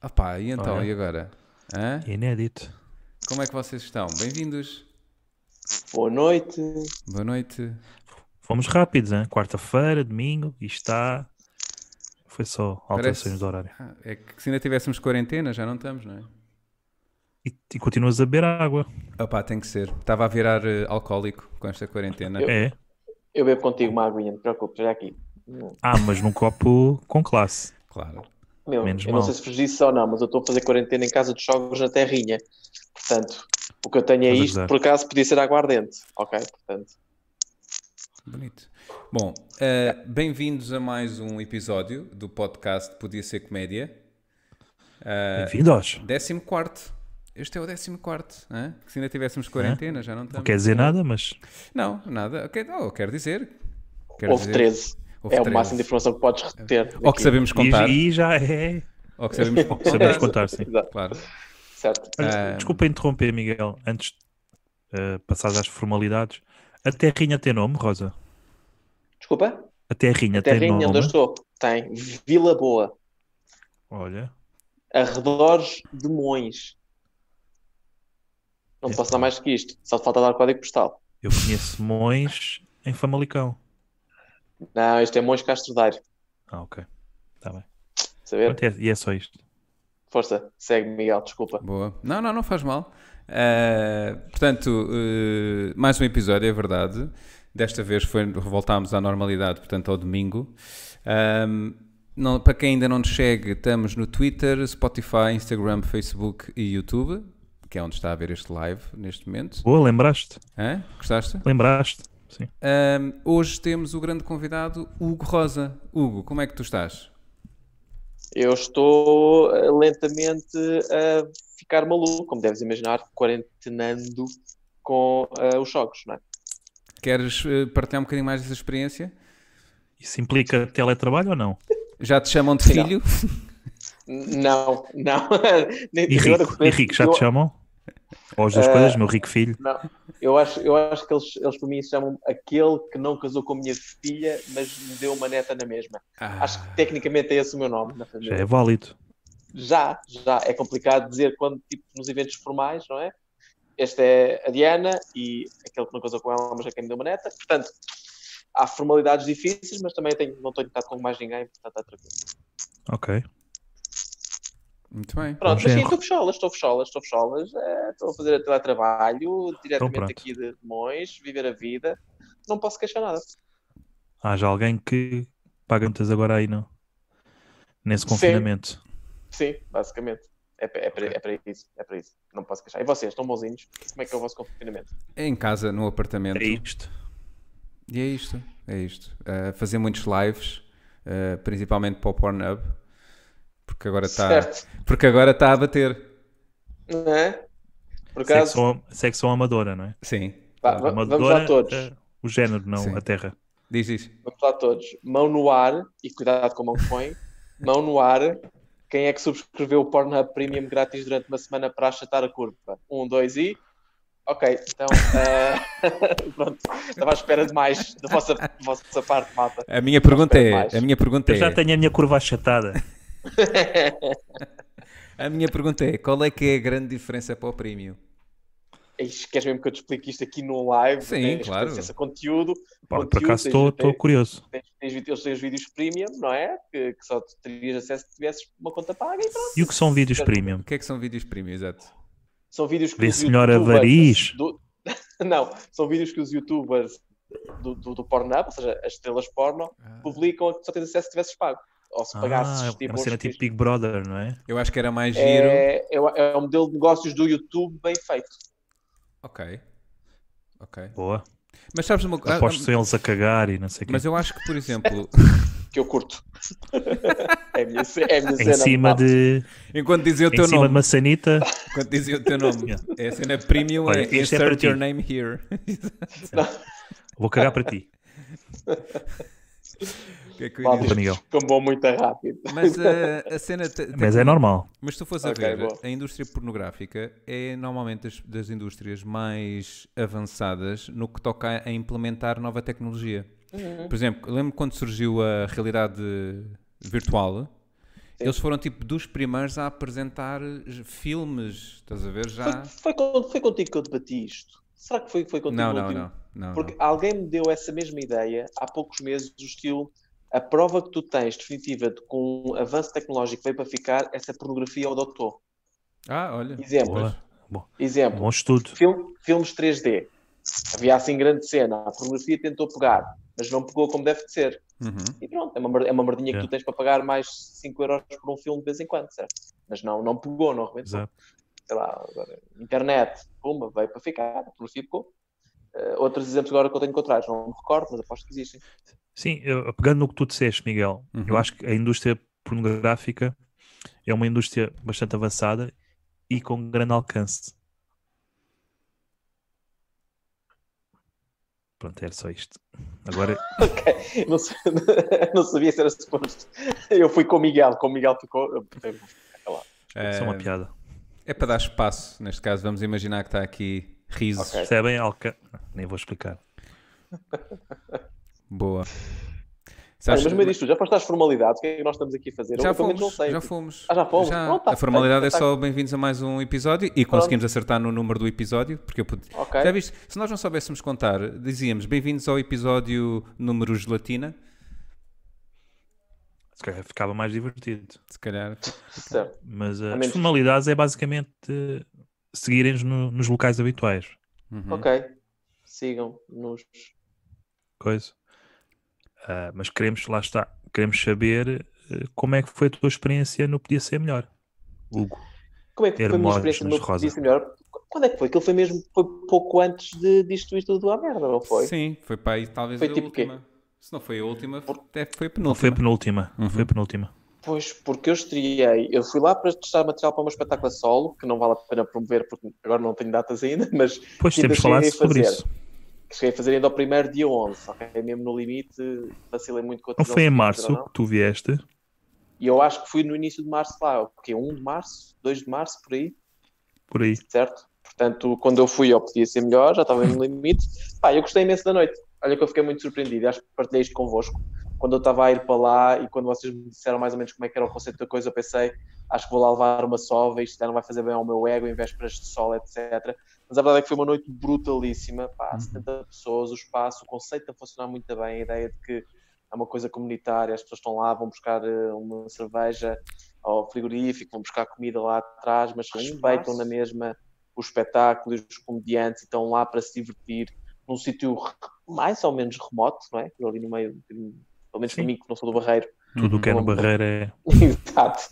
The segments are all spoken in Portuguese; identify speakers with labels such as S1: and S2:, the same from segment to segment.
S1: Ah pá, e então,
S2: Olha.
S1: e agora? Hã?
S2: Inédito.
S1: Como é que vocês estão? Bem-vindos.
S3: Boa noite.
S1: Boa noite.
S2: Fomos rápidos, hein? Quarta-feira, domingo, e está. Foi só alterações
S1: Parece-
S2: do horário.
S1: Ah, É que se ainda tivéssemos quarentena, já não estamos, não é?
S2: E, e continuas a beber água.
S1: Ah pá, tem que ser. Estava a virar eh, alcoólico com esta quarentena.
S2: É.
S3: Eu bebo contigo uma aguinha, não te preocupes, já aqui.
S2: Ah, mas num copo com classe.
S1: Claro.
S3: Meu,
S2: Menos
S3: eu
S2: mal.
S3: não sei se vos disse ou não, mas eu estou a fazer quarentena em casa de jogos na terrinha. Portanto, o que eu tenho é
S2: Estás a
S3: isto,
S2: gozar.
S3: por acaso podia ser aguardente. Ok, portanto.
S1: Bonito. Bom, eh, bem-vindos a mais um episódio do podcast Podia Ser Comédia.
S3: É.
S2: Bem-vindos.
S1: 14. Este é o 14. hã? Que se ainda tivéssemos quarentena, já não
S2: Não
S1: estamos.
S2: quer dizer nada, mas
S1: Não, nada. Ok, não, eu quero dizer. Quero
S3: Houve
S1: dizer-
S3: 13.
S1: Houve
S3: é o
S1: 13.
S3: máximo de informação que podes reter.
S1: Ou que
S3: daqui.
S1: sabemos contar.
S2: E, e já é.
S1: Ou que sabemos contar.
S3: É.
S2: Sabemos contar, sim.
S3: Exato,
S1: Claro.
S3: certo.
S2: Olha,
S1: Ah.
S2: Desculpa interromper, Miguel, antes de passar às formalidades. A terrinha tem nome, Rosa?
S3: Desculpa?
S2: A terrinha
S3: A
S2: tem
S3: terrinha é onde
S2: nome.
S3: eu estou tem Vila Boa,
S2: Olha,
S3: arredores de Mões. Não posso dar mais que isto, só te falta dar o código postal.
S2: eu conheço Mões em Famalicão.
S3: Não, isto é Mões Castro Daire.
S2: Ah, ok. Está bem.
S3: Saber?
S2: Pronto, é- e é só isto.
S3: Força, segue Miguel, desculpa.
S1: Boa. Não, não, não faz mal. Ah, portanto, eh, mais um episódio, é verdade. Desta vez foi, voltámos à normalidade, portanto, ao domingo. Ahm, não- para quem ainda não nos segue, estamos no Twitter, Spotify, Instagram, Facebook e YouTube, que é onde está a ver este live neste momento.
S2: Boa, lembraste?
S1: Hã? Gostaste?
S2: Lembraste? Sim.
S1: Ahm, hoje temos o grande convidado, Hugo Rosa. Hugo, como é que tu estás?
S3: Eu estou eh, lentamente a ficar maluco, como deves imaginar, quarentenando com eh, os jogos, não é?
S1: Queres eh, partilhar um bocadinho mais dessa experiência?
S2: Isso implica teletrabalho ou não?
S1: Já te chamam de filho?
S3: N- Não, não. Nem-
S2: E
S3: agora
S2: rico? E
S3: começo-
S2: rico, já
S3: eu, Eh,
S2: te chamam? Ou as duas coisas, meu rico filho?
S3: Não, eu acho, eu acho que eles, eles para mim chamam aquele que não casou com a minha filha, mas me deu uma neta na mesma.
S1: Ah,
S3: Acho que tecnicamente é esse o meu nome na
S2: Já
S3: família.
S2: é válido.
S3: Já, já. É complicado dizer quando, tipo, nos eventos formais, não é? Esta é a Diana e aquele que não casou com ela, mas é quem me deu uma neta. Portanto, há formalidades difíceis, mas também tenho- não tenho estado com mais ninguém, portanto está tranquilo.
S2: Ok.
S1: Ah, muito bem.
S3: Pronto, mas sim,
S2: género.
S3: estou fecholas, estou fecholas, estou fecholas. Eh, Estou a fazer teletrabalho, diretamente
S2: pronto.
S3: aqui de Mois, viver a vida. Não posso queixar nada.
S2: Há já alguém que paga muitas agora aí, não? Nesse
S3: Sim.
S2: confinamento.
S3: Sim, basicamente. É, pa- é, para, é para isso, é para isso. Não posso queixar. E vocês, estão bonzinhos? Como é que é o vosso confinamento?
S1: Em casa, no apartamento.
S2: É isto.
S1: E é isto, é isto. Uh, fazer muitos lives, uh, principalmente para o Pornhub, porque agora está
S3: Certo,
S1: porque agora está a bater.
S3: não é? Por acaso,
S2: Sexo, sexo amadora, não é?
S1: Sim.
S3: Vá, vá.
S2: Amadora,
S3: Vamos lá todos.
S2: eh, o género, não
S1: Sim.
S2: a terra.
S1: Diz isso.
S3: Vamos lá todos. Mão no ar, e cuidado com a mão que põe. Mão no ar. Quem é que subscreveu o Pornhub Premium grátis durante uma semana para achatar a curva? Um, dois e. Ok, então. eh, Pronto. Estava à espera demais da vossa, da vossa parte, malta.
S1: A minha pergunta
S3: espero
S1: é,
S3: mais.
S1: a minha pergunta
S2: Eu já
S1: é,
S2: tenho a minha curva achatada.
S1: a minha pergunta é, qual é que é a grande diferença para o premium?
S3: Ixi, queres mesmo que eu te explique isto aqui num live?
S1: Sim,
S3: Tens
S1: claro.
S3: acesso a conteúdo.
S2: Pá,
S3: Conteúdo,
S2: por acaso
S3: tens-
S2: estou estou
S3: tens-
S2: curioso.
S3: Tens, tens, vídeo- eles têm os vídeos premium, não é? Que, que só tu terias acesso se tivesses uma conta paga e pronto.
S2: E o que são vídeos
S3: Certo.
S2: premium?
S1: O que é que são vídeos premium, exato?
S3: São vídeos que
S2: Vê-se
S3: os
S2: melhor a
S3: youtubers
S2: variz.
S3: do- Não, são vídeos que os youtubers do, do, do Pornhub, ou seja, as estrelas porno,
S1: Ah.
S3: publicam a que só tens acesso se tivesses pago. Ou se
S2: Ah,
S3: pagasses
S2: é
S3: tipo,
S2: uma cena
S3: uns
S2: tipo
S3: X.
S2: Big Brother, não é?
S1: Eu acho que era mais giro.
S3: É, é, o- é um modelo de negócios do YouTube bem feito.
S1: OK. OK.
S2: Boa.
S1: Mas sabes uma coisa?
S2: Aposto que são eles a cagar e não sei o quê.
S1: Ah, Mas eu acho que, por exemplo,
S3: Que eu curto. é a minha, ce- é a minha
S2: Em
S3: cena.
S2: cima
S3: pá.
S2: de,
S1: enquanto dizia o
S2: em
S1: teu
S2: cima de
S1: nome,
S2: uma sanita.
S1: enquanto dizia o teu nome,
S2: Yeah.
S1: é a cena premium
S2: Olha,
S1: é
S2: isto é para
S1: insert
S2: ti.
S1: your name here.
S2: Vou cagar para ti.
S1: O que é que eu ia
S3: Pá,
S1: dizer?
S3: isto
S2: Miguel.
S3: Descambou muito rápido.
S1: Mas a, a cena. te-
S2: Mas
S1: tem-
S2: é normal.
S1: Mas se tu fores
S3: Ok,
S1: a ver,
S3: boa.
S1: a indústria pornográfica é normalmente das, das indústrias mais avançadas no que toca a implementar nova
S3: Uhum.
S1: tecnologia. Por exemplo, lembro quando surgiu a realidade virtual Eles foram tipo dos primeiros a apresentar eh, filmes, estás a ver? Já.
S3: Foi, foi, con- foi contigo que eu debati isto? Será que foi, foi contigo
S1: Não,
S3: no
S1: não,
S3: último?
S1: não. não,
S3: Porque
S2: Uhum.
S1: não.
S3: alguém me deu essa mesma ideia há poucos meses, do estilo a prova que tu tens definitiva de que um avanço tecnológico veio para ficar essa pornografia ao doutor.
S1: Ah, olha.
S3: Exemplo.
S1: Pois.
S3: Exemplo,
S2: Bom estudo.
S3: Film- filmes 3D. Havia assim grande cena, a pornografia tentou pegar, mas não pegou como deve de ser.
S1: Uhum.
S3: E pronto, é uma, mer- é uma merdinha
S2: Yeah.
S3: que tu tens para pagar mais 5 euros por um filme de vez em quando, certo? Mas não, não pegou, não arrebentou.
S2: Exato.
S3: Sei lá, agora, internet, pumba, veio para ficar, a pornografia pegou. Eh, outros exemplos agora que eu tenho contrários, não me recordo, mas aposto que existem.
S2: Sim, eu, pegando no que tu disseste, Miguel,
S1: Uhum.
S2: eu acho que a indústria pornográfica é uma indústria bastante avançada e com grande alcance. Pronto, era só isto. Agora,
S3: Não, sa- não sabia se era suposto. Eu fui com o Miguel, com o Miguel ficou. eu- eu-
S2: só uma
S1: Eh,
S2: piada.
S1: É para dar espaço, neste caso, vamos imaginar que está aqui risos.
S3: Ok.
S2: Percebem? é Alca... Nem vou explicar.
S1: Boa.
S3: Olha,
S1: Sabes-
S3: mas me diz tu, já foste às formalidades, o que é que nós estamos aqui a fazer?
S1: Tá já
S3: eu pelo menos
S1: fomos,
S3: não sei.
S1: já fomos.
S3: Ah, já fomos? Pronto, tá
S1: a formalidade é
S3: feito, tá
S1: só bem-vindos a mais um episódio e conseguimos acertar no número do episódio, porque eu pude...
S3: Ok.
S1: Já viste? Se nós não soubéssemos contar, dizíamos bem-vindos ao episódio número gelatina,
S2: Se calhar ficava mais divertido.
S1: se calhar.
S3: Certo.
S2: Mas eh,
S3: A
S2: as
S3: menos-
S2: formalidades é basicamente eh, seguirem-nos no- nos locais habituais.
S1: Uhum.
S3: Ok. Sigam-nos.
S2: coisa. Ah, mas queremos, lá está, queremos saber eh, como é que foi a tua experiência no Podia Ser Melhor, Hugo.
S3: Como é que foi a minha
S2: Hermógenes
S3: experiência no
S2: Rosa.
S3: Disse melhor. Quando é que foi? Aquilo foi mesmo foi pouco antes de, disto isto tudo à merda, não foi?
S1: Sim, foi para aí talvez
S3: Foi
S1: a
S3: tipo quê?
S1: última. Se não foi a última, até foi a
S2: Não foi a
S1: penúltima.
S2: penúltima, não foi a penúltima.
S3: Pois, porque eu estreiei, eu fui lá para testar material para um espetáculo a solo, que não vale a pena promover porque agora não tenho datas ainda, mas
S2: Pois
S3: que
S2: temos
S3: ainda
S2: falado
S3: cheguei assim a
S2: sobre
S3: fazer.
S2: isso.
S3: Que cheguei a fazer ainda ao primeiro dia 11, ok? é Mesmo no limite, vacilei muito com a
S2: Não
S3: decisão
S2: foi em
S3: de fazer
S2: março
S3: ou não.
S2: que tu vieste?
S3: E eu acho que fui no início de março lá, porque 1 de março, 2 de março, por aí.
S2: Por aí.
S3: certo? Portanto, quando eu fui, eu podia ser melhor, já estava no limite. Pá, eu gostei imenso da noite. Olha que eu fiquei muito surpreendido, acho que partilhei isto convosco. Quando eu estava a ir para lá e quando vocês me disseram mais ou menos como é que era o conceito da coisa, eu pensei, acho que vou lá levar uma sova, isto já não vai fazer bem ao meu ego em vésperas de sol, etc. Mas a verdade é que foi uma noite brutalíssima, pá, 70 pessoas, o espaço, o conceito a funcionar muito bem, a ideia de que é uma coisa comunitária, as pessoas estão lá, vão buscar eh, uma cerveja ao frigorífico, vão buscar comida lá atrás, mas respeitam na mesma o espetáculo e os comediantes e estão lá para se divertir num sítio re- mais ou menos remoto, não é? Ali no meio, pelo menos para
S2: Sim.
S3: mim que não sou do Barreiro,
S2: Tudo o que é no
S3: Uhum. Bom.
S2: Barreiro é.
S3: Exato.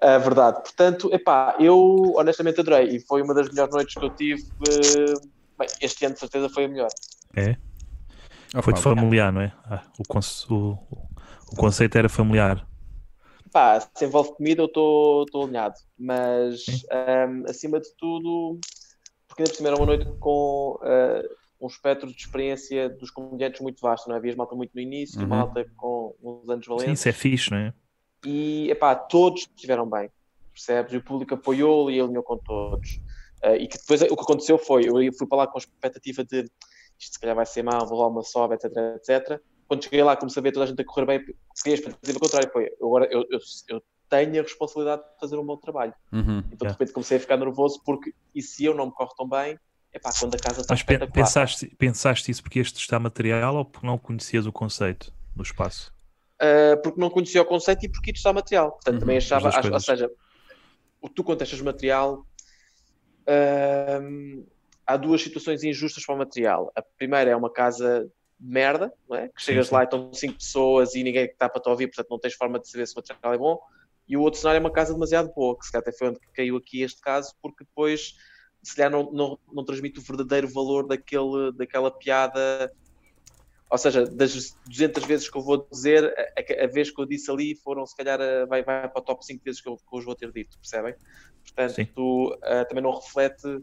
S3: É verdade. Portanto, epá, eu honestamente adorei e foi uma das melhores noites que eu tive. eh, Bem, este ano de certeza foi a melhor.
S1: Opa,
S2: Foi de familiar, não é? Ah, o, conce- o- o conceito era familiar.
S3: Pá, se envolve comida, eu estou alinhado. Mas
S2: Sim.
S3: ehm, acima de tudo, porque ainda por cima era uma noite com eh, um espectro de experiência dos comediantes muito vasto, não é? Havia malta muito no início,
S1: Uhum.
S3: malta com uns anos
S2: Sim,
S3: valentes.
S2: isso é fixe, não é?
S3: e epá, todos estiveram bem, percebes? E o público apoiou-lo e alinhou com todos. Eh, e que depois eh, o que aconteceu foi, eu fui para lá com a expectativa de isto se calhar vai ser mal, vou lá uma sobe, etc, etc. Quando cheguei lá, comecei a ver toda a gente a correr bem, fiquei a expectativa contrária, foi, agora eu, eu, eu tenho a responsabilidade de fazer um bom trabalho.
S1: Uhum.
S3: Então
S2: Yeah.
S3: de repente comecei a ficar nervoso porque, e se eu não me corro tão bem, epá, quando a casa está
S2: Mas pen-
S3: espetacular.
S2: pensaste, pensaste isso porque este está material ou porque não conhecias o conceito do espaço?
S3: Uh, porque não conhecia o conceito e porque ia testar material. Portanto,
S1: Uhum,
S3: também achava,
S2: as duas
S3: acho- ou
S2: coisas.
S3: seja, o tu quando testas material, hum, há duas situações injustas para o material. A primeira é uma casa de merda, não é? que
S2: Sim,
S3: chegas
S2: sim.
S3: lá e estão cinco pessoas e ninguém está para te ouvir, portanto não tens forma de saber se o material é bom. E o outro cenário é uma casa demasiado boa, que se calhar até foi onde caiu aqui este caso, porque depois se calhar não, não, não transmite o verdadeiro valor daquele, daquela piada. Ou seja, das 200 vezes que eu vou dizer, a, a- a vez que eu disse ali foram, se calhar, a- vai, vai para o top 5 vezes que eu, que eu os vou ter dito, percebem?
S2: Sim.
S3: Portanto, ah, também não reflete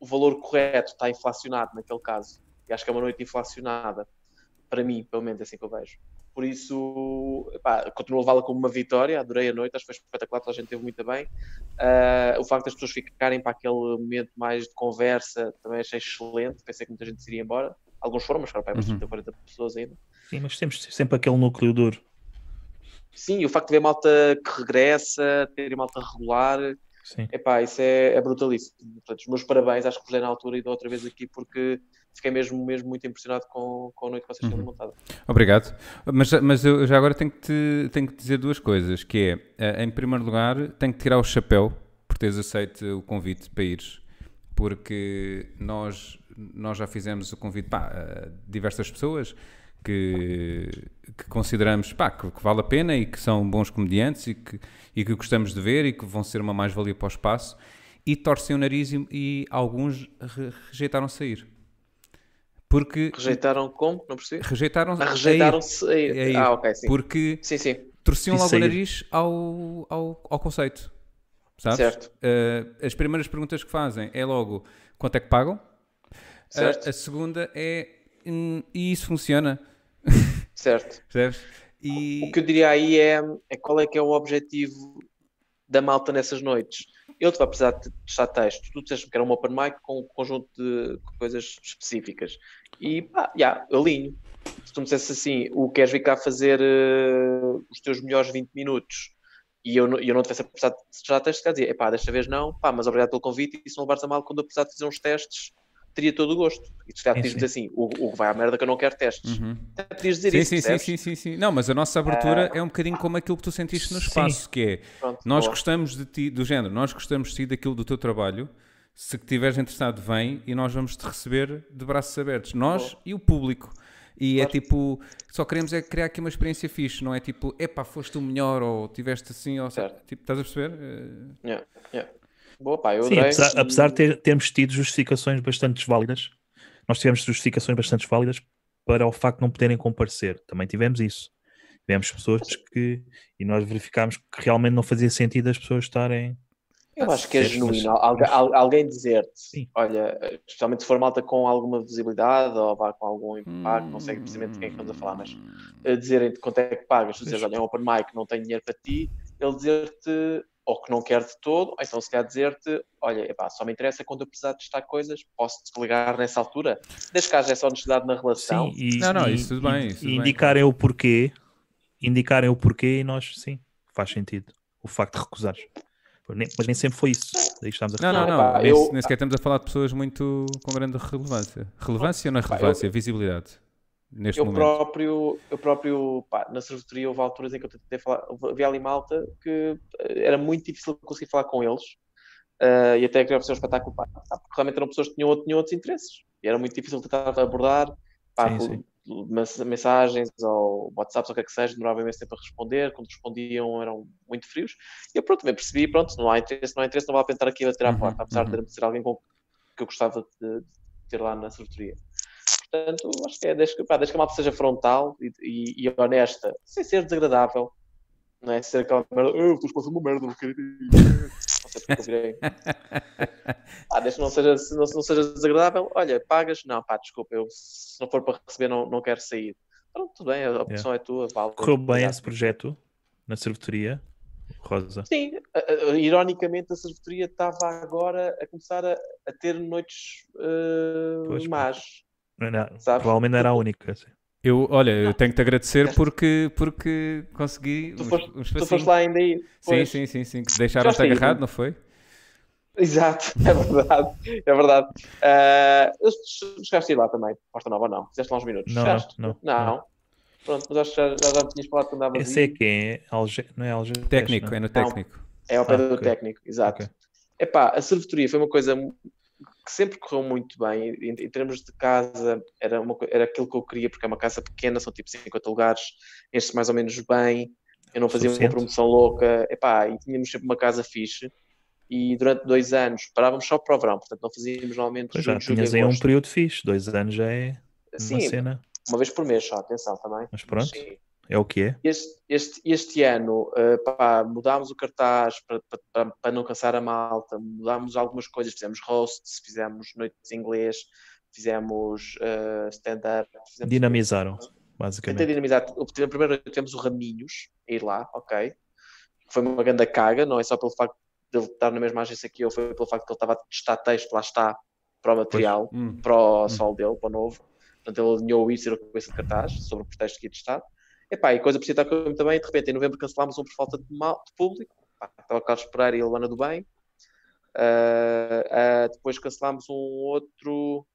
S3: o valor correto, está inflacionado naquele caso. E acho que é uma noite inflacionada, para mim, pelo menos, é assim que eu vejo. Por isso, pá, continuo a levá-la como uma vitória, adorei a noite, acho que foi espetacular, toda a gente teve muito bem. Ah, o facto das pessoas ficarem para aquele momento mais de conversa também achei excelente. Pensei que muita gente se iria embora. Alguns foram, mas claro, é para
S1: Uhum.
S3: 30 40 pessoas ainda.
S2: Sim, mas temos sempre aquele núcleo duro.
S3: Sim, e o facto de ver malta que regressa, ter malta regular,
S2: Sim.
S3: epá, isso é, é brutalíssimo. Portanto, os meus parabéns, acho que vos dei na altura e dou outra vez aqui porque fiquei mesmo, mesmo muito impressionado com, com a noite que vocês têm montada.
S1: Obrigado. Mas, mas eu já agora tenho que, te, tenho que dizer duas coisas, que é, eh, em primeiro lugar, tenho que tirar o chapéu por teres aceito o convite para ires, porque nós, nós já fizemos o convite pá, a diversas pessoas que, que consideramos pá, que, que vale a pena e que são bons comediantes e que, e que gostamos de ver e que vão ser uma mais-valia para o espaço, e torcem o nariz e, e alguns re- rejeitaram sair. Porque
S3: Rejeitaram como? Não percebi?
S1: rejeitaram
S3: Ah, Rejeitaram-se. a ir.
S1: a ir.
S3: Ah, ok, sim.
S1: porque
S3: Sim, sim.
S1: torciam
S2: E
S1: logo o
S2: sair.
S1: nariz ao, ao, ao conceito. Sabes?
S3: Certo.
S1: Eh, as primeiras perguntas que fazem é logo quanto é que pagam? A-
S3: Certo.
S1: A, segunda é "Hum, e isso funciona?
S3: Certo.
S1: Percebes? E
S3: O que eu diria aí é, é qual é que é o objetivo da malta nessas noites. Ele te vai precisar de testar textos. Tu disseste que era um open mic com um conjunto de coisas específicas. E pá, já, eu alinho. Se tu me dissesse assim, o queres vir cá fazer eh, os teus melhores 20 minutos e eu, não- e eu não tivesse a precisar de testar textos, quer dizer, epá, desta vez não, pá, mas obrigado pelo convite e se não levares a mal quando eu precisar de fazer uns testes, teria todo o gosto. E tu já
S2: Sim,
S3: diz-me assim, o, o vai à merda que eu não quero testes.
S1: Uhum.
S3: Até podias dizer
S1: Sim,
S3: isso,
S1: sim, sim,
S3: percebes? Ah,
S1: sim, sim, sim. Não, mas a nossa abertura é um bocadinho como aquilo que tu sentiste no
S2: Sim.
S1: espaço, que é
S3: Pronto,
S1: Nós
S3: boa.
S1: gostamos de ti, do género, nós gostamos de ti daquilo do teu trabalho. Se que estiveres interessado, vem e nós vamos te receber de braços abertos. Nós e o público. E é tipo, só queremos é criar aqui uma experiência fixe, não é tipo, epá, foste o melhor ou tiveste assim, ou
S3: Certo.
S1: tipo, estás a perceber? Eh,
S3: Yeah, yeah. Boa, pá, eu
S2: Sim,
S3: adorei.
S2: apesar, apesar de ter- termos tido justificações bastante válidas, nós tivemos justificações bastante válidas para o facto de não poderem comparecer. Também tivemos isso. Tivemos pessoas que. E nós verificámos que realmente não fazia sentido as pessoas estarem.
S3: Eu acho que é
S2: Certo, mas-
S3: genuíno. Algu- al- alguém dizer-te,
S2: Sim.
S3: olha, especialmente se for malta com alguma visibilidade ou vá com algum
S1: hum,
S3: impacto, não sei precisamente de quem é que estamos a falar, mas eh, dizerem-te quanto é que pagas, tu dizes,
S2: Pois.
S3: olha, é um open mic, não tenho dinheiro para ti, ele dizer-te ou que não quer de todo, ou então se calhar dizer-te, olha, epá, só me interessa quando eu precisar de testar coisas, posso desligar nessa altura? Desde que haja essa honestidade na relação,
S2: Sim, e,
S1: Não, não,
S2: e-
S1: isso tudo bem,
S2: e-
S1: isso
S2: e
S1: tudo bem,
S2: indicarem o porquê, indicarem o porquê e nós, sim, faz sentido. O facto de recusares. Mas nem, mas nem sempre foi isso. Daí estamos a
S1: Não, não,
S2: reclamar.
S1: não.
S3: Epá,
S1: nem,
S3: eu-
S1: se- nem sequer estamos a falar de pessoas muito com grande relevância. Relevância ou não é
S3: Epá, eu-
S1: relevância? Visibilidade. Neste
S3: eu
S1: momento.
S3: próprio, eu próprio, pá, na servitoria houve alturas em que eu tentei falar, havia ali malta que eh, era muito difícil conseguir falar com eles eh, e até queria oferecer um espetáculo, pá, pá, porque realmente eram pessoas que tinham, outro- tinham outros interesses e era muito difícil tentar abordar, pá,
S2: Sim,
S3: com-
S2: sim.
S3: mens- mensagens ou WhatsApps ou o que é que seja, demorava imenso tempo a responder, quando respondiam eram muito frios e eu pronto, também percebi, pronto, não há interesse, não há interesse, não vale a pena estar aqui a bater à
S1: Uhum,
S3: porta, apesar
S1: uhum.
S3: de ser alguém com, que eu gostava de, de ter lá na servitoria. Portanto, acho que é, desde que, pá, desde que a malta seja frontal e, e- e honesta, sem ser desagradável, não é? Ser aquela merda, eu tu passando uma merda, não quero ir." Não sei porque eu virei. Pá, desde que não seja, se não, se não seja desagradável, olha, pagas, não, pá, desculpa, eu se não for para receber, não, não quero sair. Pronto, tudo bem, a opção é tua, vale.
S2: Correu bem esse projeto na servitoria, Rosa.
S3: Sim, a- a- ironicamente a servitoria estava agora a começar a, a ter noites eh,
S2: Pois, pá.
S3: más.
S2: Não, não,
S3: Sabes?
S2: provavelmente não era a única. sim.
S1: Eu, olha, eu tenho que te agradecer
S3: Deste-
S1: porque, porque consegui
S3: Tu
S1: uns-
S3: foste-
S1: uns
S3: Tu
S1: facinhos.
S3: foste lá ainda aí.
S1: Sim,
S3: Pois.
S1: sim, sim, sim. que Deixaram-te
S3: Já né? saí,
S1: agarrado,
S3: não?
S1: não foi?
S3: Exato, é verdade, é verdade. Ah, eu- chegaste a ir lá também, Porta Nova não, fizeste lá uns minutos.
S2: Não,
S3: chegaste?
S2: não,
S3: não.
S2: não,
S3: Pronto, mas acho que já, já, já me tinhas falado que andava
S2: Esse é quem? É Alge... Não é Alge...
S1: Técnico, é no técnico.
S3: É ao pé
S2: Ah,
S3: do
S2: ok.
S3: técnico, exato.
S2: Ok.
S3: Epá, a servitoria foi uma coisa mu- que sempre correu muito bem. Em, em termos de casa, era, uma, co- era aquilo que eu queria, porque é uma casa pequena, são tipo 50 lugares, enche mais ou menos bem. Eu não fazia
S2: Suficiente.
S3: uma promoção louca. Epá, e tínhamos sempre uma casa fixe. E durante dois anos parávamos só para o verão, portanto não fazíamos normalmente
S2: Pois já
S3: junho, julho,
S2: tinhas aí um
S3: agosto.
S2: período fixe, dois anos já é uma
S3: Sim,
S2: cena,
S3: uma vez por mês só, atenção também.
S2: mas pronto,
S3: Sim.
S2: é o que é.
S3: Este, este, este ano, eh, pá, mudámos o cartaz para, para, para não cansar a malta, mudámos algumas coisas, fizemos roasts, fizemos noites em inglês, fizemos eh, stand-up. fizemos-
S2: Dinamizaram,
S3: Tentei
S2: basicamente.
S3: dinamizar. tudo. Na primeira noite tivemos o Raminhos a ir lá, ok? Foi uma grande caga, não é só pelo facto de ele estar na mesma agência que eu, foi pelo facto que ele estava a testar texto, lá está, para o material
S1: Hum.
S3: para o sol dele, para o novo. Portanto, ele alinhou isso e era a cabeça de cartaz sobre o pretexto que ia testar. Epá, e coisa precisa estar comigo também. De repente, em novembro, cancelámos um por falta de, mal, de público. Pá, estava Carlos Pereira e a Luana do Bem. Ah, ah, depois cancelámos um outro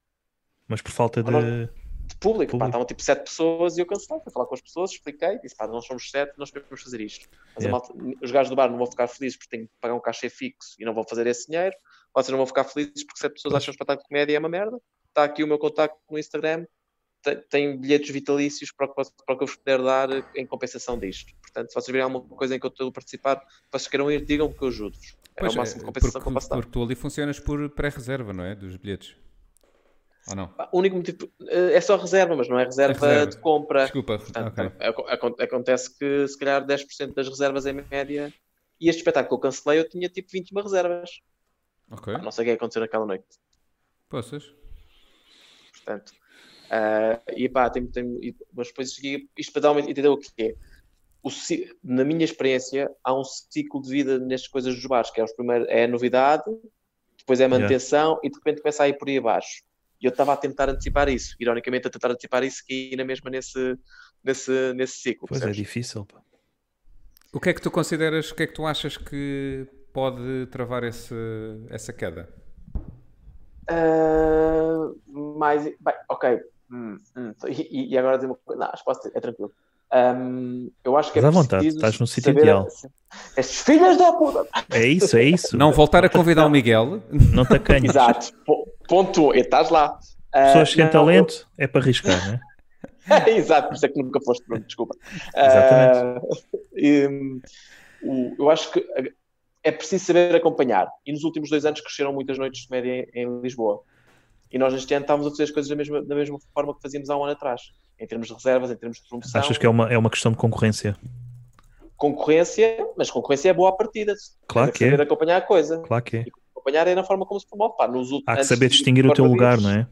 S2: Mas por falta de.
S3: Agora- de público. Pá,
S2: Público.
S3: estavam tipo sete pessoas e eu cancelei. Fui falar com as pessoas, expliquei. Disse, pá, nós somos sete, nós podemos fazer isto. Mas a
S2: Yeah.
S3: malta- os gajos do bar não vão ficar felizes porque têm que pagar um cachê fixo e não vão fazer esse dinheiro. Vocês não vão ficar felizes porque sete pessoas acham o espetáculo de comédia é uma merda. Está aqui o meu contacto no Instagram. Te- Tem bilhetes vitalícios para o, que, vos- para o que eu vos puder dar em compensação disto. Portanto, se vocês virem alguma coisa em que eu estou a participar, vocês queiram ir, digam-me que eu ajudo-vos. É o
S1: Pois,
S3: máximo
S1: é,
S3: de compensação que
S1: porque,
S3: eu posso dar.
S1: porque tu ali funcionas por pré-reserva, não é? Dos bilhetes. Ou não?
S3: Pá, O único motivo eh, é só reserva, mas não é reserva,
S1: reserva.
S3: de compra.
S1: Desculpa.
S3: Portanto,
S1: ok.
S3: aco- aco- acontece que se calhar 10% das reservas em média. E este espetáculo que eu cancelei, eu tinha tipo 21 reservas.
S1: Ok.
S2: Hum?
S3: Pá, Não sei o que é que aconteceu naquela noite.
S1: Poças.
S3: Portanto, ah, e pá, tem, tem, e- mas depois isto aqui- isto para dar uma entender o que é. O ci- na minha experiência, há um ciclo de vida nestas coisas dos bares, que é, os primeiros, é a novidade, depois é a
S2: Yeah.
S3: manutenção e de repente começa a ir por aí abaixo. E eu estava a tentar antecipar isso, ironicamente a tentar antecipar isso que ia na mesma nesse, nesse, nesse ciclo.
S2: Pois é,
S3: percebes?
S2: difícil. pá.
S1: O que é que tu consideras, o que é que tu achas que pode travar esse, essa queda?
S3: Ah, mais. Bem, ok. Hum, hum. E, e agora dizer uma coisa. Não, acho que posso dizer, é tranquilo. Ahm, eu acho que
S2: Mas
S3: é
S2: à vontade,
S3: preciso
S2: estás no sítio
S3: saber-
S2: ideal.
S3: Estes filhos da puta!
S2: É isso, é isso.
S1: Não voltar a convidar o Miguel.
S2: Não te acanhes.
S3: Exato. Po- Ponto. um, E estás lá. Ah,
S2: Pessoas que têm
S3: não,
S2: talento é para arriscar, né?
S3: Exato, por isso é que nunca foste pronto, desculpa.
S2: Exatamente.
S3: Ah, hum, o- eu acho que ah, é preciso saber acompanhar. E nos últimos dois anos cresceram muitas noites de comédia em, em Lisboa. E nós neste ano estávamos a fazer as coisas da mesma, da mesma forma que fazíamos há um ano atrás. Em termos de reservas, em termos de promoção,
S2: Achas que é uma, é uma questão de concorrência?
S3: concorrência, mas concorrência é boa à partida.
S2: Claro
S3: Tens de
S2: que é.
S3: saber acompanhar a coisa.
S2: Claro que é.
S3: Acompanhar é na forma como se promove. Pá, nos
S2: Há que saber distinguir o teu lugar, não é?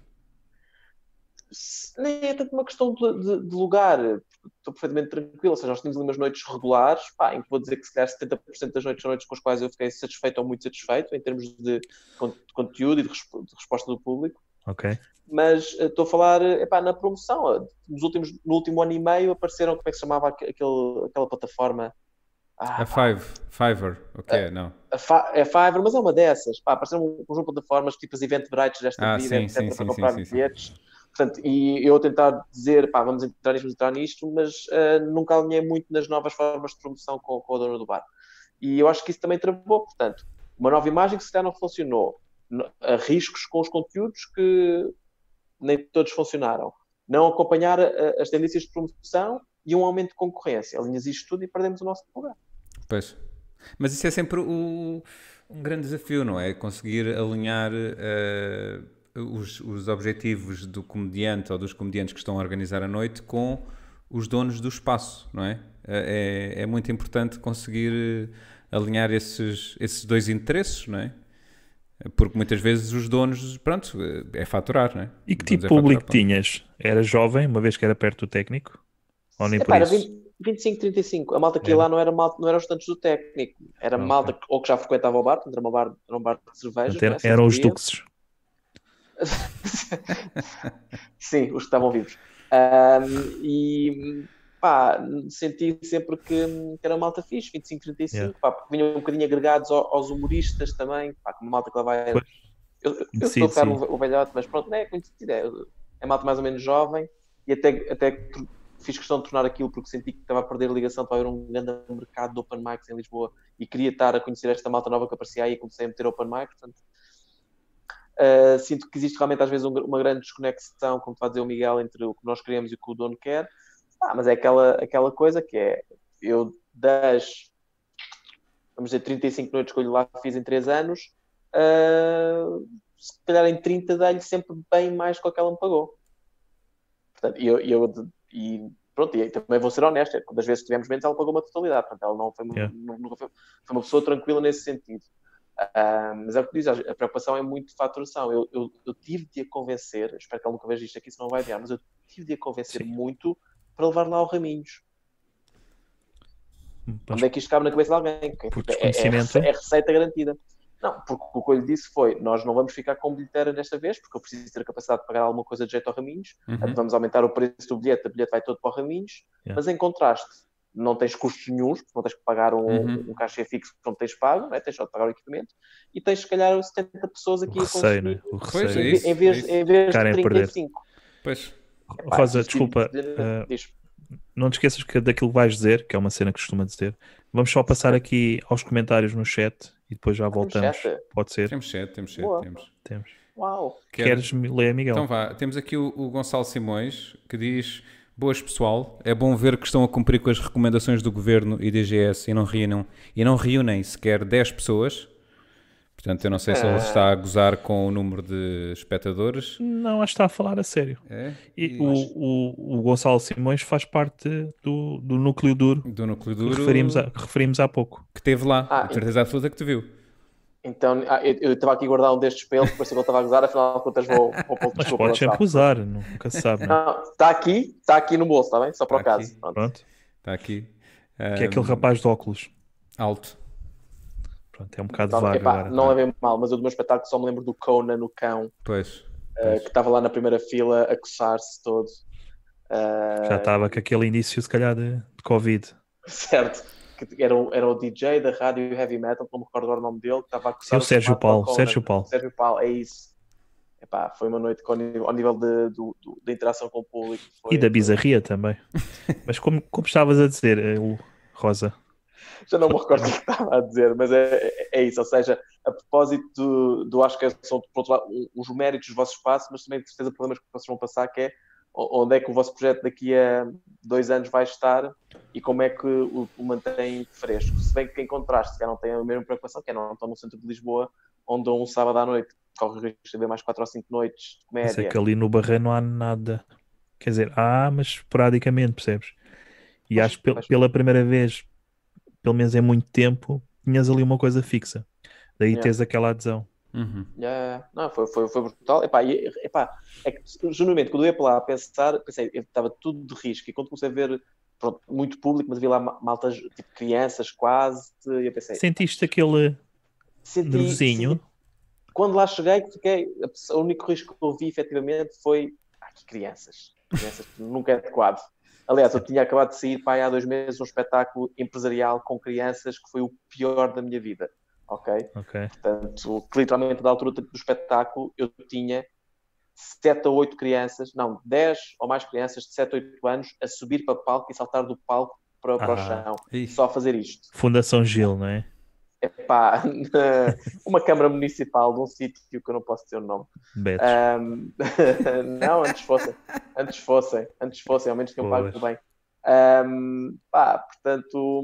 S3: se- nem é tanto uma questão de, de- de lugar. Estou perfeitamente tranquilo. Ou seja, nós tínhamos ali umas noites regulares, pá, em que vou dizer que se calhar 70% das noites são noites com as quais eu fiquei satisfeito ou muito satisfeito, em termos de, con- de conteúdo e de, resp- de resposta do público.
S2: é? Ok.
S3: Mas eh, estou a falar eh, epá, na promoção. Eh, Nos últimos, no último ano e meio apareceram, como é que se chamava aqu- aquele, aquela plataforma? Ah,
S1: A Five, Fiverr, o que é? Não.
S3: a Fi- é Fiverr, mas é uma dessas. Pá, apareceram um conjunto de plataformas, tipo as Eventbrite desta
S1: Ah,
S3: vida,
S1: sim,
S3: etc,
S1: sim,
S3: para
S1: sim,
S3: comprar
S1: sim, sim, sim.
S3: bilhetes. Portanto, e eu a tentar dizer, pá, vamos entrar nisto, vamos entrar nisto, mas ah, nunca alinhei muito nas novas formas de promoção com, com a dona do bar. E eu acho que isso também travou, portanto, uma nova imagem que se calhar não funcionou. No- há riscos com os conteúdos que nem todos funcionaram. Não acompanhar ah, as tendências de promoção e um aumento de concorrência. Alinhas isto tudo e perdemos o nosso lugar.
S1: Pois. Mas isso é sempre o- um grande desafio, não é? Conseguir alinhar eh, os, os objetivos do comediante ou dos comediantes que estão a organizar a noite com os donos do espaço, não é? Eh, É, é muito importante conseguir eh, alinhar esses, esses dois interesses, não é? Porque muitas vezes os donos, pronto, eh, é faturar, não é?
S2: E que
S1: Os donos
S2: tipo de
S1: é
S2: público
S1: faturar, pronto.
S2: tinhas? Era jovem, uma vez que era perto do técnico? Ou nem
S3: É,
S2: por
S3: pá, era
S2: isso?
S3: 20, 25, 35. A malta que ia
S2: É.
S3: lá não era, malta, não era os tantos do técnico. Era
S2: Ah, ok.
S3: malta que, ou que já frequentava o bar, portanto, era, uma bar, era um bar de cerveja. é?
S2: Portanto, era- eram os duxes.
S3: Sim, os que estavam vivos. Ahm, e pá, senti sempre que, que era malta fixe, 25, 35.
S2: Yeah.
S3: Pá, porque vinham um bocadinho agregados ao- aos humoristas também. Pá, como malta que lá vai.
S2: Pois.
S3: Eu, eu
S2: Sim,
S3: estou a tocar
S2: sim.
S3: o ve- o velhote, mas pronto, não é conhecido. É, é malta mais ou menos jovem e até, até que fiz questão de tornar aquilo porque senti que estava a perder a ligação para haver um grande mercado de open mics em Lisboa e queria estar a conhecer esta malta nova que aparecia aí e comecei a meter open mic, portanto uh, sinto que existe realmente às vezes um gr- uma grande desconexão, como está a dizer o Miguel, entre o que nós queremos e o que o dono quer ah, mas é aquela, aquela coisa que é eu das vamos dizer 35 noites que eu lá fiz em 3 anos ah, se calhar em 30 dá-lhe sempre bem mais do que aquela me pagou portanto, e eu, e eu de- e pronto, e também vou ser honesto, é que das vezes que tivemos menos ela pagou uma totalidade, portanto ela não foi, mu-
S2: Yeah.
S3: nu- nunca foi, foi uma pessoa tranquila nesse sentido. Ah, mas é o que diz, a preocupação é muito de faturação. Eu, eu, eu tive de a convencer, eu espero que ela nunca veja isto aqui, se não vai ver, mas eu tive de a convencer
S2: Sim.
S3: muito para levar lá ao Raminhos.
S2: Mas
S3: Onde é que isto cabe na cabeça de alguém? Que,
S2: Por
S3: tipo, é- é,
S2: desconhecimento.
S3: rece- é receita garantida. Não, porque o que eu lhe disse foi: nós não vamos ficar com bilheteira desta vez, porque eu preciso ter capacidade de pagar alguma coisa de jeito ao Raminhos.
S1: Uhum.
S3: Vamos aumentar o preço do bilhete, o bilhete vai todo para o Raminhos.
S2: Yeah.
S3: Mas em contraste, não tens custos nenhuns, porque não tens que pagar um,
S1: Uhum.
S3: um cachê fixo que não tens pago, né? tens só de pagar o equipamento. E tens, se calhar, 70 pessoas
S2: O
S3: aqui a
S2: receio, né?
S3: consumir,
S2: O
S1: Pois,
S2: receio.
S1: é
S3: em,
S1: isso,
S3: em vez,
S1: é isso.
S3: em vez de
S2: Querem perder.
S3: 35.
S1: Pois.
S3: Pá,
S2: Rosa,
S3: isso-
S2: desculpa, eh,
S3: diz.
S2: não te esqueças que daquilo que vais dizer, que é uma cena que costuma dizer. Vamos só passar aqui aos comentários no chat e depois já voltamos.
S3: Tá chat? é.
S2: Pode ser?
S1: Temos chat, temos chat,
S3: Boa.
S1: temos.
S2: Temos.
S3: Uau!
S1: Quer-
S2: Queres me ler, Miguel?
S1: Então vá, temos aqui o, o Gonçalo Simões que diz: Boas pessoal, é bom ver que estão a cumprir com as recomendações do governo e DGS e não reúnem, e não reúnem sequer 10 pessoas. Portanto, eu não sei se
S3: É.
S1: ele está a gozar com o número de espectadores.
S2: Não, acho que está a falar a sério.
S1: É?
S2: E o, o, o Gonçalo Simões faz parte do, do núcleo duro
S1: Do núcleo
S2: que
S1: duro
S2: referimos, a- que referimos há pouco.
S1: que teve lá.
S3: Ah,
S1: A certeza absoluta que te viu.
S3: Então, ah, eu eu estava aqui a guardar um destes pelos, por isso que eu estava a gozar, afinal de contas vou, vou pôr
S2: Mas
S3: desculpa.
S2: podes
S3: Gonçalo.
S2: sempre usar, nunca se sabe. Não? é?
S3: Não, está aqui, está aqui no bolso, está bem? Só para o
S1: Tá
S3: caso.
S1: aqui.
S3: Pronto.
S2: Pronto.
S1: Está aqui.
S2: Que é aquele
S1: Ahm,
S2: rapaz de óculos.
S1: Alto.
S2: Pronto, é um bocado
S3: Então,
S2: vago
S3: epá,
S2: agora.
S3: não é bem mal, mas eu do meu espetáculo só me lembro do Conan, no cão,
S1: Pois.
S3: eh, que estava lá na primeira fila a coçar-se todo. Eh,
S2: Já tá. estava com aquele indício, se calhar, de, de Covid.
S3: Certo. Que era, o- era o DJ da rádio Heavy Metal, não me recordo agora o nome dele, que estava a
S2: Sim,
S3: coçar
S2: o Sérgio
S3: sapato ao
S2: Paulo.
S3: Conan.
S2: Sérgio Paulo.
S3: Sérgio Paulo, é isso. Epá, foi uma noite com, ao nível de, do- do- da interação com o público. foi-
S2: E da bizarria também. Mas como, como estavas a dizer, eh, o- Rosa,
S3: Já não me recordo o que estava a dizer, mas é, é- é isso. Ou seja, a propósito do, do acho que são, por outro lado, um- uns méritos dos vossos passos, mas também de certeza problemas que vocês vão passar, que é o- onde é que o vosso projeto daqui a dois anos vai estar e como é que o, o mantém fresco. Se bem que em contraste, já não tem a mesma preocupação, que é não estão no centro de Lisboa, onde um sábado à noite corre o risco de haver mais quatro ou cinco noites de
S2: mas é
S3: comédia.
S2: que ali no Barreiro não há nada. Quer dizer, há, mas esporadicamente, percebes? E
S3: Pois,
S2: acho que pel-
S3: pois.
S2: pela primeira vez, pelo menos em muito tempo, tinhas ali uma coisa fixa. Daí
S3: Yeah.
S2: tens aquela adesão.
S1: Uhum.
S3: Yeah, É, não, foi, foi, foi brutal. Epá, e- epá, é que, genuinamente, quando eu ia para lá a pensar, pensei, eu estava tudo de risco. E quando comecei a ver, pronto, muito público, mas vi lá ma- malta, tipo, crianças quase, e eu pensei,
S2: Sentiste aquele
S3: senti-
S2: nervosinho?
S3: senti- Quando lá cheguei, fiquei, a pessoa- o único risco que eu vi, efetivamente, foi, ah, que crianças. Crianças nunca é adequado. Aliás, eu tinha acabado de sair, pai, há dois meses, um espetáculo empresarial com crianças que foi o pior da minha vida, ok?
S2: Ok.
S3: Portanto, que literalmente da altura do espetáculo eu tinha 7 a 8 crianças, não, 10 ou mais crianças de 7 a 8 anos a subir para palco e saltar do palco para, para
S2: Ah.
S3: o chão.
S1: Ih,
S3: Só a fazer isto.
S2: Fundação Gil, não é?
S3: Epá, uma Câmara Municipal de um sítio que eu não posso dizer o nome.
S2: Betos.
S3: Ah, Ahm, não, antes fossem, antes fossem, antes fossem, ao menos tinham pago
S2: Pois.
S3: bem. Ahm, pá, portanto,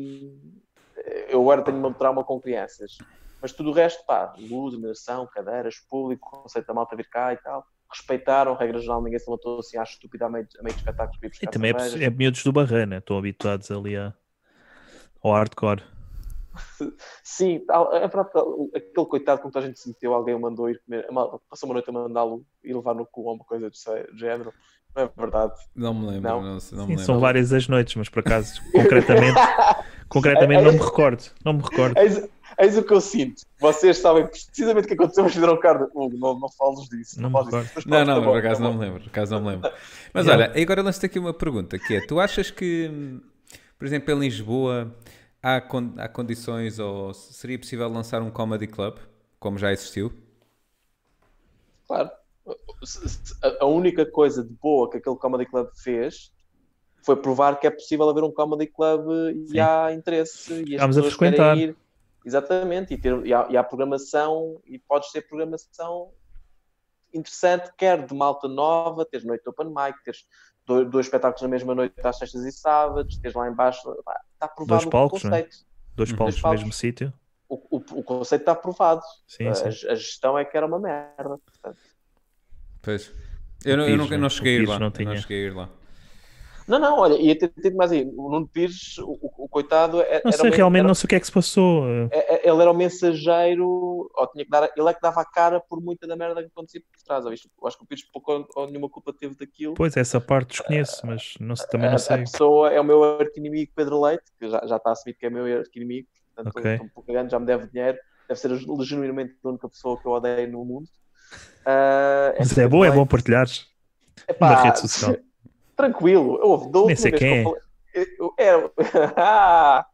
S3: eu agora tenho um trauma com crianças, mas tudo o resto, pá, luz, iluminação, cadeiras, público, conceito da malta vir cá e tal, respeitaram, regra geral, ninguém se levantou assim à estúpida a meio, a meio de espetáculos.
S2: E também é, possi- é miúdos do Barreiro, né? Estão habituados ali a, ao hardcore.
S3: Sim, tal, é próprio, aquele coitado com que a gente se meteu, alguém o mandou ir comer, a malta passou uma noite a mandá-lo ir levar no cu ou uma coisa do género, não é verdade?
S1: não me lembro.
S3: Não.
S1: Não, não me
S2: Sim,
S1: lembro.
S2: são várias as noites, mas por acaso, concretamente,
S3: É,
S2: concretamente não me recordo. Não me recordo.
S3: Eis, eis o que eu sinto. Vocês sabem precisamente o que aconteceu, mas fizeram carne. Hugo, não, não fales disso.
S2: Não me
S3: fales
S2: recordo.
S3: disso. Mas
S1: Não,
S3: pronto, tá
S1: não,
S3: bom,
S1: por acaso
S3: tá
S1: não
S3: bom.
S1: me lembro. Por acaso não me lembro. Mas
S2: Yeah.
S1: olha, agora lanço-te aqui uma pergunta, que é, tu achas que, hum, por exemplo, em Lisboa há, con- há condições ou seria possível lançar um comedy club, como já existiu?
S3: Claro. Se- se- A a única coisa de boa que aquele Comedy Club fez foi provar que é possível haver um Comedy Club e
S2: Sim.
S3: há interesse. E as
S2: Estamos a
S3: pessoas
S2: frequentar.
S3: querem ir. Exatamente. E, ter, e, há, e há programação, e podes ter programação interessante, quer de malta nova, teres noite de open mic, teres do- dois, espetáculos na mesma noite às sextas e sábados, teres lá embaixo. pá, Está provado
S2: Dois
S3: o
S2: palcos, não é?
S3: conceito.
S2: Dois
S1: Uhum.
S2: palcos no
S3: palcos.
S2: mesmo sítio.
S3: o, o- o conceito está aprovado.
S2: Sim,
S3: A,
S2: sim.
S3: a gestão é que era uma merda. portanto.
S1: Pois. Eu, não- eu
S2: Pires,
S1: nunca-
S2: né?
S1: não
S2: O
S1: cheguei a ir
S2: Pires
S1: lá.
S2: não
S1: eu
S2: tinha.
S1: cheguei a ir lá.
S3: Não, não, olha, e até digo mais aí, o Nuno Pires, o, o- o coitado, é-
S2: Não
S3: era
S2: sei,
S3: o men-
S2: realmente
S3: era-
S2: não sei o que é que se passou. eh,
S3: é- é- ele era o mensageiro, ou tinha que dar, ele é que dava a cara por muita da merda que acontecia por trás. ou isto- eu acho que o Pires pouco ou- ou nenhuma culpa teve daquilo.
S2: Pois, essa parte desconheço, mas não se- também
S3: a,
S2: não
S3: a
S2: sei.
S3: pessoa é o meu arquinimigo Pedro Leite, que já, já está a assumir que é meu arquinimigo, portanto
S2: Ok.
S3: estou um pouco grande, já me deve dinheiro. deve ser genuinamente a única pessoa que eu odeio no mundo. Ah,
S2: Mas é bom, é bom partilhares
S3: Epá,
S2: na rede social.
S3: Tranquilo, eu ouvi, da
S2: Nem sei
S3: última
S2: quem é.
S3: vez que eu falei. eu- eu- era- Ah,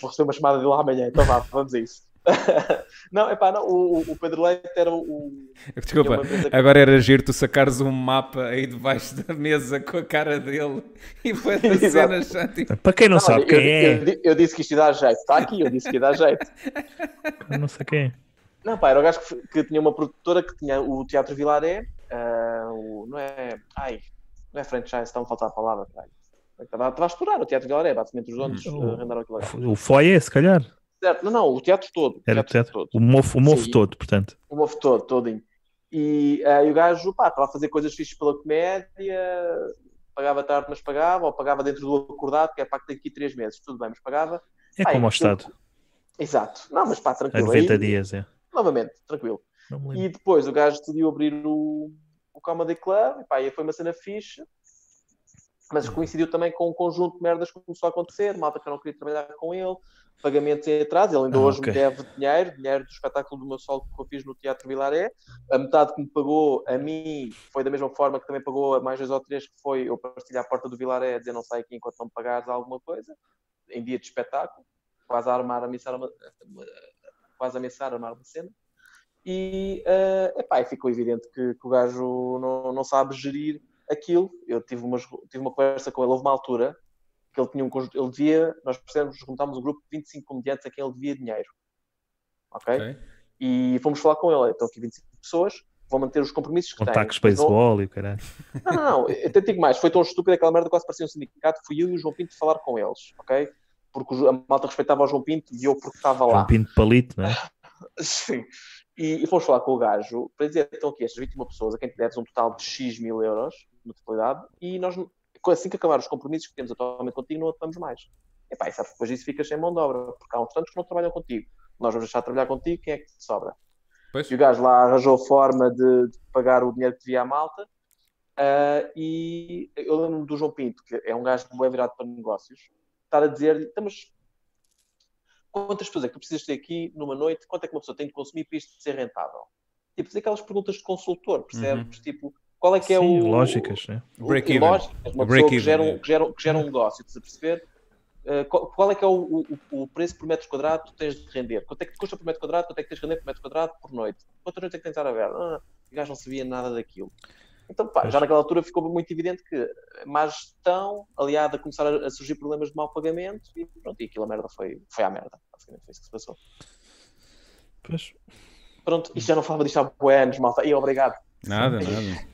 S3: Vou receber uma chamada de lá amanhã, então vá, vamos a isso. não, epá, não, o, o Pedro Leite era o- o,
S1: Desculpa,
S3: uma coisa que-
S1: agora era giro tu sacares um mapa aí debaixo da mesa com a cara dele e foi a cena
S3: Exato.
S1: já tipo.
S2: Para quem não,
S3: Não,
S2: sabe
S3: eu,
S2: quem
S3: eu-
S2: é,
S3: eu di- eu disse que isto ia dar jeito. Está aqui, eu disse que ia dar jeito.
S2: não sei quem é.
S3: Não, pá, era o gajo que, f- que tinha uma produtora que tinha o Teatro Vilaré. ah, o- não é. Ai, não é franchise, está-me a faltar a palavra. caralho. Estava, estava a explorar o Teatro Vilaré, basicamente os donos
S2: Hum.
S3: uh, renderam aquilo.
S2: O Foia, se calhar.
S3: Certo, não, não, o teatro todo. O
S2: Era o
S3: teatro,
S2: teatro.
S3: todo.
S2: O mofo, o mofo
S3: Sim.
S2: todo, portanto.
S3: O mofo todo, todinho. E, ah, e o gajo, pá, estava a fazer coisas fixas pela comédia, pagava tarde, mas pagava, ou pagava dentro do acordado, que é pacto daqui a três meses, tudo bem, mas pagava.
S2: É
S3: Ai,
S2: como ao
S3: eu-
S2: Estado,
S3: Exato. Não, mas pá,
S2: a
S3: tranquilo.
S2: 90
S3: aí-
S2: dias, é.
S3: novamente, tranquilo.
S2: Não me lembro.
S3: E depois o gajo decidiu abrir o, o Comedy Club, e pá, e foi uma cena fixe, mas
S2: Uhum.
S3: coincidiu também com um conjunto de merdas que começou a acontecer, malta que eu não queria trabalhar com ele, pagamentos em atraso, ele ainda
S2: Ah,
S3: hoje
S2: ok.
S3: me deve dinheiro, dinheiro do espetáculo do meu solo que eu fiz no Teatro Vilaré, a metade que me pagou a mim foi da mesma forma que também pagou a mais dois ou três, que foi eu partilhar a porta do Vilaré, a dizer não sai aqui enquanto não me pagares alguma coisa, em dia de espetáculo, quase a armar, a ameaçar uma, quase a ameaçar armar uma cena. E, eh, epá, e ficou evidente que, que o gajo não, não sabe gerir aquilo. Eu tive, umas, tive uma conversa com ele, houve uma altura que ele tinha um conjunto, ele devia, nós precisamos, juntámos um grupo de 25 comediantes a quem ele devia dinheiro. Ok?
S1: Ok.
S3: E fomos falar com ele, então aqui 25 pessoas, vão manter os compromissos que
S2: Contactos
S3: têm. Não-
S2: baseball e o caralho.
S3: não, não, não. Eu até digo mais. Foi tão estúpido aquela merda que quase parecia um sindicato. Fui eu e o João Pinto falar com eles, ok? Porque o Jo- a malta respeitava o João Pinto e eu porque estava
S2: É
S3: lá.
S2: um pinto de palito, não é?
S3: Sim. E, e fomos falar com o gajo para dizer, então aqui estas 21 pessoas, a quem te deves um total de X mil euros, na totalidade, e nós, assim que acabar os compromissos que temos atualmente contigo, não atuamos mais. E pá, e sabes, que depois disso ficas sem mão de obra, porque há uns tantos que não trabalham contigo. Nós vamos deixar de trabalhar contigo, quem é que te sobra?
S1: Pois,
S3: E o gajo lá arranjou forma de, de pagar o dinheiro que devia à malta. Ah, e eu lembro-me do João Pinto, que é um gajo bem virado para negócios, estar a dizer-lhe: "Então, mas quantas pessoas é que tu precisas ter aqui numa noite? Quanto é que uma pessoa tem de consumir para isto ser rentável? Tipo, fazer aquelas perguntas de consultor, percebes? Tipo, qual é que é
S2: Sim,
S3: o.
S2: lógicas, né?
S3: o-
S1: Break-even.
S3: lógicas, uma
S1: O
S3: pessoa que
S1: break-even,
S3: gera,
S1: é.
S3: um, que, gera, que gera um negócio, estás a perceber? Ah, qual, qual é que é o, o- o preço por metro quadrado que tu tens de render? Quanto é que te custa por metro quadrado? Quanto é que tens de render por metro quadrado por noite? Quantas noites é que tens de estar aberto? Ah, o gajo não sabia nada daquilo. Então, pá,
S2: Pois.
S3: já naquela altura ficou muito evidente que má gestão, aliada a começar a a surgir problemas de mau pagamento, e pronto, e aquilo a merda foi, foi à merda. Basicamente foi isso que se passou.
S2: Pois,
S3: Pronto, isto já não falava disto há bué anos, malta. E obrigado.
S1: nada, nada.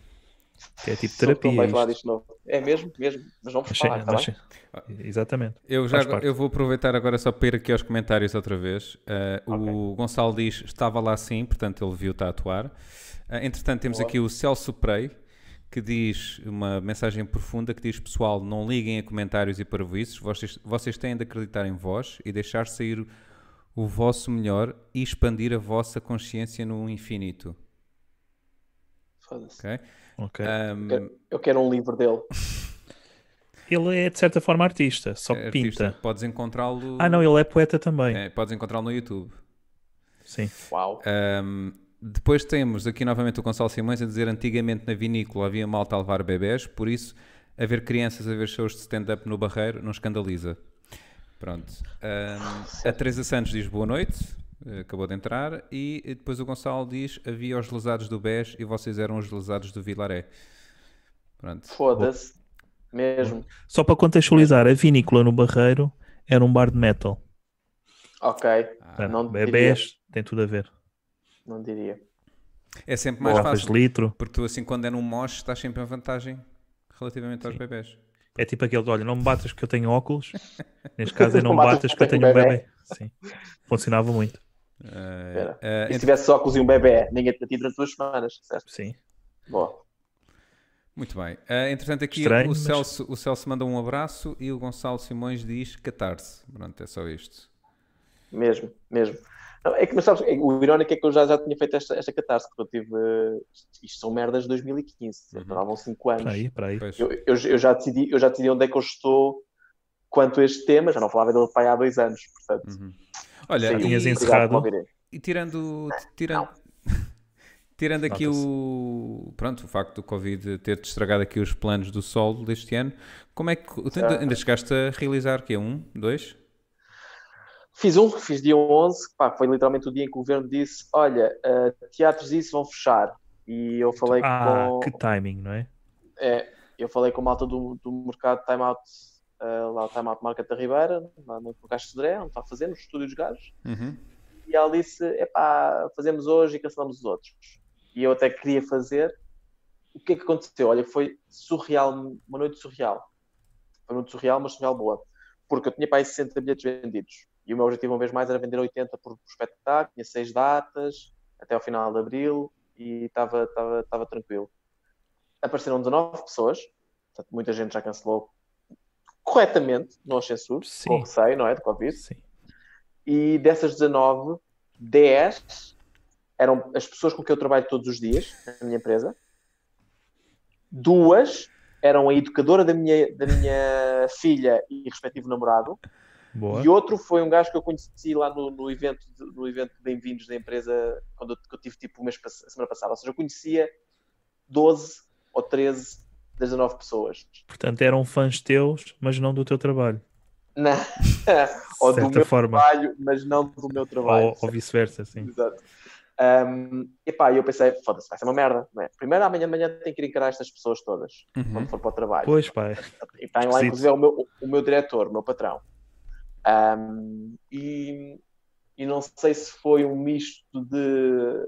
S2: que é tipo
S3: Sou tão
S2: terapia.
S3: bem falar
S2: isto.
S3: disto de novo. É mesmo, mesmo. Mas vamos
S2: Mas
S3: falar,
S2: chega-
S3: tá
S2: mas
S3: bem?
S2: chega- Exatamente.
S1: Eu, já,
S2: Faz parte.
S1: eu vou aproveitar agora só para ir aqui aos comentários outra vez. Ah, O Gonçalo diz estava lá sim, portanto ele viu-te a atuar. Ah, entretanto, temos aqui o Celso Prey, que diz uma mensagem profunda que diz: Pessoal, não liguem a comentários e parvoíces, vocês, vocês têm de acreditar em vós e deixar sair o vosso melhor e expandir a vossa consciência no infinito.
S3: Foda-se.
S1: ok?
S2: Ok.
S1: Ahm,
S3: Eu quero um livro dele.
S2: Ele é de certa forma artista, só que
S1: é Eh, artista,
S2: Então pinta.
S1: Podes encontrá-lo.
S2: Ah, não, ele é poeta também.
S1: é, podes encontrá-lo no YouTube.
S2: Sim.
S3: Uau.
S1: É, Ahm, depois temos aqui novamente o Gonçalo Simões a dizer antigamente na vinícola havia malta a levar bebés, por isso haver crianças a ver shows de stand-up no barreiro não escandaliza. Pronto. Ahm, a Teresa Santos diz boa noite, eh, acabou de entrar, e depois o Gonçalo diz havia os lesados do BES e vocês eram os lesados do Vilaré. Pronto.
S3: Foda-se. Mesmo.
S2: Só para contextualizar, a vinícola no Barreiro era um bar de metal.
S3: Ok.
S1: Ah.
S3: não diria.
S2: Bebés, tem tudo a ver.
S3: Não diria.
S1: É sempre mais
S2: Garrafas de
S1: fácil,
S2: litro.
S1: porque tu assim quando é num mosh estás sempre em vantagem relativamente aos bebés.
S2: É tipo aquele de, olha, não me batas que eu tenho óculos. Neste caso é não
S3: Não
S2: me
S3: batas
S2: batas que eu tenho um
S3: bebé.
S2: bebê. Sim. Funcionava muito.
S3: Espera.
S1: Ah,
S3: E se tivesse óculos e um bebê, ninguém te batia durante duas semanas. Certo?
S2: Sim.
S3: Boa.
S1: Muito bem. Ah, entretanto, aqui
S2: Estranho,
S1: o,
S2: mas-
S1: Celso, o Celso manda um abraço e o Gonçalo Simões diz catarse. Pronto, é só isto.
S3: Mesmo, mesmo. Não, É que, mas sabes, é- o irónico é que eu já, já tinha feito esta, esta catarse, porque eu tive. eh, Isto são merdas de 2015,
S1: Uhum.
S3: duravam 5 anos.
S2: Para aí, para aí.
S1: Pois.
S3: Eu, eu, eu já decidi, eu já decidi onde é que eu estou quanto a este tema, já não falava dele para aí há dois anos, portanto.
S1: Uhum. Olha,
S3: saiu.
S2: tinhas
S1: e,
S2: encerrado.
S3: Obrigado por me ouvirem.
S1: E tirando. tirando... Tirando aqui o, pronto, o facto do Covid ter estragado aqui os planos do solo deste ano, como é que tu ainda, ainda chegaste a realizar que é um, dois?
S3: Fiz um, fiz dia 11, pá, foi literalmente o dia em que o governo disse: Olha, uh, teatros isso vão fechar. E eu falei
S2: Ah,
S3: com.
S2: que timing, não é?
S3: É, eu falei com a malta do, do mercado Time Out, uh, lá o Time Out Market da Ribeira, lá no no Castro Sodré, onde está fazendo, nos estúdios gajos.
S1: Uhum.
S3: E ela disse: epá, fazemos hoje e cancelamos os outros. E eu até queria fazer. O que é que aconteceu? Olha, foi surreal, uma noite surreal. Foi uma noite surreal, mas surreal boa. Porque eu tinha para aí 60 bilhetes vendidos. E o meu objetivo, uma vez mais, era vender 80 por, por espetáculo. Tinha seis datas, até ao final de abril, e estava estava- estava tranquilo. Apareceram 19 pessoas, portanto, muita gente já cancelou corretamente, não censuro,
S2: Sim.
S3: com receio, não é? De Covid
S2: Sim.
S3: e dessas 19, 10 eram as pessoas com que eu trabalho todos os dias na minha empresa. Duas eram a educadora da minha, da minha filha e respectivo namorado.
S2: Boa.
S3: E outro foi um gajo que eu conheci lá no, no evento de, no evento de bem-vindos da empresa quando eu, que eu tive tipo o mês, pass- a semana passada. Ou seja, eu conhecia 12 ou 13 das 19 pessoas.
S2: Portanto, eram fãs teus, mas não do teu trabalho.
S3: Na, ou
S2: De
S3: do
S2: certa
S3: meu
S2: forma.
S3: trabalho, mas não do meu trabalho.
S2: Ou, ou vice-versa, sim.
S3: Exato. Um, epá, e eu pensei, foda-se, vai ser uma merda. Não é? Primeiro, amanhã de manhã tenho que ir encarar estas pessoas todas,
S1: Uhum.
S3: quando for para o trabalho.
S2: Pois, pá.
S3: e está lá,
S2: esquisito.
S3: inclusive, é o meu, o meu diretor, o meu patrão. Um, e, e não sei se foi um misto de,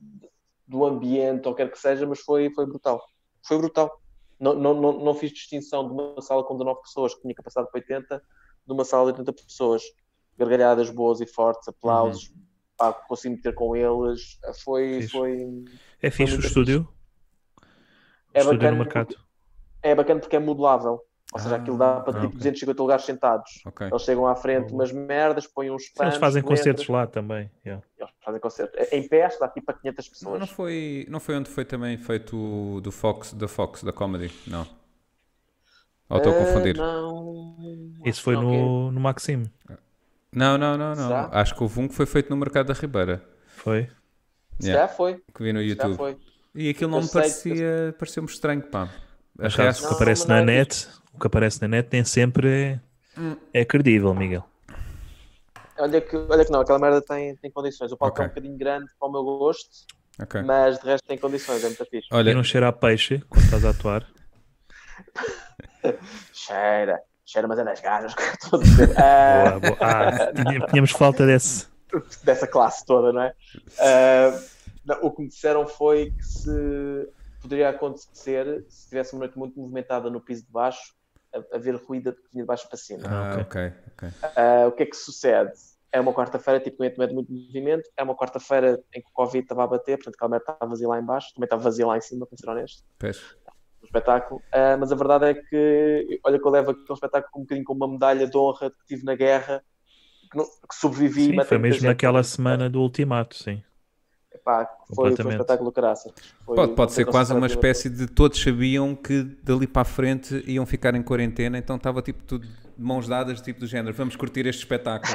S3: de- do ambiente ou quer que seja, mas foi, foi brutal. Foi brutal. Não, não, não, não fiz distinção de uma sala com 19 pessoas, que tinha capacidade para 80, de uma sala de 80 pessoas. Gargalhadas boas e fortes, aplausos, pá, consegui meter com eles. eh, Foi.
S2: Uhum. Fixe.
S3: foi...
S2: É fixe o
S3: muito
S2: estúdio? O
S3: É
S2: estúdio
S3: bacana
S2: no mercado.
S3: É bacana porque é modulável. Ou seja,
S1: Ah,
S3: aquilo dá para
S2: ah,
S3: tipo
S2: ok.
S3: 250 lugares sentados.
S1: Ok.
S3: Eles chegam à frente, umas merdas, põem uns
S2: Sim,
S3: panos.
S2: Eles fazem
S3: tu
S2: concertos
S3: entras-
S2: lá também. yeah.
S3: Eles fazem concertos. É- Em pé, acho que dá tipo para 500
S1: Não,
S3: pessoas.
S1: não foi, não foi onde foi também feito o do Fox, da Fox, da comedy, não. Ou estou a
S3: Ah,
S1: confundir?
S3: Não.
S2: Isso foi
S3: Não, ok.
S2: no, no Maxime.
S1: Não, não, não, não.
S3: Será?
S1: Acho que houve um que foi feito no Mercado da Ribeira,
S2: Foi.
S3: Se
S1: Yeah.
S3: calhar foi.
S1: que vi no
S3: Se calhar
S1: YouTube.
S3: foi.
S1: E aquilo não
S3: Eu
S1: me
S3: sei que-
S1: parecia, pareceu-me estranho, pá. A
S2: Mas sabes, o
S1: reação-
S2: que
S3: Não,
S2: aparece
S3: mas não
S2: na
S3: é
S2: net, o que aparece na net nem sempre
S1: Hum.
S2: é, é credível, Miguel.
S3: Olha que, olha que não, aquela merda tem, tem condições. O palco
S1: Ok.
S3: é um bocadinho grande para o meu gosto,
S1: Ok.
S3: mas de resto tem condições, é muito fixe.
S2: E
S1: Olha,
S2: não cheira a peixe quando estás a atuar.
S3: Cheira, cheira, mas é nas gajas que eu estou a dizer. Ah,
S2: Boa, boa. Ah, tinha- tínhamos falta desse.
S3: dessa classe toda, não é? Ah, não, o que me disseram foi que se poderia acontecer, se tivesse uma noite muito movimentada no piso de baixo, a- haver ruído que vinha de baixo para cima.
S1: ah,
S2: ok.
S1: ok, ok.
S3: Ah, o que é que sucede? É uma quarta-feira, tipicamente não é de muito movimento, é uma quarta-feira em que o Covid estava a bater, portanto, a merda estava vazia lá em baixo, também estava vazia lá em cima, para ser honesto,
S1: Pois.
S3: no espetáculo. Ah, mas a verdade é que, olha que eu levo aquele espetáculo um bocadinho como uma medalha de honra que tive na guerra, que, não- que sobrevivi.
S2: Sim,
S3: matei
S2: foi
S3: muita
S2: mesmo
S3: gente.
S2: naquela semana do ultimato, sim.
S3: Pá, foi, foi um
S2: Completamente.
S3: espetáculo do caraças. Foi-
S1: Pode, pode
S3: foi
S1: ser
S3: com
S1: quase uma
S3: certeza.
S1: espécie de todos sabiam que dali para a frente iam ficar em quarentena, então estava tipo tudo de mãos dadas, tipo do género, vamos curtir este espetáculo.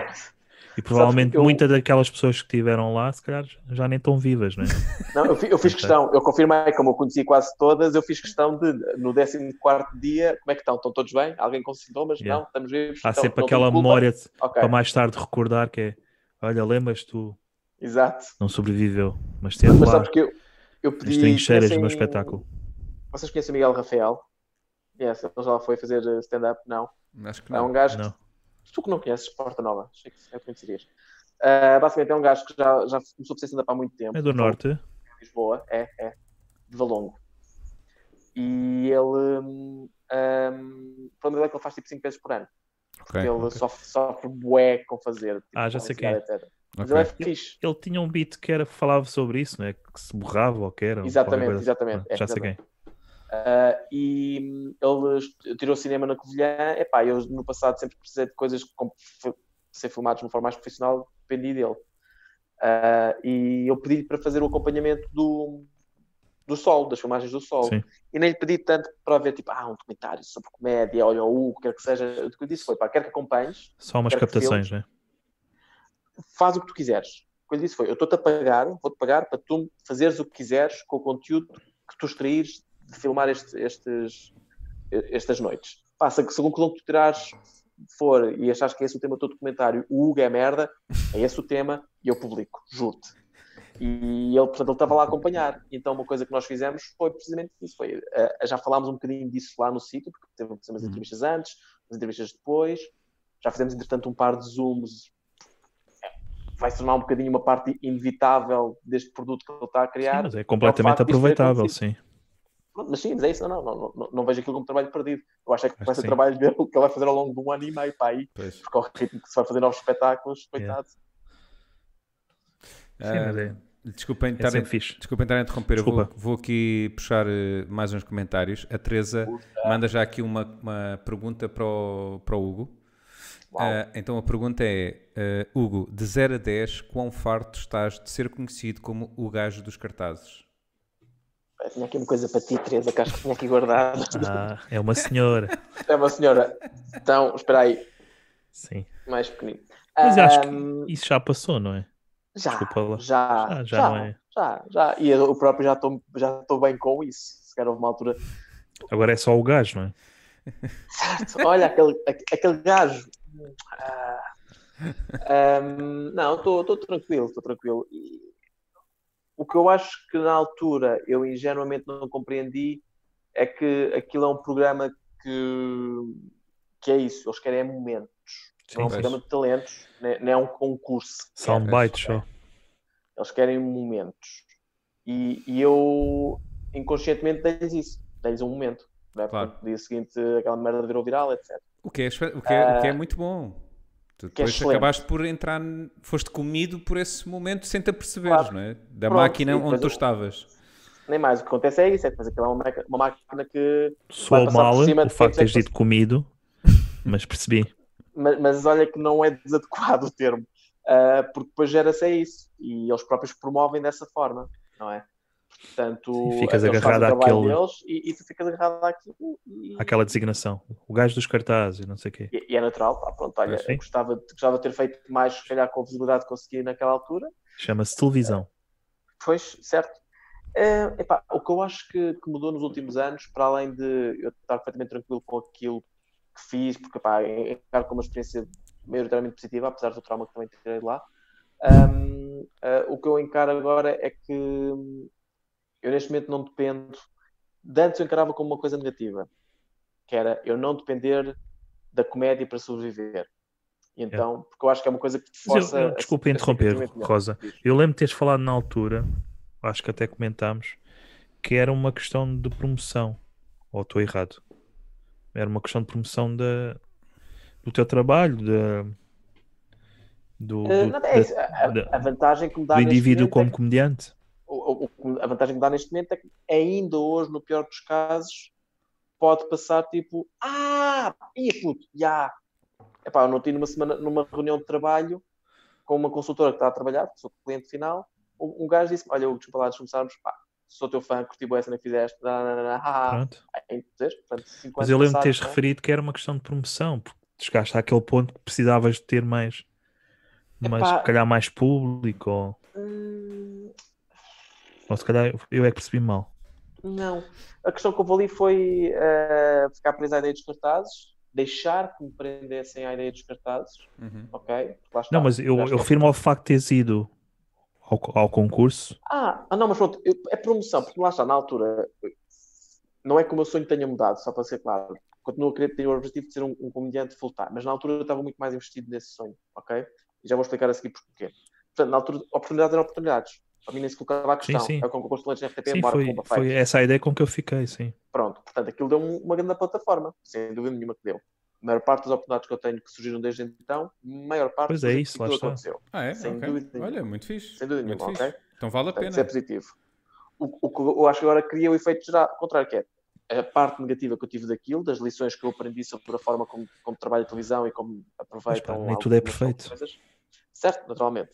S2: E provavelmente
S3: eu-
S2: muitas daquelas pessoas que estiveram lá, se calhar já nem estão vivas, né?
S3: Não, eu, fi- eu fiz questão, eu confirmei, como eu conheci quase todas, eu fiz questão de, no 14 dia, como é que estão? Estão todos bem? Alguém com sintomas?
S2: Yeah.
S3: Não, estamos vivos?
S2: Há
S3: Então,
S2: sempre
S3: não
S2: aquela
S3: tenho culpa?
S2: memória de-
S3: Ok,
S2: para mais tarde recordar que é: olha, lembras tu,
S3: exato.
S2: não sobreviveu, mas esteve
S3: Mas
S2: lá
S3: sabes que eu, eu
S2: nas
S3: pedi...
S2: trincheiras do meu
S3: conhecem-
S2: espetáculo.
S3: Vocês conhecem o Miguel Rafael? Conhece, ele já lá foi fazer eh, stand-up? Não.
S1: Acho que
S3: É um
S1: não.
S3: gajo que
S2: Não.
S3: tu que não conheces, Porta Nova, achei que é conhecerias. Ah, basicamente é um gajo que já, já começou a fazer stand-up há muito tempo.
S2: É do
S3: Então,
S2: norte.
S3: Lisboa, é, é, de Valongo. E ele, hum, hum, o problema é que ele faz tipo 5 vezes por ano.
S1: Ok,
S3: ele
S2: ok.
S3: sofre, sofre bué com fazer. tipo,
S2: Ah, já
S3: com
S2: sei
S3: ansiedade, etc. Mas ele é
S1: ok.
S3: fixe.
S2: Ele tinha um beat que era falava sobre isso, né? Que se borrava ou que era. ou
S3: Exatamente,
S2: qualquer coisa.
S3: exatamente,
S2: Ah,
S3: é,
S2: já sei quem.
S3: exatamente. Ah, e hum, ele est- tirou cinema na Covilhã. Epá, eu no passado sempre precisei de coisas com, f- ser filmadas de uma forma mais profissional, dependi dele. Ah, e eu pedi-lhe para fazer o acompanhamento do, do Sol, das filmagens do Sol.
S2: Sim.
S3: E nem lhe pedi tanto para ver, tipo, ah, um documentário sobre comédia, olha o que quer que seja. O que eu disse foi, pá, quero que acompanhes,
S2: Só umas
S3: Quero que
S2: captações, né?
S3: faz o que tu quiseres. que eu lhe disse foi: eu estou-te a pagar, vou-te pagar para tu fazeres o que quiseres com o conteúdo que tu extraíres de filmar este- estes, estas noites. Pá, se se algum colão que tu tirares for e achares que é esse o tema do teu documentário, o Hugo é merda, é esse o tema e eu publico, juro-te. E ele, portanto, ele estava lá a acompanhar. Então, uma coisa que nós fizemos foi precisamente isso. Foi, eh, já falámos um bocadinho disso lá no sítio, porque teve- fizemos
S2: Uhum.
S3: entrevistas antes, as entrevistas depois. Já fizemos, entretanto, um par de zooms. Vai se tornar um bocadinho uma parte inevitável deste produto que ele está a
S2: Sim,
S3: criar.
S2: mas é completamente
S3: facto de isto ter
S2: aproveitável,
S3: acontecido.
S2: sim.
S3: Pronto, Mas sim, mas é isso, não, não, não, não, não vejo aquilo como trabalho perdido. Eu acho é que
S2: Acho
S3: vai
S2: que
S3: ser
S2: sim.
S3: trabalho dele, que ele vai fazer ao longo de um ano e meio para aí,
S1: Pois.
S3: porque ao ritmo que se vai fazer novos espetáculos,
S2: Yeah.
S3: coitado.
S2: Sim, mas é-
S1: Ah, Desculpem
S2: É
S1: estar a
S2: sempre fixe.
S1: Desculpa entrar a interromper, eu vou,
S2: Desculpa.
S1: vou aqui puxar eh, mais uns comentários. A Teresa manda já aqui uma, uma pergunta para o, para o Hugo.
S3: Uau.
S1: Ah, então a pergunta é: eh, Hugo, de 0 a 10, quão farto estás de ser conhecido como o gajo dos cartazes?
S3: Eu Tinha aqui uma coisa para ti, Teresa, que acho que tinha aqui guardada.
S2: Ah, é uma senhora.
S3: É uma senhora. Então, espera aí,
S2: Sim.
S3: mais pequenino.
S2: Mas acho que
S3: Ahm,
S2: isso já passou, não é?
S3: já,
S2: desculpa lá.
S3: já,
S2: Já,
S3: já,
S2: já
S3: já,
S2: não é.
S3: já, E eu próprio já estou já estou bem com isso. Se calhar houve uma altura.
S2: Agora é só o gajo, não é?
S3: Certo, olha, aquele, aque- aquele gajo. Ah, ahm, não, estou tranquilo, estou tranquilo. E o que eu acho que na altura eu ingenuamente não compreendi é que aquilo é um programa que, que é isso, eles querem é momentos.
S2: Sim,
S3: Não é um
S1: pois.
S3: programa de talentos, nem nem é um concurso.
S2: Soundbites só.
S3: Eles querem momentos. E, e eu inconscientemente dei-lhes isso. Dei-lhes um momento. Não é?
S1: Claro.
S3: Porque no dia seguinte aquela merda virou viral, etc.
S1: O que é, espe- o que é- o que é muito bom. Tu
S3: Ah, que é
S1: depois
S3: excelente.
S1: acabaste por entrar, n- foste comido por esse momento sem te aperceberes,
S3: Claro.
S1: não é? Da
S3: Pronto,
S1: máquina
S3: sim,
S1: onde
S3: mas
S1: tu
S3: eu-
S1: estavas.
S3: Nem mais. O que acontece é isso. É que depois aquela é uma, máquina- uma máquina que. Vai
S2: Soou
S3: passar por
S2: mal
S3: cima
S2: o
S3: de
S2: facto de
S3: quem
S2: teres
S3: quiser
S2: dito comido, mas percebi.
S3: Mas, mas olha que não é desadequado o termo. ah, porque depois gera-se é isso. E eles próprios promovem dessa forma, não é? Portanto,
S2: Sim, ficas
S3: eles
S2: agarrado
S3: fazem o trabalho
S2: àquele-
S3: deles e, e tu ficas agarrado àquilo. E...
S2: Aquela designação. O gajo dos cartazes, não sei o quê.
S3: E, e é natural, pá, pronto, olha,
S2: Pois sim.
S3: eu gostava, de- gostava de ter feito mais, se calhar, com a visibilidade que consegui naquela altura.
S2: Chama-se televisão.
S3: Pois, certo. Eh, epá, o que eu acho que, que mudou nos últimos anos, para além de eu estar perfeitamente tranquilo com aquilo que fiz, porque pá, encaro com uma experiência maioritariamente positiva, apesar do trauma que também tirei de lá, ahm, eh, o que eu encaro agora é que hum, eu neste momento não dependo. De antes eu encarava como uma coisa negativa, que era eu não depender da comédia para sobreviver. E então, porque eu acho que é uma coisa que te
S2: Mas eu-
S3: força.
S2: eu-
S3: a-
S2: desculpa
S3: a ser
S2: interromper,
S3: criativamente melhor.
S2: Rosa. Eu lembro de teres falado na altura, acho que até comentámos, que era uma questão de promoção. Ou estou errado? Era uma questão de promoção da, do teu trabalho, da, do,
S3: Eh,
S2: do-
S3: não,
S2: da-
S3: é isso. A- a-
S2: da-
S3: a vantagem que me dá
S2: do
S3: neste
S2: indivíduo
S3: momento é
S2: como
S3: que-
S2: comediante.
S3: o- o- a vantagem que me dá neste momento é que ainda hoje, no pior dos casos, pode passar tipo, ah, ia puto, já. Epá, eu não tive numa semana, numa reunião de trabalho com uma consultora que está a trabalhar, porque sou cliente final, um, um gajo disse olha, Hugo, desculpa lá, antes de começarmos, pá, sou teu fã, curti boa essa cena que fizeste, na, na, na, na, ah, ah,
S2: Pronto.
S3: ah. Aí, dizer, portanto, cinco
S2: Mas
S3: anos
S2: eu lembro de
S3: passados,
S2: teres
S3: não é?
S2: referido que era uma questão de promoção, porque chegaste àquele ponto que precisavas de ter mais, mas
S3: Epá.
S2: se calhar mais público, ou,
S3: Hum,
S2: ou se calhar eu é que percebi mal.
S3: Não. A questão que eu ali foi eh, ficar preso à ideia dos cartazes, deixar que me prendessem à ideia dos cartazes,
S1: Uhum.
S3: ok? Porque lá está,
S2: Não, mas eu,
S3: já
S2: eu
S3: estou-
S2: refiro-me ao facto de teres ido ao, ao concurso.
S3: Ah, ah, não, mas pronto, eu- é promoção, porque lá está, na altura, não é que o meu sonho tenha mudado, só para ser claro. Continuo a querer ter o objetivo de ser um, um comediante full-time, mas na altura eu estava muito mais investido nesse sonho, ok? E já vou explicar a seguir porquê. Portanto, na altura, oportunidades eram oportunidades. A mim nem se colocava a questão.
S2: sim.
S3: É o que eu consultante na RTP,
S2: Sim,
S3: embora,
S2: foi,
S3: pumba, feito.
S2: foi essa a ideia com que eu fiquei, sim.
S3: Pronto, portanto, aquilo deu uma grande plataforma, sem dúvida nenhuma que deu. A maior parte das oportunidades que eu tenho que surgiram desde então, a maior parte
S2: Pois é
S3: surgiu
S2: isso,
S3: porque
S2: lá
S3: aquilo
S2: está.
S3: aconteceu.
S1: Ah, é?
S3: Sem
S1: Ok.
S3: dúvida nenhuma.
S1: Olha, muito fixe.
S3: Sem dúvida
S1: muito
S3: nenhuma,
S1: fixe.
S3: ok?
S1: Então vale a
S3: Portanto,
S1: pena.
S3: isso é positivo. O, o que eu acho que agora cria o efeito geral, contrário, que é a parte negativa que eu tive daquilo, das lições que eu aprendi sobre a forma como, como trabalho a televisão e como aproveitam.
S2: Mas, pá, nem tudo é
S3: algumas
S2: perfeito.
S3: coisas. Certo, naturalmente.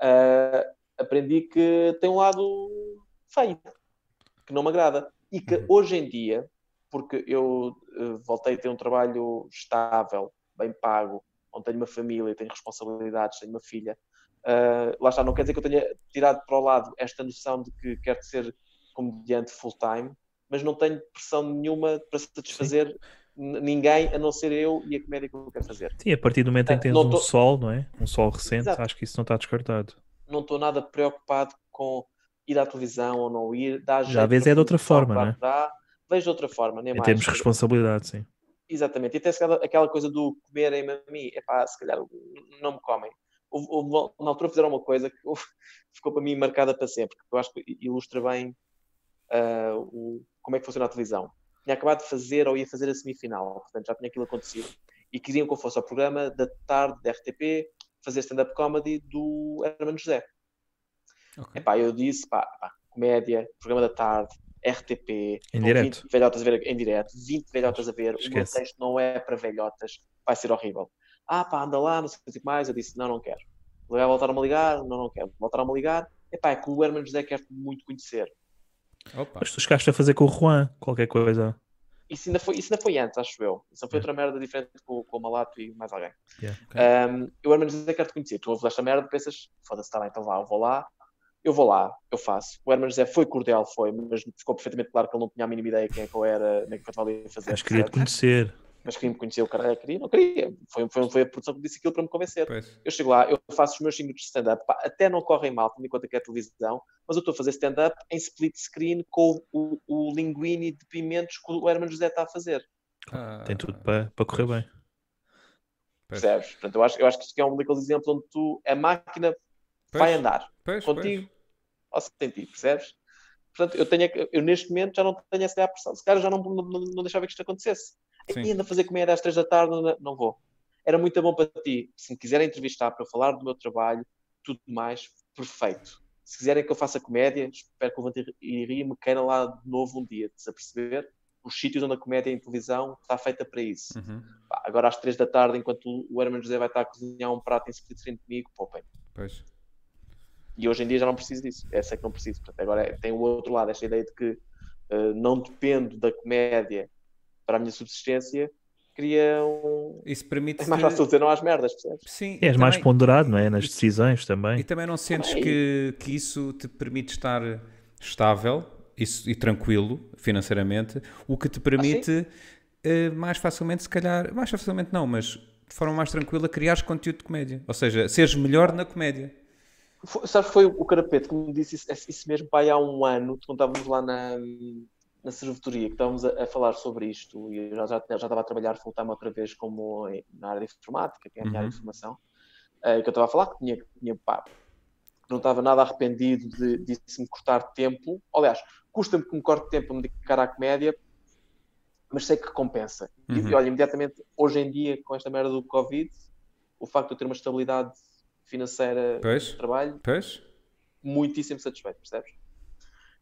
S3: Ah, aprendi que tem um lado feio, que não me agrada. E que
S1: Uhum.
S3: hoje em dia, porque eu eh, voltei a ter um trabalho estável, bem pago, onde tenho uma família, tenho responsabilidades, tenho uma filha, Uh, lá está, não quer dizer que eu tenha tirado para o lado esta noção de que quero ser comediante full-time, mas não tenho pressão nenhuma para satisfazer n- ninguém a não ser eu e a comédia que eu quero fazer.
S2: Sim, a partir do momento em que
S3: Ah,
S2: tens
S3: não
S2: um
S3: tô-
S2: sol, não é? Um sol recente,
S3: Exato.
S2: acho que isso não está descartado.
S3: Não estou nada preocupado com ir à televisão ou não ir. Dá jeito
S2: vês
S3: para
S2: é de outra
S3: produção,
S2: forma,
S3: claro
S2: né?
S3: que Dá, vejo de outra forma, nem
S2: em
S3: É mais.
S2: termos de responsabilidade, sim.
S3: Exatamente. E até se calhar aquela coisa do comerem a mim, epá, se calhar n- não me comem. Houve- houve- na altura fizeram uma coisa que ficou para mim marcada para sempre, que eu acho que ilustra bem ah, o, como é que funciona a televisão. Tinha acabado de fazer ou ia fazer a semifinal, portanto já tinha aquilo acontecido. E queriam que eu fosse ao programa da tarde da RTP fazer stand-up comedy do Hermano José.
S1: Ok.
S3: Epá, eu disse, pá, pá, comédia, programa da tarde, RTP,
S2: Em
S3: com
S2: direto.
S3: 20 velhotas a ver em direto, 20 velhotas a ver, o meu
S2: Esquece.
S3: texto não é para velhotas, vai ser horrível. Ah, pá, anda lá, não sei o que mais. Eu disse, não, não quero. Legal, voltaram-me a ligar, não, não quero. Voltaram-me a ligar, epá, é que o Herman José quer muito conhecer.
S1: Opa.
S2: Mas tu chegaste a fazer com o Juan, qualquer coisa.
S3: Isso ainda foi, isso ainda foi antes, acho eu. Isso não foi
S2: Yeah.
S3: outra merda diferente com, com o Malato e mais alguém.
S2: Yeah.
S1: Ok.
S3: Um, eu era menos José quero te conhecer. Tu ouves esta merda, pensas, foda-se, está bem, então vá, eu vou lá, eu vou lá, eu faço. O Herman José foi cordial, foi, mas ficou perfeitamente claro que ele não tinha a mínima ideia quem é que eu era, nem o que eu estava ali a fazer.
S2: Mas queria-te
S3: etc.
S2: conhecer.
S3: Mas queria me conhecer, o caralho queria, não queria. Foi, foi, foi a produção que disse aquilo para me convencer.
S1: Pois.
S3: Eu chego lá, eu faço os meus cinco de stand-up, pá, até não correm mal, tendo em conta que é televisão, mas eu estou a fazer stand-up em split screen com o, o linguine de pimentos que o Herman José está a fazer.
S1: Ah,
S2: Tem tudo para para correr bem.
S1: pois.
S3: Percebes? Portanto, eu acho, eu acho que isto é um daqueles exemplos onde tu, a máquina
S1: Pois,
S3: vai andar.
S1: pois,
S3: contigo ao sentido, percebes? Portanto, eu, tenho, é que- eu neste momento já não tenho essa ideia à pressão. Se calhar já não, não, não deixava que isto acontecesse.
S1: Sim.
S3: E ainda fazer comédia às três da tarde, não- não vou. Era muito bom para ti. Se me quiserem entrevistar para eu falar do meu trabalho, tudo mais, perfeito. Se quiserem que eu faça comédia, espero que o Levante e Ria me queiram lá de novo um dia, de se aperceber os sítios onde a comédia em televisão está feita para isso.
S1: pois. Uhum,
S3: Pá, agora às três da tarde, enquanto o Herman José vai estar a cozinhar um prato em split screen comigo, poupem.
S1: pois.
S3: E hoje em dia já não preciso disso. Essa é que não preciso. Portanto, agora é- tem o outro lado, esta ideia de que eh, não dependo da comédia para a minha subsistência, cria um.
S1: Isso permite.
S3: É mais fácil dizer não às merdas, percebes?
S1: Sim,
S2: E és
S1: e
S2: mais é?
S1: também-
S2: ponderado, não é? Nas
S1: Isso-
S2: decisões
S1: E
S2: também.
S1: também não sentes
S3: Também.
S1: que, que isso te permite estar estável e, e tranquilo financeiramente, o que te permite
S3: Ah,
S1: eh, mais facilmente, se calhar, mais facilmente não, mas de forma mais tranquila, criares conteúdo de comédia. Ou seja, seres melhor na comédia.
S3: Foi, sabes, foi o Carapeto que me disse isso, isso mesmo, pai, há um ano, quando estávamos lá na, na servetoria, que estávamos a, a falar sobre isto, e eu já, já, já estava a trabalhar full-time outra vez como em- na área de informática, que é a minha
S1: Uhum.
S3: área de formação, eh, que eu estava a falar, que tinha, que tinha pá, que não estava nada arrependido de, de se me cortar tempo. Aliás, custa-me que me corte tempo a me dedicar à comédia, mas sei que compensa. E,
S1: Uhum.
S3: e olha, imediatamente, hoje em dia, com esta merda do Covid, o facto de eu ter uma estabilidade financeira
S1: Pois,
S3: de trabalho
S1: pois.
S3: muitíssimo satisfeito, percebes?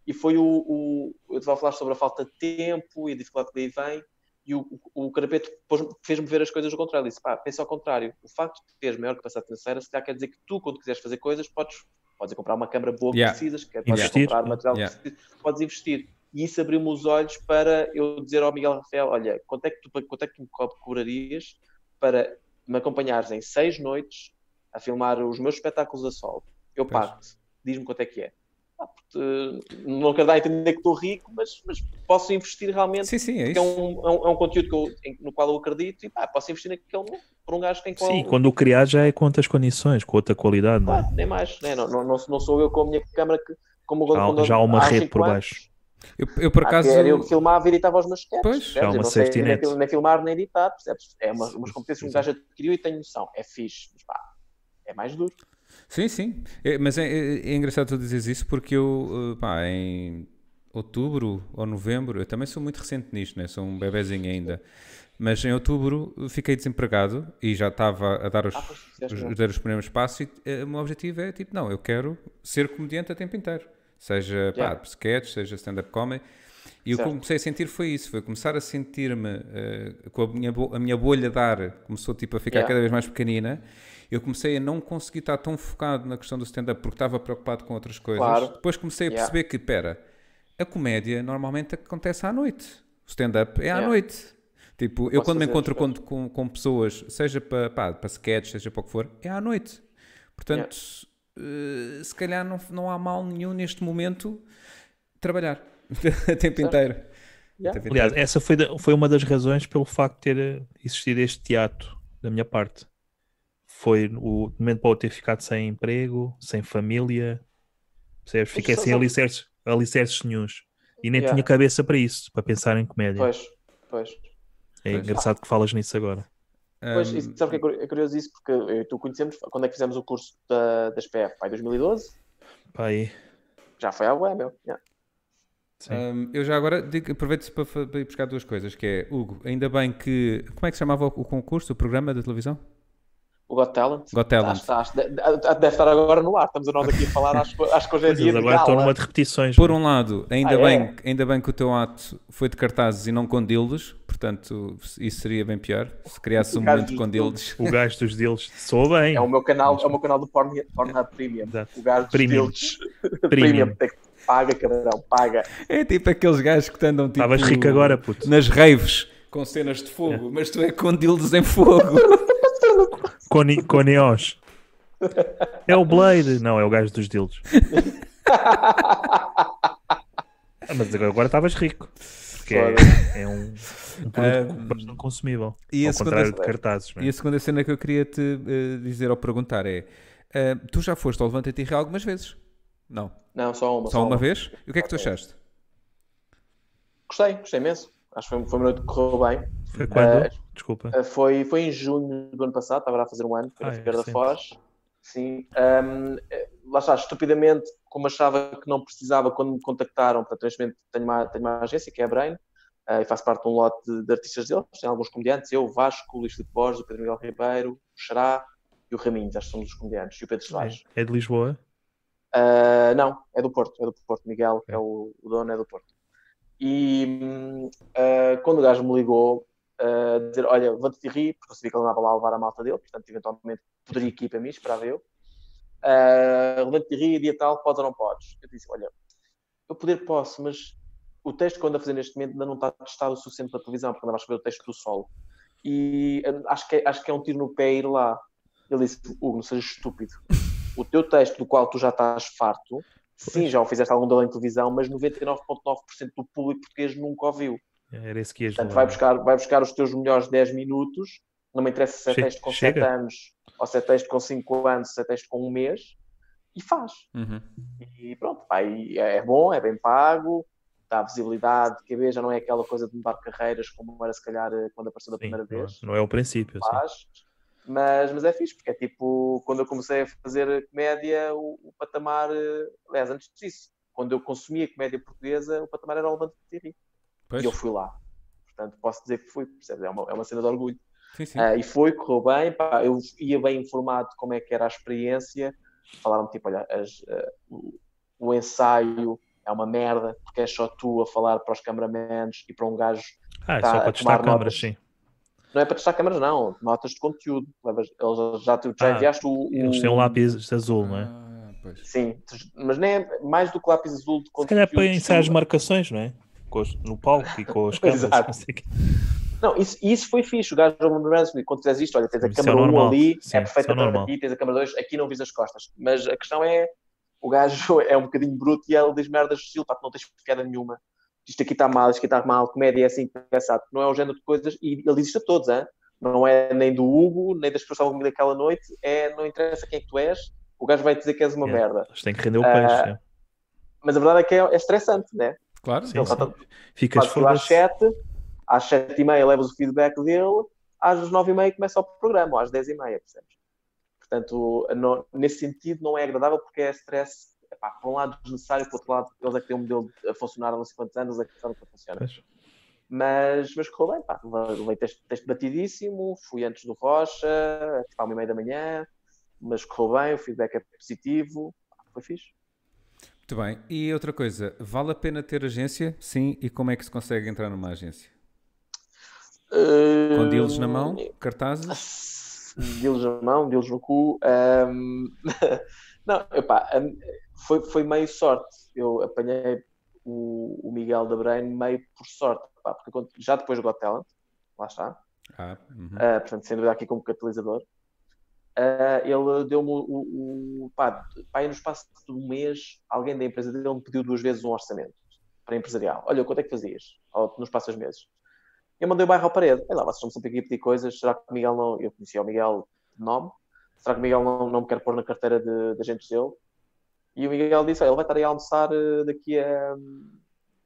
S3: E foi o, o- Eu estava a falar sobre a falta de tempo e a dificuldade que daí vem, e o, o, o Carapeto pôs- fez-me ver as coisas ao contrário. Ele disse: pá, pensa ao contrário. O facto de teres maior capacidade financeira, se calhar quer dizer que tu, quando quiseres fazer coisas, podes, podes ir comprar uma câmara boa que
S1: Yeah.
S3: precisas, que é, podes
S2: Investir,
S3: comprar
S2: né?
S3: material
S1: Yeah.
S3: que precisas, podes investir. E isso abriu-me os olhos para eu dizer ao Miguel Rafael: olha, quanto é que, tu, quanto é que me co- cobrarias para me acompanhares em seis noites a filmar os meus espetáculos a sol? Eu
S1: Pois.
S3: pago-te. Diz-me quanto é que é. Ah, porque, eh, não quero dar a entender que estou rico, mas, mas posso investir realmente.
S1: Sim, sim, é
S3: porque É
S1: isso.
S3: um, é um, é um conteúdo que eu- em- no qual eu acredito e pá, posso investir naquele por um gajo que tem qual.
S2: Sim, quando o criar já é com outras condições, com outra qualidade, não é?
S3: Claro, nem mais. né? Não, não, não, não sou eu com a minha câmara que. Como
S2: Já há- já há uma rede por baixo.
S1: Eu, eu, por acaso.
S3: Era Ah, eu que filmava e editava os meus sketches.
S1: Pois,
S3: percebes?
S2: já há
S3: Eu
S2: é uma
S3: não sei
S2: safety
S3: nem,
S2: net.
S3: nem filmar nem editar, percebes? É umas, umas competências que um
S2: Exato.
S3: gajo adquiriu e tem noção. É fixe, mas pá, é mais duro.
S1: Sim, sim. É, mas é, é- é engraçado tu dizeres isso porque eu, eh, pá, em outubro ou novembro, eu também sou muito recente nisto, né? Sou um bebezinho ainda. Mas em outubro eh, fiquei desempregado e já estava a dar os,
S3: Ah, pois, fizeste
S1: os-
S3: bem.
S1: a dar os primeiros passos e eh, o meu objetivo é tipo, não, eu quero ser comediante a tempo inteiro. Seja, pá,
S3: Yeah.
S1: sketch, seja stand-up comedy. E o que eu
S3: Certo.
S1: comecei a sentir foi isso, foi começar a sentir-me eh, com a minha, bo- a minha bolha de ar começou tipo a ficar
S3: Yeah.
S1: cada vez mais pequenina. Eu comecei a não conseguir estar tão focado na questão do stand-up porque estava preocupado com outras coisas.
S3: Claro.
S1: Depois comecei a
S3: Yeah.
S1: perceber que, pera, a comédia normalmente acontece à noite. O stand-up é à
S3: Yeah.
S1: noite. Tipo, eu
S3: Posso
S1: quando me
S3: fazer
S1: encontro
S3: as
S1: com, com, com pessoas, seja para, pá, para sketch, seja para o que for, é à noite. Portanto, eh, se calhar não, não há mal nenhum neste momento trabalhar o tempo inteiro.
S3: Yeah.
S1: Tempo
S2: Aliás,
S1: inteiro.
S2: essa foi, da- foi uma das razões pelo facto de ter eh, existido este teatro da minha parte. Foi o momento para eu ter ficado sem emprego, sem família, percebes?
S3: Mas
S2: Fiquei
S3: só-
S2: sem
S3: só-
S2: alicerces, alicerces nenhuns. E nem
S3: Yeah.
S2: tinha cabeça para isso, para pensar em comédia.
S3: Pois, pois.
S2: É
S1: Pois.
S2: engraçado que falas nisso agora.
S3: Pois,
S1: Ahm,
S3: e sabe o que é curi- é curioso isso? Porque eu e tu conhecemos, quando é que fizemos o curso da, das PF? Pá, em 2012?
S2: Pá, aí,
S3: Já foi à web, meu. Yeah.
S2: sim.
S3: Ah,
S1: Ahm, eu já agora digo- aproveito para, fa- para ir buscar duas coisas, que é, Hugo, ainda bem que... Como é que se chamava o, o concurso, o programa da televisão?
S3: O Got Talent.
S1: Got Talent.
S3: Acho- acho- de- de- deve estar agora no ar. Estamos a nós aqui a falar, acho, que- acho que hoje é
S2: Mas
S3: dia
S2: eles
S3: de
S2: agora estão numa
S3: gala.
S2: de repetições.
S1: Por
S2: não é?
S1: um lado, ainda,
S3: Ah,
S1: bem,
S3: é?
S1: ainda bem que o teu ato foi de cartazes e não com dildos, portanto, isso seria bem pior, se criasses um
S3: Por causa
S1: momento
S3: dos
S1: com
S3: dildos.
S1: dildos.
S2: O gajo dos deles soou bem.
S3: É o meu canal, é o meu canal do Porn, Pornhub Premium.
S2: Exato.
S3: O gajo dos
S2: Premium.
S3: filtros.
S2: Premium.
S3: Premium. tem que- Paga, cabrão, paga.
S1: É tipo aqueles gajos que te andam tipo...
S2: Estavas rico agora, puto.
S1: Nas raves, com cenas de fogo, mas tu é com dildos em fogo.
S2: Com, ni- com neons. É o Blade. Não, é o gajo dos dildos. Ah, Mas agora agora estavas rico. Porque é, é um, um produto
S1: Ah,
S2: bastante consumível.
S1: e a
S2: ao
S1: segunda-
S2: contrário de cartazes. não é?
S1: E a segunda cena que eu queria te eh, dizer ou perguntar é: eh, tu já foste ao Levanta-te e Ri algumas vezes? Não.
S3: Não, só uma.
S1: Só uma vez? E o que é que tu achaste?
S3: Gostei, gostei imenso. Acho que foi, foi uma noite que correu bem.
S2: Foi É quando?
S1: é,
S3: Ah,
S2: Desculpa. é,
S3: Uh, Foi, foi em junho do ano passado, estava a fazer um ano, foi
S2: Ah,
S3: na
S2: é
S3: Figueira da
S2: recente.
S3: Foz. Sim. Um, eh, lá está, estupidamente, como achava que não precisava, quando me contactaram, portanto, neste momento tenho uma, tenho uma agência, que é a Brain, eh, e faço parte de um lote de, de artistas deles, tem alguns comediantes, eu, o Vasco, o Luís Filipe Borges, o Pedro Miguel Ribeiro, o Xará e o Raminhos, acho que somos os comediantes, e o Pedro Soares.
S2: É, é de Lisboa?
S3: Ah, não, é do Porto, é do Porto. Miguel, que é o, o dono, é do Porto. E hum, ah, quando o gajo me ligou, ah, dizer: Olha, vou-te rir, porque eu sabia que ele não estava lá a levar a malta dele, portanto, eventualmente poderia ir aqui para mim, esperava eu. Uh, Levante-te rir, dia tal, podes ou não podes? Eu disse: Olha, eu poder posso, mas o texto que eu ando a fazer neste momento ainda não está testado o suficiente para a televisão, porque andava a escrever o texto do solo. E hum, acho que, é- acho que é um tiro no pé ir lá. Ele disse: Hugo, não sejas estúpido o teu texto do qual tu já estás farto, sim, já o fizeste algum dele em televisão, mas 99,9% do público português nunca ouviu.
S2: Era esse é que ias
S3: Portanto,
S2: levar.
S3: vai buscar, vai buscar os teus melhores 10 minutos, não me interessa se é
S2: Che-
S3: texto com
S2: chega.
S3: 7 anos, ou se é texto com 5 anos, se é texto com um mês, e faz.
S1: Uhum.
S3: E pronto, pá, e é é bom, é bem pago, dá visibilidade, que vez já não é aquela coisa de mudar carreiras como era se calhar eh, quando apareceu da
S2: Sim,
S3: primeira
S2: não é-
S3: vez
S2: Não é o princípio. sim.
S3: faz, mas, mas é fixe, porque é tipo, quando eu comecei a fazer comédia, o, o patamar, eh, aliás, antes disso, quando eu consumia comédia portuguesa, o patamar era o Levante de Ri,
S1: Pois?
S3: e eu fui lá. Portanto, posso dizer que fui, percebes? É uma, é uma cena de orgulho.
S1: Sim, sim.
S3: Ah, e foi, correu bem, pá, eu ia bem informado de como é que era a experiência, falaram-me tipo, olha, as, ah, o, o ensaio é uma merda, porque é só tu a falar para os cameramans e para um gajo
S2: Ah, é
S3: Tá,
S2: só para
S3: a
S2: testar
S3: tomar
S2: câmaras,
S3: notas.
S2: sim.
S3: não é para testar câmaras, não. Notas de conteúdo. Levas, eles já, tu já
S2: Ah,
S3: enviaste o, o-
S2: Eles têm um lápis azul, não é?
S1: Ah, pois.
S3: Sim, tu- mas nem é mais do que lápis azul de
S2: Se
S3: conteúdo.
S2: calhar para ensaiar as
S3: tu-
S2: marcações, não é? Com os- no palco e com as câmeras.
S3: Exato.
S2: não sei o quê.
S3: Não, isso, isso foi fixe. O gajo do Branson, quando fizeres isto, olha, tens a
S2: Isso é
S3: câmera 1
S2: normal.
S3: ali,
S2: Sim,
S3: é perfeita
S2: isso é
S3: para
S2: normal.
S3: aqui, tens a câmera 2, aqui não visas as costas. Mas a questão é, o gajo é um bocadinho bruto e ele diz merdas do estilo, pá, tu não tens piada nenhuma. Isto aqui está mal, isto aqui está mal, comédia é assim, pensado. Não é o género de coisas, e ele diz isto a todos, hein? não é nem do Hugo, nem das pessoas que estavam comigo naquela noite, é, não interessa quem é que tu és, o gajo vai dizer que és uma
S2: Yeah.
S3: merda.
S2: Eles têm que render o
S3: Ah,
S2: peixe. é.
S3: Mas a verdade é que é, é estressante, né?
S1: Claro.
S2: Sim,
S3: ele só
S2: sim. Ficas
S3: Faz aquilo às
S2: foda-se.
S3: 7, às 7 e meia levas o feedback dele, às 9 e meia começa o programa, ou às 10 e meia, percebes? Portanto, não- nesse sentido não é agradável porque é stress, epá, por um lado desnecessário, por outro lado eles é que têm um modelo a funcionar há não sei quantos anos, eles é que sabem que funciona.
S2: Pois.
S3: Mas, mas correu bem, pá. Levei texto, texto batidíssimo, fui antes do Rocha, tipo à uma e meia da manhã, mas correu bem, o feedback é positivo, pá, foi fixe.
S1: Muito bem. E outra coisa, vale a pena ter agência? Sim. E como é que se consegue entrar numa agência? Com deals na
S3: Eh,
S1: mão, cartazes?
S3: Deals na mão, deals no cu. ahm, Não, epá, ahm, foi, foi meio sorte. Eu apanhei o, o Miguel da Brain meio por sorte, pá, porque quando- já depois do Got Talent, lá está,
S1: Ah, uhum.
S3: Eh, ah, portanto, sem dúvida aqui como catalisador. Ah, ele deu-me o, o, o pá, pá, aí no espaço de um mês, alguém da empresa dele me pediu duas vezes um orçamento para empresarial. Olha, quanto é que fazias Ou, no espaço de dois meses? Eu mandei o bairro à parede. Olha lá, vocês estão sempre aqui a pedir coisas. Será que o Miguel não. Eu conhecia o Miguel de nome. Será que o Miguel não, não me quer pôr na carteira de, de agentes dele? E o Miguel disse: Olha, ele vai estar aí a almoçar eh, daqui a,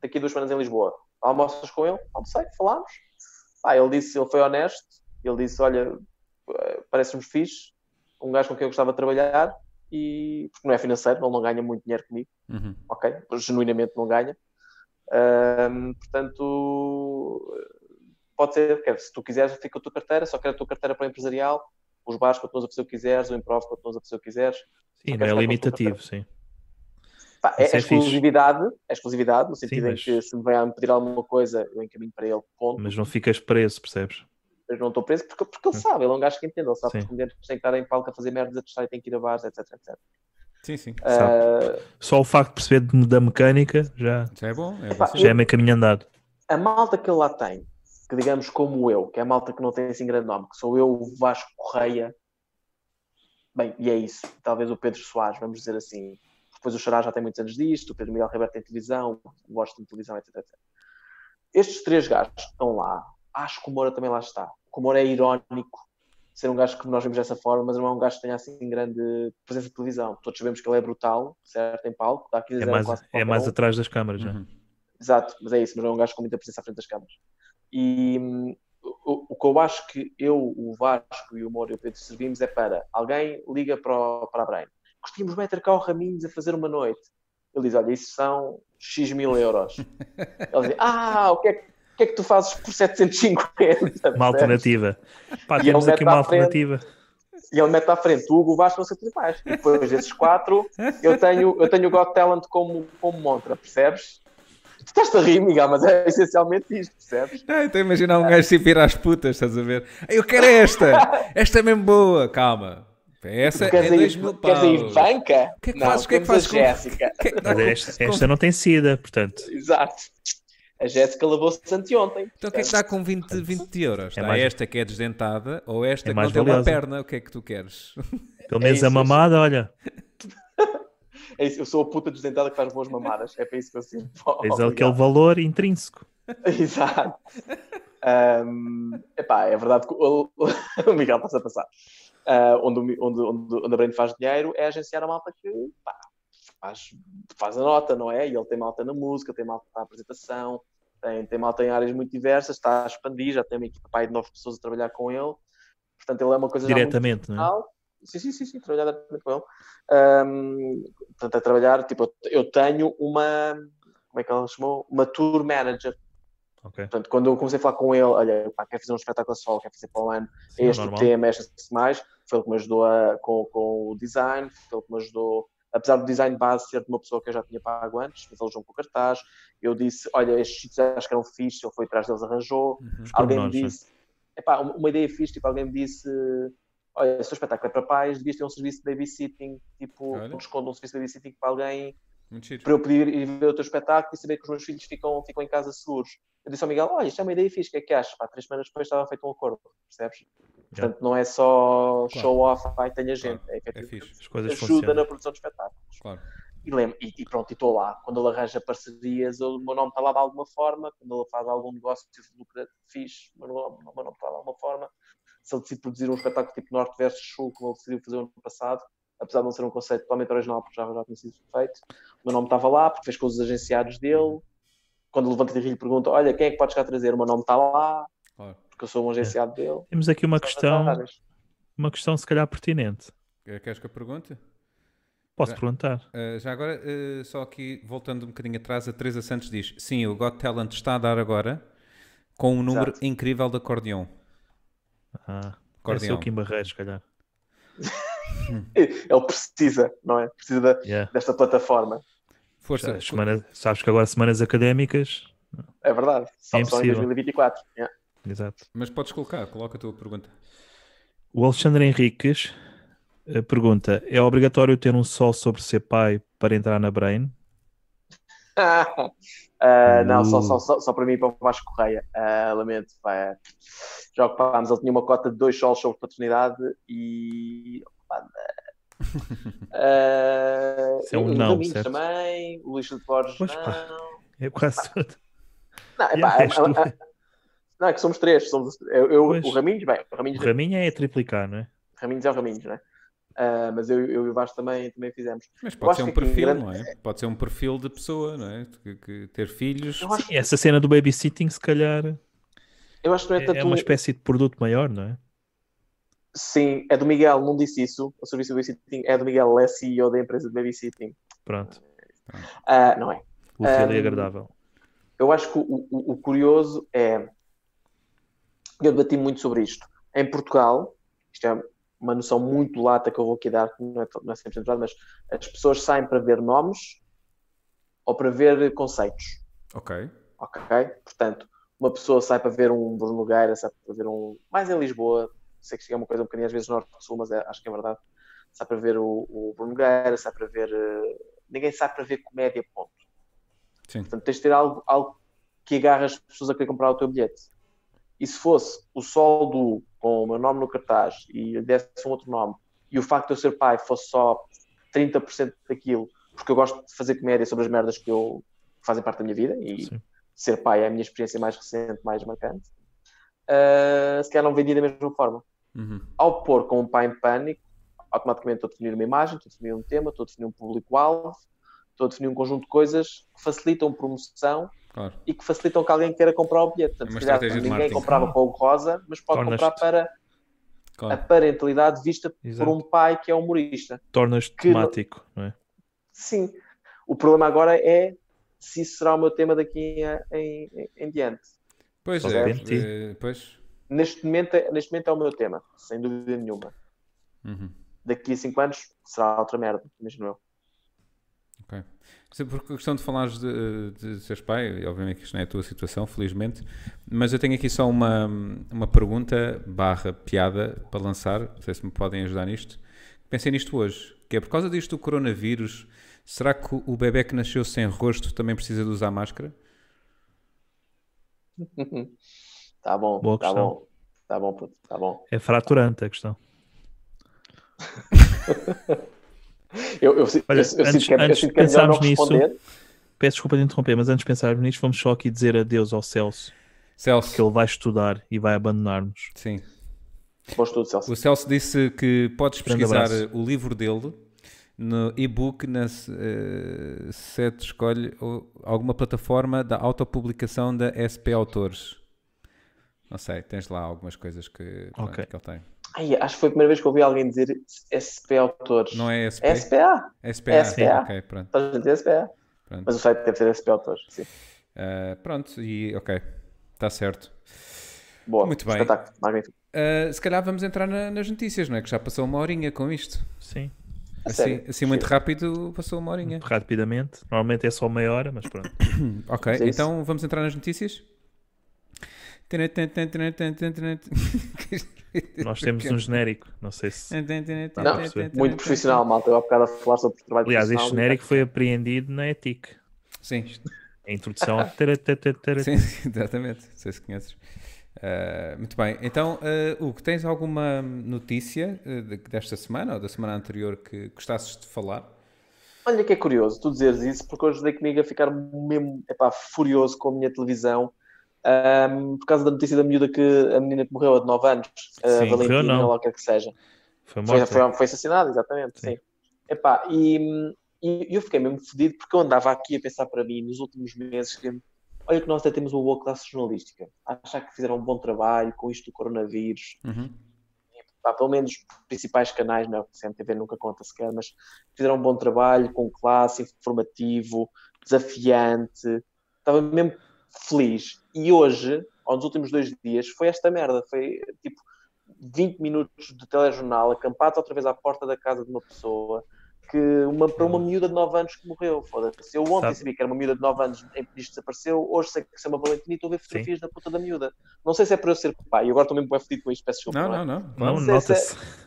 S3: daqui a duas semanas em Lisboa. Almoças com ele? Almocei, falámos. Pá, ele disse: Ele foi honesto. Ele disse: Olha, eh, parece-me fixe. Um gajo com quem eu gostava de trabalhar. E porque não é financeiro, ele não ganha muito dinheiro comigo
S1: Uhum.
S3: ok? Genuinamente não ganha. Ahm, portanto, pode ser, quer, se tu quiseres, fica a tua carteira, só quero a tua carteira para o empresarial, os bares continuas a fazer o que quiseres, o improv continuas a fazer o que quiseres.
S2: Sim,
S3: Ok,
S2: não é
S3: fica com
S2: limitativo, sim.
S3: Pá, é,
S2: Isso é fixe.
S3: exclusividade, é exclusividade, no sentido
S2: Sim,
S3: em
S2: mas-
S3: que se me vem a me pedir alguma coisa, eu encaminho para ele, ponto,
S2: Mas não ficas preso, percebes?
S3: mas não estou preso, porque, porque ele sabe, ele é um gajo que entende, ele sabe que
S2: Hum. Sim.
S3: os comediantes têm que estar em palco a fazer merdas, a testar e têm que ir a bares, etc, etc.
S1: Sim, sim.
S2: Sabe.
S3: Ah,
S2: Só o facto de perceber de- da mecânica já,
S1: Já é bom. É
S3: Epá,
S1: bom.
S2: já é meio caminho andado.
S3: a malta que ele lá tem, que digamos como eu, que é a malta que não tem assim grande nome, que sou eu, o Vasco Correia, bem, e é isso. Talvez o Pedro Soares, vamos dizer assim. Depois o Xará já tem muitos anos disto, o Pedro Miguel Ribeiro tem televisão, o Washington tem televisão, etc, etc. Estes três gajos que estão lá, acho que o Moura também lá está. O Moura é irónico ser um gajo que nós vemos dessa forma, mas não é um gajo que tenha assim grande presença de televisão. Todos sabemos que ele é brutal, certo, em palco, dá 15
S2: É mais, é mais atrás das câmaras, já.
S1: Uhum.
S3: Exato, mas é isso, mas é um gajo com muita presença à frente das câmaras. E hum, o, o que eu acho que eu, o Vasco e o Moro e o Pedro servimos é para alguém liga para, o- para a Brain. Gostaríamos de meter cá o Raminhos a fazer uma noite. Ele diz: Olha, isso são X mil euros. Ele diz: Ah, o que é, que- o que é que tu fazes por 750?
S2: Uma alternativa. Pá,
S3: É. E
S2: temos
S3: ele
S2: aqui
S3: mete
S2: uma
S3: à frente.
S2: alternativa.
S3: E ele mete à frente o Hugo, o Vasco, não sei o que mais. E depois desses quatro, eu tenho, eu tenho o Got Talent como, como montra, percebes? Tu estás a rir, Miguel, mas é essencialmente isto, percebes?
S1: Ah, então imagina um gajo se virar às putas, estás a ver? Ah, Eu quero esta! Esta é mesmo boa! Calma! Essa
S3: Tu queres
S1: é 2
S3: ir,
S1: mil
S3: queres ir
S1: paus!
S3: banca?
S1: O que é que
S3: não,
S1: fazes? O que é que
S3: temos
S1: fazes
S3: a
S1: com-
S3: Jéssica.
S1: O que é que dá
S2: Mas
S1: com-
S2: esta,
S1: com-
S2: esta não tem sida, portanto.
S3: Exato. A Jéssica lavou-se anteontem.
S1: Então o que é que dá com 20, 20 euros?
S2: É
S1: Dá
S2: mais-
S1: esta que é desdentada ou esta
S2: É
S1: que não
S2: mais
S1: tem uma
S2: valiosa.
S1: perna? O que é que tu queres?
S2: Pelo menos
S3: isso,
S2: a
S3: é isso.
S2: mamada, olha.
S3: É isso, eu sou a puta desdentada que faz boas mamadas. É para isso que eu sinto.
S2: Tens aquele valor intrínseco.
S3: Exato. Ahm, epá, é verdade que o, o Miguel está-se a passar. Ah, onde, o Mi- onde, onde, onde a Brand faz dinheiro é agenciar a malta que pá, faz, faz a nota, não é? E ele tem malta na música, tem malta na apresentação, tem, tem malta em áreas muito diversas, está a expandir, já tem uma equipa pá, aí de nove pessoas a trabalhar com ele. Portanto, ele é uma coisa já muito
S2: Diretamente, não é?
S3: profissional. Sim, sim, sim, sim, trabalhar diretamente com ele. Ahm, portanto, a trabalhar, tipo, eu- eu tenho uma, como é que ela chamou? Uma tour manager.
S2: Ok.
S3: Portanto, quando eu comecei a falar com ele, olha, pá, quer fazer um espetáculo solo, quer fazer para o ano,
S2: Sim, é
S3: este o
S2: normal.
S3: tema, estas mais, foi ele que me ajudou a- com, com o design, foi ele que me ajudou, apesar do design base ser de uma pessoa que eu já tinha pago antes, mas ele juntou com o cartaz, eu disse, olha, estes sítios acho que eram fixe, ele foi atrás deles, arranjou,
S1: Uhum.
S3: alguém me
S2: pormenores, né?
S3: disse, epá, uma uma ideia fixe, tipo, alguém me disse, olha, se o espetáculo é para pais, devias ter um serviço de babysitting, tipo,
S1: Olha.
S3: um desconto, um serviço de babysitting para alguém,
S1: Muito
S3: para
S1: giro.
S3: eu poder ir ver o teu espetáculo e saber que os meus filhos ficam, ficam em casa seguros. Eu disse ao Miguel, olha, isto é uma ideia fixe, o que é que achas? Pá, três semanas depois estava feito um acordo, percebes? Portanto, não é só show off, vai, tenha gente, é
S1: É
S3: efetivo.
S1: fixe,
S2: As coisas
S3: Ajuda
S2: funcionam.
S3: na produção de espetáculos.
S1: claro.
S3: E, lembro, e, e pronto, e estou lá. Quando ele arranja parcerias, o meu nome está lá de alguma forma. Quando ele faz algum negócio lucrativo, fixe, o meu nome o meu nome está lá de alguma forma. Se ele decide produzir um espetáculo tipo Norte versus Sul, como ele decidiu fazer ano passado, apesar de não ser um conceito totalmente original, porque já, já tinha sido feito, o meu nome estava lá, porque fez com os agenciados dele. Quando levanta de rir, pergunta: Olha, quem é que podes cá trazer? O meu nome está lá,
S1: claro.
S3: porque eu sou um agenciado dele.
S2: Temos aqui uma
S3: São
S2: É. questão,
S3: vantagens.
S2: uma questão se calhar pertinente.
S1: Eh, Queres que eu pergunte?
S2: Posso
S1: Já.
S2: perguntar?
S1: Uh, já agora, uh, só aqui voltando um bocadinho atrás, a Teresa Santos diz: Sim, o Got Talent está a dar agora com um número
S3: Exato.
S1: incrível de acordeão.
S2: Ah, deve ser
S3: é
S1: Acordeão.
S2: o Kim Barreiros, se calhar.
S3: Ele precisa, não é? Precisa da-
S2: Yeah.
S3: desta plataforma.
S1: Força.
S2: As semanas- sabes que agora semanas académicas.
S3: É verdade.
S2: É
S3: Só, só em
S2: impossível.
S3: 2024. Yeah.
S2: Exato.
S1: Mas podes colocar, coloca a tua pergunta.
S2: O Alexandre Henriques eh, pergunta: é obrigatório ter um sol sobre ser pai para entrar na Brain?
S3: Ah, não, só, só, só, só para mim e para o Vasco Correia. Ah, lamento, pá. Já ocupámos, ele tinha uma cota de dois solos sobre paternidade e. Opa, ah,
S2: Isso é um
S3: o
S2: não,
S3: Domingos
S2: certo?
S3: também, o Luís de Borges
S2: Pois,
S3: não.
S2: pá. É quase tudo.
S3: Não, é
S2: E
S3: pá,
S2: o resto?
S3: a- a- não, é que somos três. Somos, os- eu, eu-
S2: Pois.
S3: o Raminhos, bem, o Raminhos,
S2: O Raminho é triplicar, não é?
S3: Raminhos é o Raminhos, não é? Ah, mas eu, eu e o Vasco também, também fizemos.
S1: Mas
S3: Eu
S1: pode
S3: acho
S1: ser um
S3: que aqui em
S1: perfil,
S3: grande-
S1: não é? Pode ser um perfil de pessoa, não é? Que, que ter filhos.
S3: Eu acho,
S2: E essa cena do babysitting, se calhar,
S3: eu acho que não é tanto.
S2: é uma espécie de produto maior, não é?
S3: Sim, é do Miguel, não disse isso. O serviço de babysitting é do Miguel, ele é CEO da empresa de babysitting.
S2: Pronto.
S3: Ah, não é?
S2: Útil e
S3: Um,
S2: agradável.
S3: Eu acho que o, o- o curioso é. Eu debati muito sobre isto. Em Portugal, isto é uma noção muito lata que eu vou aqui dar, que não é, to- não é 100% verdade, mas as pessoas saem para ver nomes ou para ver conceitos.
S1: Ok.
S3: Ok? Portanto, uma pessoa sai para ver um Bruno Nogueira, sai para ver um. Mais em Lisboa, sei que é uma coisa um bocadinho às vezes norte-sul, mas é- acho que é verdade. Sai para ver o, o Bruno Nogueira, sai para ver. eh, Ninguém sai para ver comédia, ponto.
S1: Sim.
S3: Portanto, tens de ter algo, algo que agarra as pessoas a querer comprar o teu bilhete. E se fosse o sol do com o meu nome no cartaz e eu desse um outro nome, e o facto de eu ser pai fosse só 30% daquilo, porque eu gosto de fazer comédia sobre as merdas que eu que fazem parte da minha vida e
S2: Sim.
S3: ser pai é a minha experiência mais recente, mais marcante. ah, se calhar não vendia da mesma forma.
S1: Uhum.
S3: Ao pôr com um pai em pânico, automaticamente estou a definir uma imagem, estou a definir um tema, estou a definir um público-alvo, estou a definir um conjunto de coisas que facilitam promoção
S1: Claro.
S3: e que facilitam que alguém queira comprar o bilhete. Portanto,
S1: É uma
S3: se calhar,
S1: estratégia de
S3: ninguém
S1: marketing.
S3: comprava para o Rosa, mas pode
S2: Tornas-te-
S3: comprar para a
S1: claro.
S3: parentalidade vista
S2: Exato.
S3: por um pai que é humorista.
S2: Tornas-te
S3: que não-
S2: temático, não é?
S3: Sim. O problema agora é se isso será o meu tema daqui em, em- em- em diante.
S1: Pois
S2: Só
S1: é.
S2: depende de ti.
S1: eh, Pois.
S3: Neste momento, é- neste momento é o meu tema, sem dúvida nenhuma.
S1: Uhum.
S3: Daqui a 5 anos será outra merda, imagino eu.
S1: Ok. Sim, Porque a questão de falares de, de seres pai, e obviamente que isto não é a tua situação, felizmente, mas eu tenho aqui só uma, uma pergunta barra piada para lançar, não sei se me podem ajudar nisto. Pensei nisto hoje, que é por causa disto do coronavírus, será que o bebê que nasceu sem rosto também precisa de usar máscara?
S3: Tá bom,
S2: Boa
S3: tá
S2: questão.
S3: bom. Tá bom, puto, tá bom.
S2: É fraturante a questão.
S3: Eu, eu, si-
S2: Olha,
S3: eu, eu
S2: antes-
S3: sinto que é, eu
S2: antes
S3: sinto que é melhor não
S2: pensarmos nisso-
S3: responder.
S2: Peço desculpa de interromper, mas antes de pensarmos nisto, vamos só aqui dizer adeus ao Celso,
S1: Celso,
S2: que ele vai estudar e vai abandonar-nos.
S1: sim.
S3: Bom estudo, Celso.
S1: O Celso disse que podes
S2: Grande
S1: pesquisar
S2: abraço.
S1: o livro dele no e-book na eh, sete escolhe ou alguma plataforma da autopublicação da SP Autores. Não sei, tens lá algumas coisas que, pronto,
S2: Ok.
S1: que ele tem.
S3: Ai, acho que foi a primeira vez que ouvi alguém dizer SP Autores.
S1: Não é SP?
S3: SPA.
S1: SPA.
S3: SPA.
S1: Ok, pronto.
S3: Estás a dizer SPA.
S1: pronto.
S3: Mas o site deve ser SP Autores. Sim.
S1: Eh, pronto, e ok, está certo.
S3: Boa.
S1: Muito bem.
S3: Espetáculo. Magnífico.
S1: Eh, se calhar vamos entrar na- nas notícias, não é? Que já passou uma horinha com isto.
S2: Sim,
S3: A
S1: Assim,
S3: sério.
S1: assim muito rápido passou uma horinha.
S2: rapidamente. Normalmente é só meia hora, mas pronto.
S1: Ok,
S3: isso.
S1: então vamos entrar nas notícias?
S2: Nós temos um genérico, não sei se.
S3: É, Não,
S2: perceber.
S3: muito profissional, malta. Eu há bocado a falar sobre trabalho
S2: Aliás, este é
S3: profissional.
S2: genérico foi apreendido na ETIC.
S1: Sim,
S2: A introdução. Tara, tara, tara, tara.
S1: sim, exatamente. Não sei se conheces. Ah, muito bem, então, ah, Hugo, tens alguma notícia ah, de- desta semana ou da semana anterior que gostasses de falar?
S3: Olha que é curioso tu dizeres isso, porque hoje dei comigo a ficar mesmo epá, furioso com a minha televisão ahm, por causa da notícia da miúda que a menina que morreu há de 9 anos, a
S2: Sim, morreu
S3: Valentina,
S2: não.
S3: ou o que é que seja.
S2: Foi
S3: Foi,
S2: morta.
S3: foi, foi assassinado, exatamente, sim.
S2: Sim.
S3: Epá, e, e eu fiquei mesmo fodido porque eu andava aqui a pensar para mim nos últimos meses que olha que nós até temos uma boa classe jornalística. Achar que fizeram um bom trabalho com isto do coronavírus,
S1: Uhum.
S3: pá, pelo menos os principais canais, não, é? CMTV nunca conta sequer, mas fizeram um bom trabalho, com classe, informativo, desafiante, estava mesmo feliz. E hoje, ou nos últimos dois dias, foi esta merda, foi tipo 20 minutos de telejornal, acampados outra vez à porta da casa de uma pessoa, que uma, para uma miúda de 9 anos que morreu, foda-se. Eu ontem
S2: Sabe-
S3: sabia que era uma miúda de 9 anos em que isto desapareceu, hoje sei que se chama Valentina e estou a ver fotografias da puta da miúda. Não sei se é para eu ser pai, e agora estou mesmo bem fedido com isto, peço desculpa.
S1: Não,
S3: não é?
S1: não, não.
S2: Não,
S1: claro.
S3: Não sei se é-
S2: nota-se.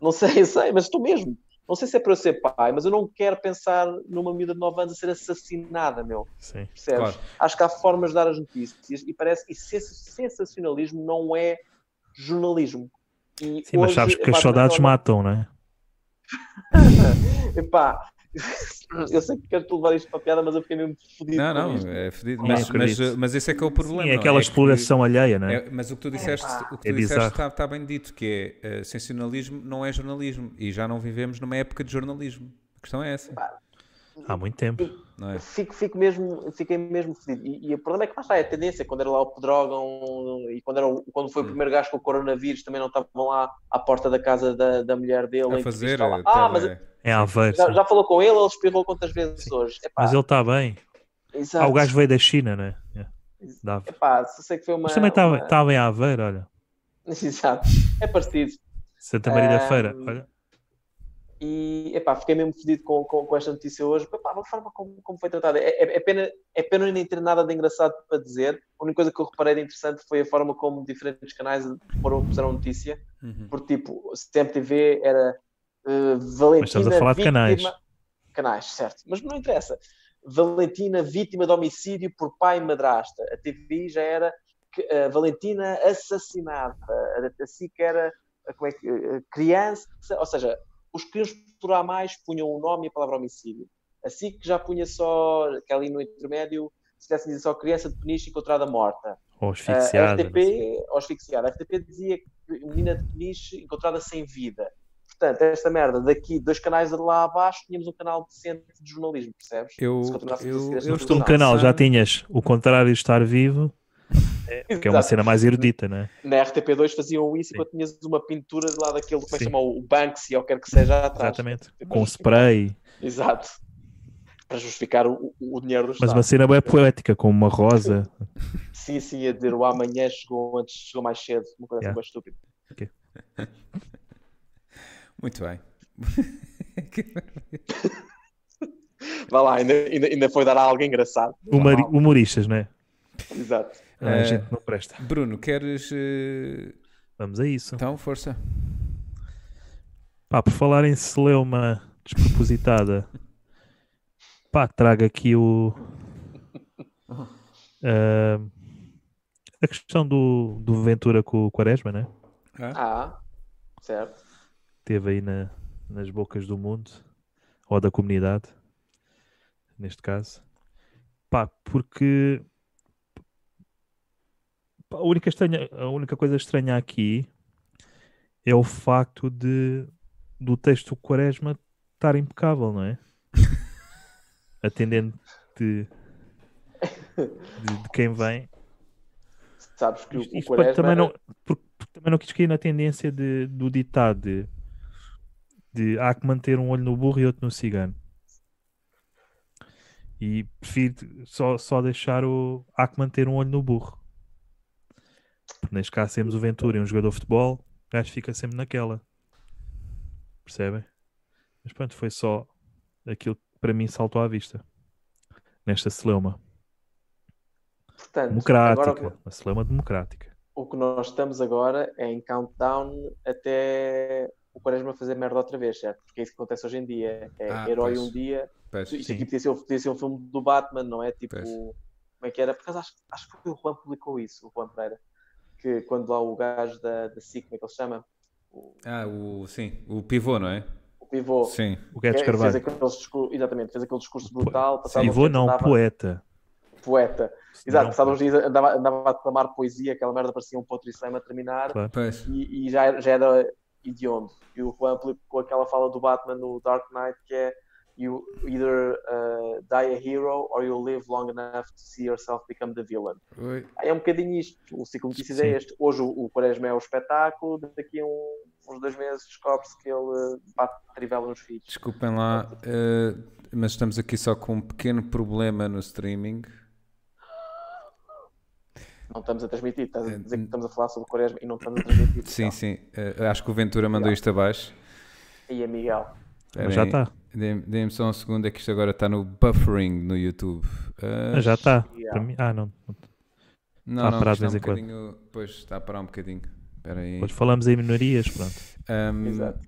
S3: Não sei, sei, mas estou mesmo. Não sei se é para eu ser pai, mas eu não quero pensar numa miúda de 9 anos a ser assassinada, meu.
S2: Sim.
S3: Percebes?
S1: Claro.
S3: Acho que há formas de dar as notícias e parece e sens- sensacionalismo não é jornalismo. E
S2: Sim, mas
S3: hoje, é
S2: sabes que
S3: epá,
S2: os soldados
S3: também
S2: matam, não é?
S3: não- Epá, eu sei que quero te levar isto para a piada, mas eu fiquei mesmo fodido.
S1: Não,
S3: com
S1: não,
S3: isto.
S1: é fedido.
S2: Não
S1: Mas, mas,
S2: acredito.
S1: uh, mas esse é que é o problema.
S2: Sim, é
S1: não
S2: aquela
S1: que-
S2: exploração alheia, não é?
S1: é- mas o que tu disseste o que tu
S2: É
S1: disseste
S2: bizarro.
S1: está, está bem dito, que é uh, sensacionalismo não é jornalismo. E já não vivemos numa época de jornalismo. A questão é essa,
S2: Há muito tempo.
S1: não é?
S3: Fico, fico mesmo, fiquei mesmo fedido. E, e o problema é que lá está, é a tendência. Quando era lá o Pedrogão e quando, era o- quando
S2: Hum.
S3: foi o primeiro gajo com o coronavírus, também não estavam lá à porta da casa da, da mulher dele.
S1: A
S3: em
S1: fazer.
S3: entrevista lá.
S1: uh,
S3: Ah, mas
S1: tele-
S2: É Aveiro.
S3: já,
S2: sim.
S3: já falou com ele, ele espirrou quantas vezes hoje. Epá,
S2: Mas ele está bem.
S3: exato.
S2: Ah, o gajo veio da China, não é? É. Da Aveiro.
S3: Epá, só sei que foi uma.
S2: Mas também
S3: uma-
S2: estava bem a Aveiro, olha.
S3: Exato. É partido.
S2: Santa Maria da
S3: Ah,
S2: Feira, olha.
S3: E epá, fiquei mesmo fedido com, com, com esta notícia hoje. Epá, a forma como, como foi tratada. É, é, é pena, é pena eu nem ter nada de engraçado para dizer. A única coisa que eu reparei de interessante foi a forma como diferentes canais foram puseram a notícia.
S1: Uhum.
S3: Porque, tipo, CMTV era eh, Valentina.
S2: Mas estamos a falar de
S3: vítima-
S2: canais.
S3: Canais, certo. Mas não interessa. Valentina, vítima de homicídio por pai e madrasta. A TVI já era que- a Valentina assassinada. A- A SIC era a- como é que, a criança. Ou seja, os que queriam explorar mais punham o nome e a palavra homicídio. A SIC já punha só, que ali no intermédio, se tivesse dizer só criança de peniche encontrada morta.
S2: Ou
S3: A
S2: asfixiado. não sei.
S3: RTP, ou asfixiada, a RTP dizia que menina de niche encontrada sem vida. Portanto, esta merda daqui, dois canais de lá abaixo, tínhamos um canal decente de jornalismo, percebes?
S1: Eu-
S3: Se continuássemos
S1: eu-
S3: a tipo seguir esta
S1: eu
S2: Tu
S1: estou
S2: um
S1: Não,
S3: jornada.
S2: canal, já
S1: sabe?
S2: tinhas o contrário de estar vivo, que é uma
S3: Exato.
S2: cena mais erudita, não é?
S3: Na RTP2 faziam isso
S2: Sim.
S3: e quando tinhas uma pintura de lá daquilo que vai
S2: Sim.
S3: chamar o Banksy ou quer que seja atrás.
S2: Exatamente. Com spray.
S3: Exato. Para justificar o, o dinheiro do
S2: Mas
S3: Estado.
S2: uma cena bem poética, como uma rosa.
S3: Sim, sim, a dizer o amanhã chegou antes, chegou mais cedo. Uma coisa
S2: Yeah.
S3: assim bem estúpida.
S1: Muito bem.
S3: Vá lá, ainda, ainda, ainda foi dar a algo engraçado.
S2: Humori- Humoristas, não é?
S3: Exato.
S2: Ah,
S1: É.
S2: A gente não presta.
S1: Bruno, queres. eh,
S2: Vamos a isso.
S1: Então, força.
S2: Pá, por falar em celeuma despropositada, pá, trago aqui o. ah, a questão do, do Ventura com o Quaresma, né?
S1: Ah,
S3: Ah, certo.
S2: Teve aí na- nas bocas do mundo, ou da comunidade, neste caso. Pá, porque. Pá, a, única estranha, a única coisa estranha aqui é o facto de do texto do Quaresma estar impecável, não é? Atendendo de, de, de quem vem.
S3: Sabes que é? o,
S2: Isto,
S3: o
S2: isto pode-
S3: Quaresma
S2: também,
S3: era-
S2: não, porque, porque também não quis cair na tendência de, do ditado de, de há que manter um olho no burro e outro no cigano. E prefiro só, só deixar o há que manter um olho no burro. Porque neste caso temos o Ventura e um jogador de futebol, o gajo fica sempre naquela. Percebem? Mas pronto, foi só aquilo que para mim saltou à vista. Nesta celeuma
S3: portanto,
S2: um democrática.
S3: Agora,
S2: Uma celeuma democrática.
S3: o que nós estamos agora é em countdown até o Quaresma fazer merda outra vez, certo? Porque é isso que acontece hoje em dia. É
S1: Ah,
S3: herói
S1: pois.
S3: um dia.
S1: peço.
S3: Isto aqui
S2: sim.
S3: podia ser, podia ser um filme do Batman, não é? Tipo,
S1: Pois.
S3: como é que era? Por acaso acho, acho que foi o Juan que publicou isso, o Juan Pereira. Que quando lá o gajo da, da SIC, como é que ele se chama? O,
S1: Ah, o, sim, o pivô, não é?
S3: o pivô.
S1: Sim.
S2: O
S3: que é,
S2: Guedes
S3: fez
S2: Carvalho.
S3: aquele discurso, exatamente, fez aquele discurso
S2: Poe-
S3: brutal. passava uns
S2: Pivô
S3: tempos,
S2: não,
S3: andava-
S2: poeta.
S3: poeta. Exato,
S2: Não,
S3: passava uns
S2: poeta,
S3: dias, andava, andava a declamar poesia, aquela merda parecia um potricema a terminar.
S2: claro.
S1: Pois.
S3: e, e já, era- já era idiondo. E o Juan com aquela fala do Batman no Dark Knight que é You either uh, die a hero or you live long enough to see yourself become the villain.
S1: Oi.
S3: Ah, É um bocadinho isto. O ciclo de notícias
S2: Sim.
S3: é este. Hoje o, o Quaresma é o espetáculo, daqui a um- uns dois meses descobre-se que ele uh, bate trivela nos filhos.
S1: Desculpem lá, eh, mas estamos aqui só com um pequeno problema no streaming.
S3: Não estamos a transmitir, estás a dizer
S1: Eh,
S3: que estamos a falar sobre o Quaresma e não estamos a transmitir. então.
S1: Sim, sim. eh, acho que o Ventura mandou isto abaixo.
S3: E a Miguel.
S2: Mas já tá,
S1: Esperem,
S2: está.
S1: dê- Deem-me só um segundo, é que isto agora está no buffering no YouTube. Ah,
S2: Já está.
S3: Yeah.
S2: Para mim- Ah, não.
S1: não,
S2: está
S1: não,
S2: parado
S1: isto
S2: de vez em
S1: está um
S2: quando.
S1: bocadinho. Pois, está a parar um bocadinho. Espera aí.
S2: Depois falamos em minorias, pronto.
S1: Ahm,
S3: Exato.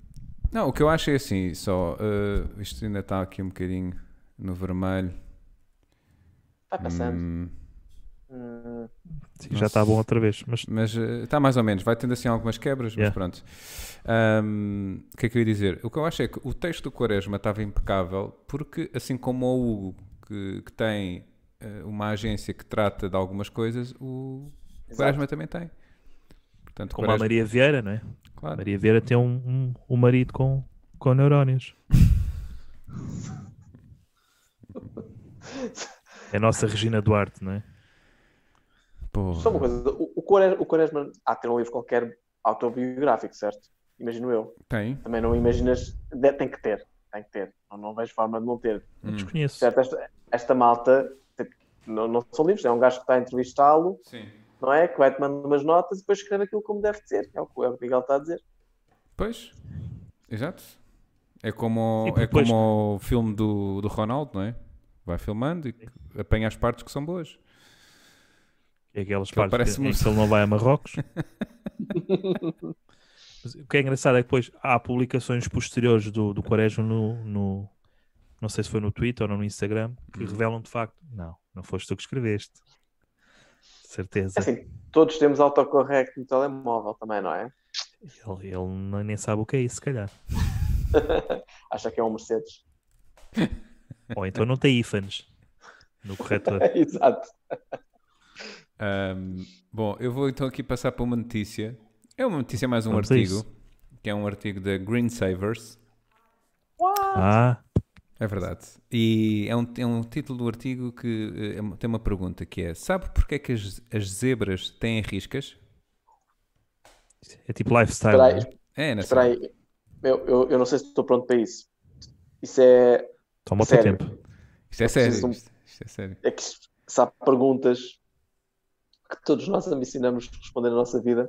S1: Não, o que eu acho é assim, só. eh, isto ainda está aqui um bocadinho no vermelho.
S3: Está Tá passando.
S1: Hum,
S3: Hum,
S2: Sim, já está bom outra vez, mas
S1: mas eh, está mais ou menos. Vai tendo assim algumas quebras,
S2: Yeah.
S1: mas pronto. Ahm, o que é que eu ia dizer? O que eu acho é que o texto do Quaresma estava impecável, porque assim como o Hugo, que, que tem eh, uma agência que trata de algumas coisas, o Quaresma também tem. Portanto,
S2: como a
S1: Quaresma,
S2: Maria Vieira, não é? A
S1: claro.
S2: Maria Vieira tem um, um, um marido com, com neurónios. É a nossa Regina Duarte, não é?
S1: Porra.
S3: Só uma coisa, o, o Quaresma, o Quaresma há de ter um livro qualquer autobiográfico, certo? Imagino eu.
S1: Tem.
S3: Também não imaginas. de- tem que ter, tem que ter. Não, não vejo forma de não ter.
S2: Eu Desconheço.
S3: Hum. Certo? Esta, esta malta tipo, não, não são livros, é um gajo que está a entrevistá-lo,
S1: Sim.
S3: não é? Que vai tomando umas notas e depois escreve aquilo como deve ser. É o que é o que o Miguel está a dizer.
S1: Pois, exato. É como,
S2: Sim,
S1: é
S2: porque depois-
S1: como o filme do, do Ronaldo, não é? Vai filmando e apanha as partes que são boas.
S2: É aquelas
S1: Aquilo
S2: partes que,
S1: parece-me
S2: em
S1: um-
S2: que ele não vai a Marrocos. Mas o que é engraçado é que depois há publicações posteriores do, do Quaresma no, no- Não sei se foi no Twitter ou no Instagram que revelam de facto. Não, não foste tu que escreveste. Certeza.
S3: É assim, todos temos autocorrect no telemóvel também, não é?
S2: Ele, ele nem- nem sabe o que é isso, se calhar.
S3: Acha que é um Mercedes.
S2: Ou então não tem ífanes no corretor.
S3: Exato.
S1: Ahm, bom, eu vou então aqui passar para uma notícia. É uma notícia mais um
S2: Vamos a
S1: artigo,
S2: isso.
S1: que é um artigo da Green Savers.
S2: Ah,
S1: É verdade. E é um, é um título do artigo que eh, é uma- tem uma pergunta que é Sabe porque é que as, as zebras têm riscas?
S2: é tipo lifestyle.
S3: Espera aí,
S2: não é?
S1: É, na
S3: espera aí. Eu, eu, eu não sei se estou pronto para isso. Isso é
S2: Toma o teu
S3: Sério.
S2: tempo.
S1: Isto é
S3: preciso
S1: sério.
S3: de um-
S1: Isto, isto é sério.
S3: é que se há perguntas que todos nós ensinamos a responder na nossa vida,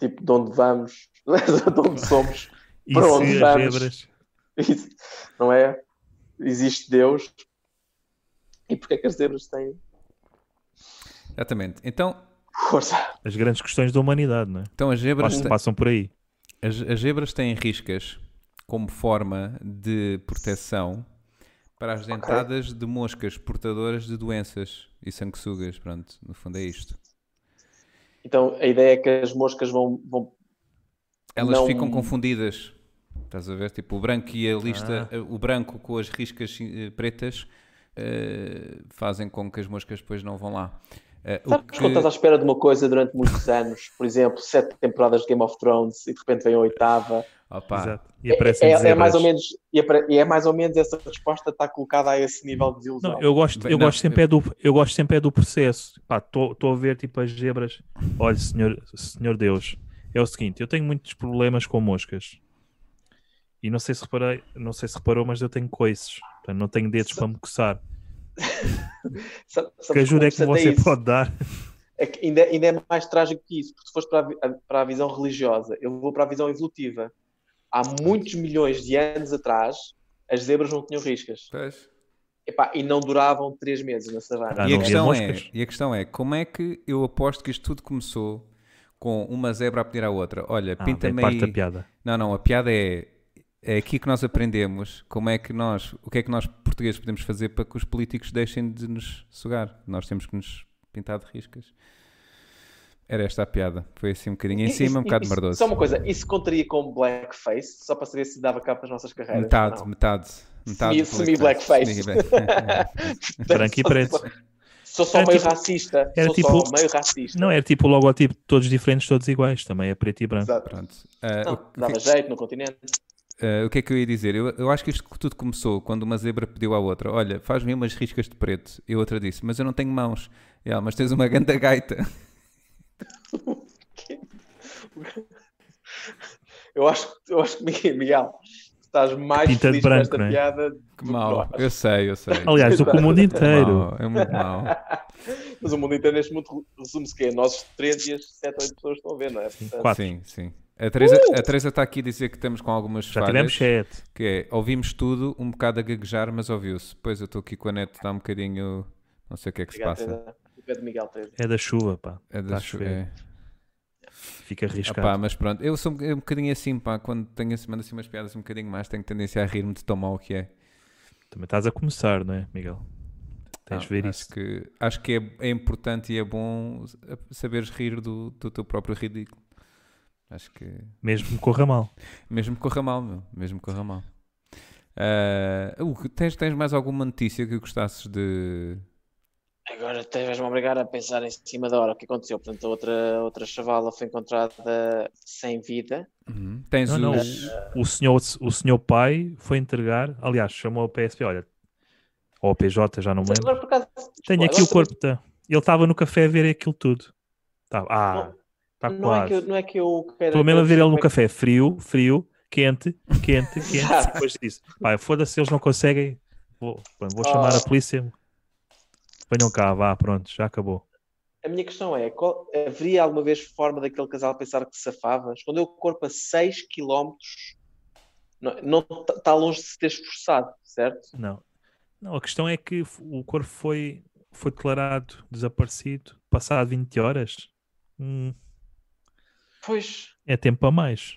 S3: tipo de onde vamos, de onde somos,
S2: E
S3: Para onde
S2: se as
S3: vamos?
S2: zebras.
S3: Isso, não é? Existe Deus. E porque é que as zebras têm
S1: Exatamente. Então,
S3: força?
S2: As grandes questões da humanidade, não é?
S1: então as zebras
S2: Passam,
S1: têm-
S2: passam por aí.
S1: As, as zebras têm riscas como forma de proteção para as dentadas de moscas portadoras de doenças e sanguessugas. Pronto, no fundo é isto.
S3: Então a ideia é que as moscas vão. vão...
S1: Elas
S3: Não-
S1: ficam confundidas. Estás a ver? Tipo, o branco e a lista,
S2: Ah.
S1: eh, o branco com as riscas eh, pretas eh, fazem com que as moscas depois não vão lá. Eh, o
S3: Sabes
S1: que-
S3: quando estás à espera de uma coisa durante muitos anos, por exemplo, sete temporadas de Game of Thrones e de repente vem a oitava.
S1: Opa,
S2: Exato. E
S3: É,
S2: aparecem
S3: é- é mais
S2: zebras.
S3: ou menos, e apare- e é mais ou menos essa resposta está colocada a esse nível de desilusão.
S2: Não, eu gosto,
S1: Bem,
S2: eu
S1: não,
S2: gosto sempre é do, eu gosto sempre é do processo. Estou a ver tipo as zebras. Olha, senhor, senhor Deus, é o seguinte, eu tenho muitos problemas com moscas. E não sei se reparei, não sei se reparou, mas eu tenho coices. Portanto, não tenho dedos para me coçar.
S3: Sabe- sabes
S2: Que ajuda é
S3: como
S2: que
S3: interessante
S2: você
S3: Então, isso?
S2: pode dar?
S3: É que ainda, ainda é mais trágico que isso, porque tu foste para a, vi- a- para a visão religiosa, eu vou para a visão evolutiva. Há muitos milhões de anos atrás, as zebras não tinham riscas.
S1: pois.
S3: Epá, e não duravam três meses na savana.
S2: Ah,
S1: e, a
S2: não havia
S1: questão é,
S2: moscas?
S1: e a questão é, como é que eu aposto que isto tudo começou com uma zebra a pedir à outra? Olha,
S2: Ah, bem,
S1: pinta-me
S2: parte da
S1: aí...
S2: piada.
S1: Não, não, a piada é é aqui que nós aprendemos como é que nós, o que é que nós portugueses podemos fazer para que os políticos deixem de nos sugar. Nós temos que nos pintar de riscas. Era esta a piada. Foi assim um bocadinho em
S3: Isso-
S1: cima, um
S3: isso-
S1: bocado
S3: isso-
S1: merdoso.
S3: Só uma coisa, isso contaria como blackface, só para saber se dava cabo nas nossas carreiras.
S1: Metade,
S3: Não.
S1: metade, metade. do
S3: Semi-
S1: podcast.
S3: semi-blackface.
S1: Semi-black- É,
S2: Branco e preto.
S3: Sou só
S2: Era
S3: meio
S2: tipo-
S3: racista.
S2: era
S3: Sou só
S2: tipo-
S3: meio racista.
S2: Não, era tipo o logotipo, todos diferentes, todos iguais. Também é preto e branco.
S3: Exato.
S1: Pronto.
S2: É,
S1: Ah,
S3: Não,
S1: o que-
S3: dava jeito no continente.
S1: Ah, o que é que eu ia dizer? Eu, eu acho que isto tudo começou quando uma zebra pediu à outra: Olha, faz-me umas riscas de preto. E a outra disse: Mas eu não tenho mãos. E ela, mas tens uma ganda gaita.
S3: Eu acho, que- eu acho que, Miguel, Miguel, tu estás mais
S2: Pinta de
S3: feliz
S2: branco,
S3: com esta
S2: não é?
S3: piada. do
S1: Que mau.
S3: nós.
S1: Eu sei, eu sei.
S2: Aliás, do que o mundo inteiro.
S1: Mau, É muito mau.
S3: Mas o mundo inteiro neste mundo resume-se que é nós três e as sete, oito pessoas estão a ver, não é? Portanto,
S2: Quatro.
S1: Sim, sim. A Teresa a Teresa está aqui a dizer que estamos com algumas
S2: Já
S1: falhas.
S2: tivemos sete.
S1: Que é, ouvimos tudo, um bocado a gaguejar, mas ouviu-se. Pois eu estou aqui com a net, está um bocadinho. Não sei o que é que se
S3: obrigado,
S1: passa.
S3: Teresa. O pé de Miguel, Teresa.
S2: É da chuva, pá.
S1: É
S2: Tá
S1: da
S2: a
S1: chu-
S2: chover.
S1: é.
S2: Fica
S1: Ah,
S2: arriscado.
S1: pá, mas pronto, eu sou um, eu um bocadinho assim, pá, quando tenho assim, mando assim umas piadas um bocadinho mais, tenho tendência a rir-me de tão mal que é.
S2: Também estás a começar, não é, Miguel?
S1: Ah,
S2: Tens de ver
S1: acho
S2: isso.
S1: Que, acho que é, é importante e é bom saberes rir do, do teu próprio ridículo. Acho que.
S2: Mesmo que corra mal.
S1: Mesmo que corra mal, meu. Mesmo que corra mal. Ah, Hugo, tens, tens mais alguma notícia que gostasses de.
S3: Agora até vais-me obrigar a pensar em cima da hora o que aconteceu. Portanto, a outra, outra chavala foi encontrada sem vida.
S1: Uhum. Tens
S2: Não, não,
S1: os-
S2: o, o senhor, o senhor pai foi entregar, aliás, chamou a PSP, olha, ou a PJ, já não me lembro.
S3: Agora, por acaso,
S2: Tenho
S3: desculpa,
S2: aqui o
S3: agora
S2: corpo, tá. ele estava no café a ver aquilo tudo. Tá, ah,
S3: Não-
S2: está
S3: Não é, que eu,
S2: quase.
S3: não é que eu quero.
S2: Estou mesmo a ver ele no café, frio, frio, quente, quente, quente.
S3: Exato.
S2: e Depois disse, pá, foda-se, eles não conseguem, vou, vou chamar a
S3: Oh.
S2: polícia. Venham cá, vá, pronto, já acabou.
S3: A minha questão é: qual- haveria alguma vez forma daquele casal pensar que se safava? Escondeu o corpo a 6 km. Não está longe de se ter esforçado, certo?
S2: Não. Não, a questão é que f- o corpo foi, foi declarado desaparecido passado 20 horas. Hum,
S3: Pois.
S2: é tempo a mais.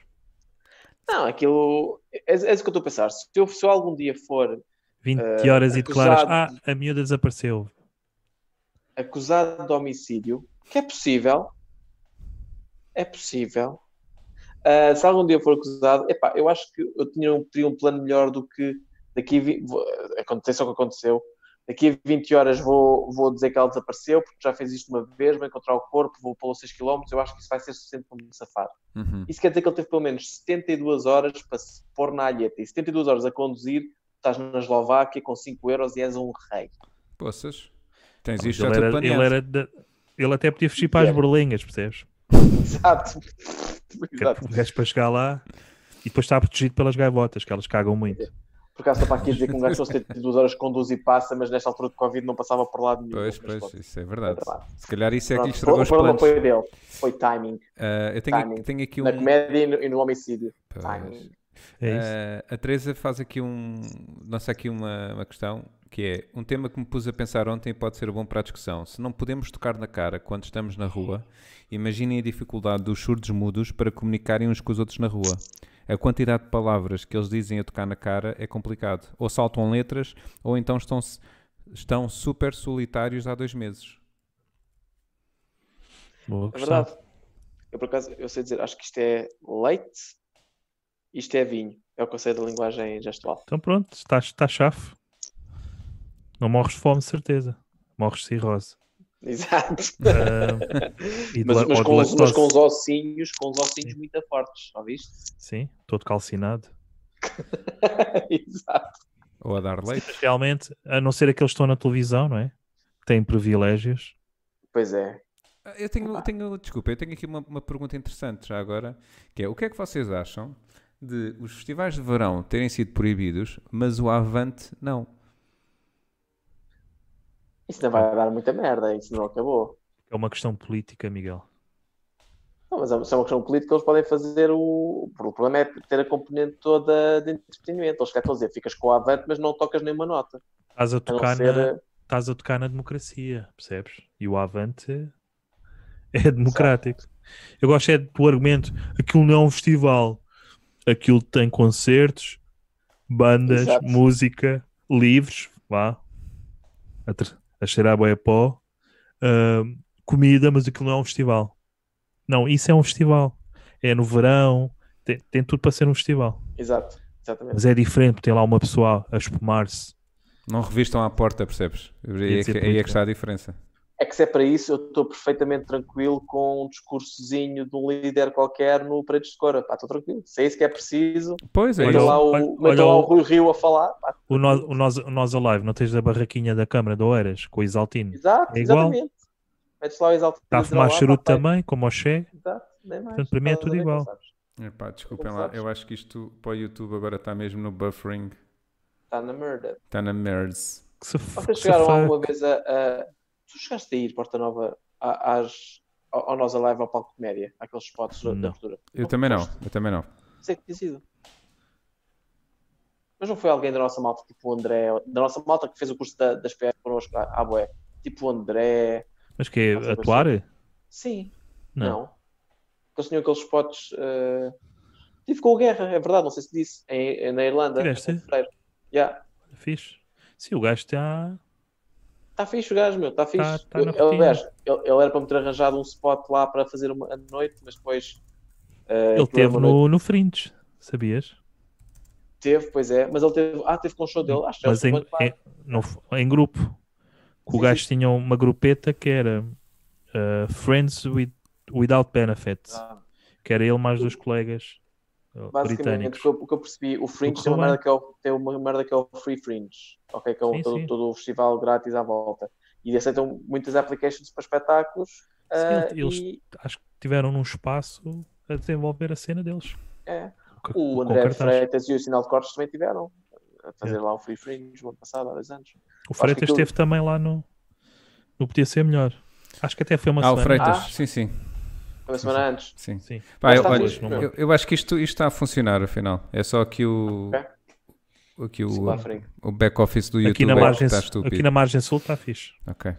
S3: Não, aquilo. É, é isso que eu estou a pensar. Se eu, se eu algum dia for
S2: 20
S3: Eh,
S2: horas e declaras, ah,
S3: acusado.
S2: a miúda desapareceu.
S3: acusado de homicídio, que é possível, é possível. Ah, se algum dia for acusado, epá, eu acho que eu tinha um, teria um plano melhor do que daqui a 20, vou- aconteça o que aconteceu. Daqui a 20 horas vou, vou dizer que ela desapareceu, porque já fez isto uma vez, vou encontrar o corpo, vou pô-lo 6 km, eu acho que isso vai ser suficiente para me safar.
S1: Uhum.
S3: Isso quer dizer que ele teve pelo menos 72 horas para se pôr na alheta. E 72 horas a conduzir, estás na Eslováquia com 5 euros e és um rei.
S1: Poças. Tens
S2: Mas
S1: isto já
S2: ele,
S1: tudo
S2: era,
S1: planeado.
S2: ele, era da- ele até podia fugir para as
S3: Yeah.
S2: berlingas, percebes?
S3: Exato.
S2: Que é
S3: Exato.
S2: O gajo para chegar lá e depois está protegido pelas gaivotas, que elas cagam muito.
S3: Por acaso está para aqui dizer que um gajo só 72 horas conduz e passa, mas nesta altura de Covid não passava por lado nenhum.
S1: Pois,
S3: Mas
S1: pois,
S3: pronto.
S1: isso é verdade.
S3: Pronto,
S1: Se calhar isso é que lhe
S3: o-
S1: estragou
S3: o
S1: os
S3: problema
S1: planos.
S3: foi dele, foi timing,
S1: Ah, eu tenho, aqui-
S3: timing.
S1: tenho aqui um.
S3: na comédia e no, e no homicídio.
S1: Pois.
S3: Timing.
S2: É isso.
S1: Ah, a Teresa faz aqui um. lança aqui uma, uma questão que é um tema que me pus a pensar ontem e pode ser bom para a discussão. Se não podemos tocar na cara quando estamos na rua, imaginem a dificuldade dos surdos mudos para comunicarem uns com os outros na rua. A quantidade de palavras que eles dizem a tocar na cara é complicado. Ou saltam letras, ou então estão, estão super solitários há dois meses.
S2: Boa
S3: É
S2: questão.
S3: verdade. Eu por acaso, eu sei dizer, acho que isto é leite, isto é vinho. É o conceito da linguagem gestual.
S2: Então pronto, estás, estás chave. Não morres de fome, de certeza. Morres de cirrose.
S3: Exato.
S2: Ah, e de
S3: Mas,
S2: la-
S3: mas
S2: ou de
S3: com, os- mas
S2: lactose.
S3: com os ossinhos, com os ossinhos muito fortes, ouviste?
S2: Sim, todo calcinado.
S3: Exato.
S1: Ou a dar leite.
S2: Mas realmente, a não ser aqueles que estão na televisão, não é? Têm privilégios.
S3: Pois é.
S1: Ah, Eu tenho, eu tenho- desculpa, eu tenho aqui uma, uma pergunta interessante já agora, que é o que é que vocês acham de os festivais de verão terem sido proibidos, mas o Avante não?
S3: Isso não vai dar muita merda, isso não acabou.
S2: É uma questão política, Miguel.
S3: Não, mas é- se é uma questão política, eles podem fazer o. O problema é ter a componente toda de entretenimento. Eles querem dizer, ficas com o avante, mas não tocas nenhuma nota.
S2: Estás a
S3: A não
S2: tocar,
S3: ser.
S2: na,
S3: eh,
S2: estás a tocar na democracia, percebes? E o Avante é democrático. Eu gosto é do argumento: aquilo não é um festival, aquilo tem concertos, bandas,
S3: Exato.
S2: música, livros, vá, a, ter, a cheirar bué a pó, ahm, comida, mas aquilo não é um festival. Não, isso é um festival. É no verão, tem, tem tudo para ser um festival.
S3: Exato, exatamente.
S2: Mas é diferente, tem lá uma pessoa a espumar-se.
S1: Não revistam à porta, percebes? Aí
S2: Ia
S1: é que,
S2: dizer
S1: aí é que
S2: política.
S1: está a diferença.
S3: É que se é para isso, eu estou perfeitamente tranquilo com um discursozinho de um líder qualquer no Paredes de Cora. Pá, estou tranquilo. Se é isso que é preciso,
S1: Pois é,
S2: Olha
S3: meta
S1: isso.
S2: lá.
S3: lá o,
S2: olha-
S3: meta
S2: olha
S3: lá o
S2: o-
S3: Rui Rio a falar. Pá,
S2: O nós, o, nós, o nós Alive, não tens a barraquinha da Câmara de Oeiras com o Isaltino?
S3: exato,
S2: É igual.
S3: exatamente. Metes lá o exalto.
S2: Está a fumar charuto também, como o Xé?
S3: Exato, nem mais.
S2: Portanto, para mim é
S3: Estás a
S2: tudo
S3: ver,
S2: igual.
S3: não sabes.
S1: Epá, desculpem lá, eu acho que isto para o YouTube agora está mesmo no buffering,
S3: Está na merda.
S1: está na merds.
S2: Que se f-
S3: Vocês
S2: que se
S3: chegaram
S2: fa-
S3: alguma vez a, a- Tu chegaste a ir, Porta Nova, a- às... ao ao Nós Alive ao Palco de Comédia? Aqueles spots da- da
S2: Não.
S3: abertura?
S1: Eu também não, eu também não.
S3: Sei que tinha sido. Mas não foi alguém da nossa malta, tipo o André, da nossa malta que fez o curso da, das PF connosco à, à Boé? Tipo o André.
S2: Mas que é
S3: Nossa,
S2: atuar?
S3: Sim.
S2: Não.
S3: Não. que eles tinham aqueles spots. eh, Tive com o Guerra, é verdade, não sei se disse, em- em- na Irlanda.
S2: Tiveste?
S3: em fevereiro. Yeah.
S2: Fixe. Sim, o gajo está.
S3: Está Tá fixe o gajo, meu, está fixe.
S2: Tá- tá
S3: Eu-
S2: na
S3: eu-
S2: rotina.
S3: aliás, ele, ele era para me ter arranjado um spot lá para fazer uma a noite, mas depois.
S2: Ele
S3: eh, aquilo era
S2: teve
S3: uma noite-
S2: no, no Fringe, sabias?
S3: Teve, pois é, mas ele teve. Ah, teve com o show dele, acho que
S2: Mas em,
S3: ele foi-
S2: em, não f- em grupo. Que
S3: Sim,
S2: o gajo tinha uma grupeta que era ah, Friends with, Without Benefits,
S3: Ah.
S2: que era ele mais dois colegas ah,
S3: Basicamente, o
S2: britânicos.
S3: que, eu, o que eu percebi, o Fringe tem
S2: correu
S3: uma,
S2: bem.
S3: merda que é o, tem uma merda que é o Free Fringe, ok? Que é o,
S2: Sim,
S3: todo,
S2: sim.
S3: todo o festival grátis à volta. E aceitam muitas applications para espetáculos. ah,
S2: ele- eles-
S3: e,
S2: Acho que tiveram num espaço a desenvolver a cena deles.
S3: é,
S2: com-
S3: o
S2: com É.
S3: André
S2: cartaz.
S3: Freitas e o Sinal de Cortes também tiveram a fazer lá o Free Fringe no ano passado, há dois anos.
S2: O Freitas
S3: aquilo-
S2: esteve também lá no. Não podia ser melhor. Acho que até foi uma
S1: Ah, o
S2: semana.
S1: Freitas.
S3: Ah.
S1: Sim, sim,
S3: Foi Uma semana antes.
S1: sim.
S2: Sim.
S1: Pá,
S3: Mas
S1: eu,
S3: está
S1: olha,
S3: fixe,
S1: eu-
S2: não é?
S1: eu acho que isto, isto está a funcionar, afinal. É só que o. Aqui
S3: Sim,
S1: o,
S3: lá à frente.
S1: o back office do
S2: Aqui
S1: YouTube
S2: na,
S1: é que
S2: margem,
S1: está
S2: sul-
S1: estúpido.
S2: aqui na margem sul está fixe.
S1: Ok.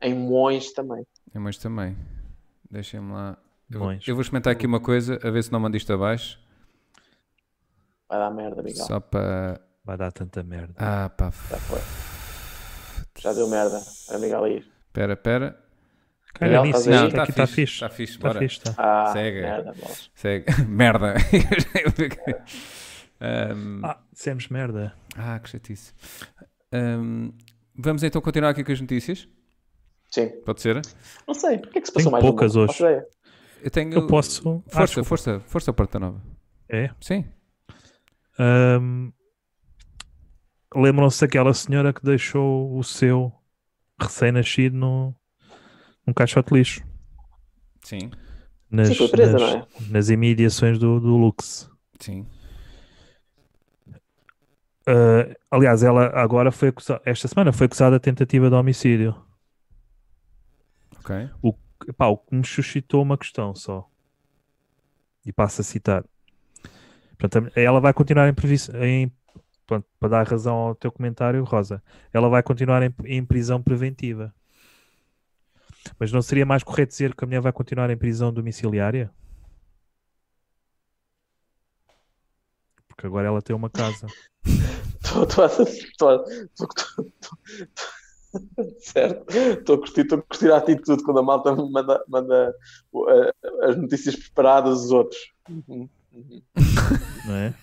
S3: Em Mões também.
S1: É, mas também. Deixem-me lá. Eu, vou-
S2: Bons.
S1: eu vou experimentar aqui uma coisa, a ver se não mando isto abaixo.
S3: Vai dar merda, Miguel.
S1: Só para.
S2: Vai dar tanta merda.
S1: Ah, pá.
S3: Já
S1: f-
S3: foi. Já deu merda. Era Miguel ir.
S1: Pera, pera.
S2: Caga
S3: Miguel,
S2: nisso,
S3: estás
S2: isto
S3: aí?
S2: aqui está fixe.
S1: Está tá fixe,
S2: Está
S1: bora.
S2: fixe, tá. está.
S3: Ah,
S1: Segue.
S3: merda, bolas.
S1: Segue. merda. Ahm,
S2: Ah, dissemos merda.
S1: ah, que chatice. Ahm, vamos então continuar aqui com as notícias?
S3: Sim.
S1: Pode ser?
S3: Não sei. O que é que se
S2: Tenho
S3: passou mais? no
S2: poucas
S3: mundo?
S2: hoje.
S3: Faço ideia.
S1: Eu tenho.
S2: Eu posso. Ah,
S1: Força,
S2: desculpa.
S1: força, força, Porta Nova.
S2: É.
S1: Sim.
S2: Ahm, Lembram-se daquela senhora que deixou o seu recém-nascido no, num caixote de lixo
S1: Sim.
S2: nas,
S3: Sim, foi presa,
S2: nas,
S3: não é?
S2: nas imediações do, do Lux.
S1: Sim.
S2: Ah, aliás, ela agora foi acusada, esta semana foi acusada de tentativa de homicídio.
S1: Ok.
S2: Epá, o que me suscitou uma questão só. E passo a citar. Portanto, a- ela vai continuar em, previs- em- pronto, para dar razão ao teu comentário, Rosa. Ela vai continuar em, em prisão preventiva. Mas não seria mais correto dizer que a mulher vai continuar em prisão domiciliária? Porque agora ela tem uma casa.
S3: Estou estou a. Estou a. Estou Certo? Estou a curtir, estou a curtir a atitude quando a malta me manda, manda uh, as notícias preparadas dos outros. Uhum, uhum.
S2: não é?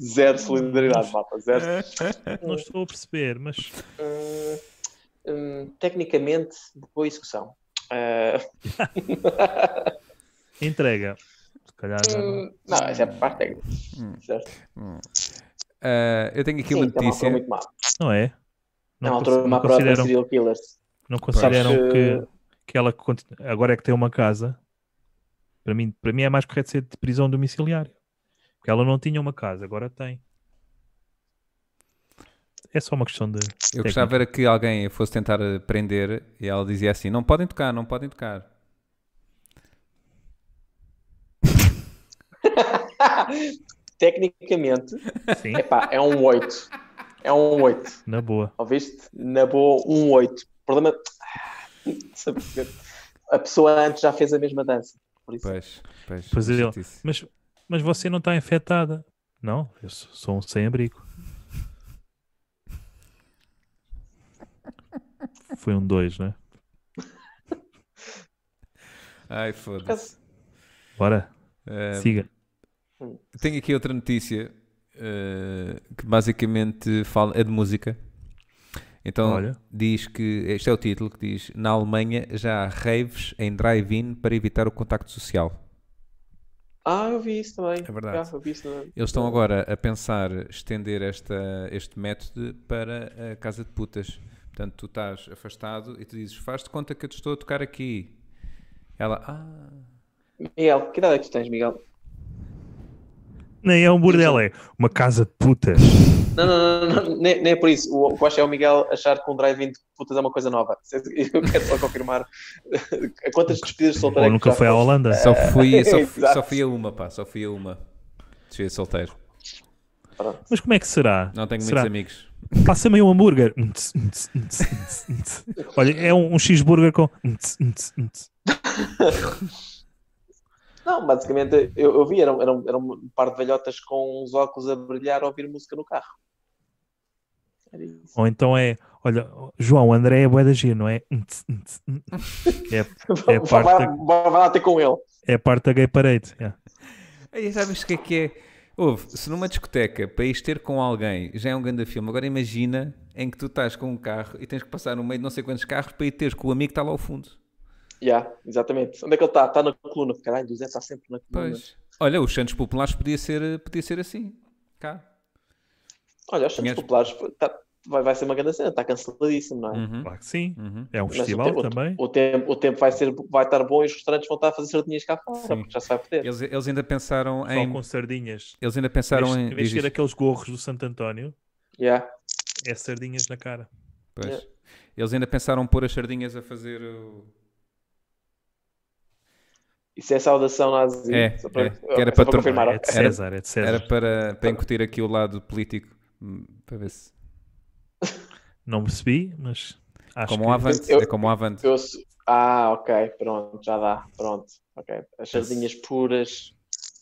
S3: Zero solidariedade, malta. Zero.
S2: Não estou a perceber, mas
S3: Hum, hum, tecnicamente, boa execução. Uh,
S2: entrega. Se calhar já não.
S3: hum, não, essa é a parte técnica.
S1: Hum.
S3: Certo?
S1: Ah, eu tenho aqui
S3: Sim,
S1: uma
S3: então,
S1: notícia.
S3: foi muito mal.
S2: Não é?
S3: Na
S2: Não,
S3: altura,
S2: cons-
S3: uma
S2: não
S3: prova de
S2: consideram,
S3: serial killers.
S2: não consideram
S3: Acho
S2: que, que ela continu- agora é que tem uma casa. Para mim, para mim é mais correto ser de prisão domiciliária. Porque ela não tinha uma casa, agora tem. É só uma questão de.
S1: Eu
S2: técnica.
S1: gostava era que alguém fosse tentar eh, prender e ela dizia assim: não podem tocar, não podem tocar.
S3: Tecnicamente,
S2: Sim,
S3: epá, é um 8. É um 8.
S2: na boa.
S3: Ouviste? Na boa, um 8. O problema. Ah, Sabe porquê? A pessoa antes já fez a mesma dança. Por isso.
S1: Pois, pois.
S2: Pois é.
S1: justiça.
S2: Mas, mas você não está infectada. Não, eu sou, sou um sem-abrigo. Foi um dois, né?
S1: Ai,
S3: Por acaso,
S1: foda-se.
S2: Bora,
S1: Eh,
S2: siga.
S1: tenho aqui outra notícia eh, que basicamente fala, é de música. Então
S2: Olha.
S1: diz que, este é o título que diz, na Alemanha já há raves em drive-in para evitar o contacto social.
S3: Ah, eu vi isso também.
S1: É verdade.
S3: Ah, eu vi isso na-
S1: Eles estão agora a pensar estender esta, este método para a casa de putas. Portanto, tu estás afastado e tu dizes, faz-te conta que eu te estou a tocar aqui. Ela, ah,
S3: Miguel, que idade é que tu tens, Miguel?
S2: Nem é um bordel, é uma casa de putas.
S3: Não, não, não, não, não, nem, nem é por isso. O, o que eu acho é o Miguel achar que um drive-in de putas é uma coisa nova. Eu quero só confirmar a quantas despedidas de solteiro
S2: Ou
S3: é que
S2: nunca
S3: já
S2: foi à
S3: foste?
S2: Holanda.
S1: só fui, só, fui-
S3: Exato.
S1: só fui a uma, pá, só fui a uma. Desfia solteiro.
S3: Pronto.
S2: Mas como é que será?
S1: Não tenho
S2: será?
S1: muitos amigos.
S2: Passa-me aí um hambúrguer. Um tss, um tss, um tss, um tss, um tss. Olha, é um, um cheeseburger com. um tss, um tss, um tss.
S3: Não, basicamente, eu, eu vi, era, um- era, um- era um par de velhotas com uns óculos a brilhar a ouvir música no carro. Era isso.
S2: Ou então é, olha, João, o André é bué da giro, não é? Ntz, ntz, ntz. É, é a
S3: Vai,
S2: parte
S3: lá- vai lá ter com ele.
S2: é a parte da gay parade. É, yeah.
S1: Aí sabes o que é que é? Ouve, se numa discoteca para ires ter com alguém já é um grande filme, agora imagina em que tu estás com um carro e tens que passar no meio de não sei quantos carros para ir teres com o amigo que está lá ao fundo.
S3: Yeah, exatamente. Onde é que ele está? Está na coluna. Caralho, o Zé está sempre na coluna.
S1: Pois. Olha, os Santos Populares podia ser, podia ser assim. Cá.
S3: Olha, os Santos
S1: Conheces?
S3: Populares tá- vai, vai ser uma grande cena, está canceladíssimo, não é?
S1: Uhum,
S2: Claro que sim.
S1: uhum.
S2: É um
S3: Mas
S2: festival
S3: o tempo,
S2: também.
S3: O, tempo, o tempo vai, ser, vai estar bom e os restaurantes vão estar a fazer sardinhas cá fora,
S1: Sim.
S3: porque já se vai poder.
S1: Eles, eles ainda pensaram
S2: Só
S1: em.
S2: com sardinhas.
S1: Eles ainda
S2: Em
S1: pensaram
S2: vez,
S1: em.
S2: em vez de
S1: diz
S2: ter
S1: isto,
S2: aqueles gorros do Santo António,
S3: Yeah.
S2: é sardinhas na cara.
S1: pois.
S3: Yeah.
S1: Eles ainda pensaram pôr as sardinhas a fazer o.
S3: Isso é saudação nazi.
S1: É,
S3: só para,
S1: é, que era
S3: só
S1: para
S3: para
S1: tornar-
S3: confirmar.
S2: É de
S1: Era-
S2: César, é de César.
S1: Era para, para incutir aqui o lado político. hum, Para ver se.
S2: Não percebi, mas acho
S1: Como
S2: que
S1: um avante.
S3: Eu-
S1: É como um avante.
S3: Eu sou- Ah, ok, pronto, já dá, pronto. Ok, as sardinhas puras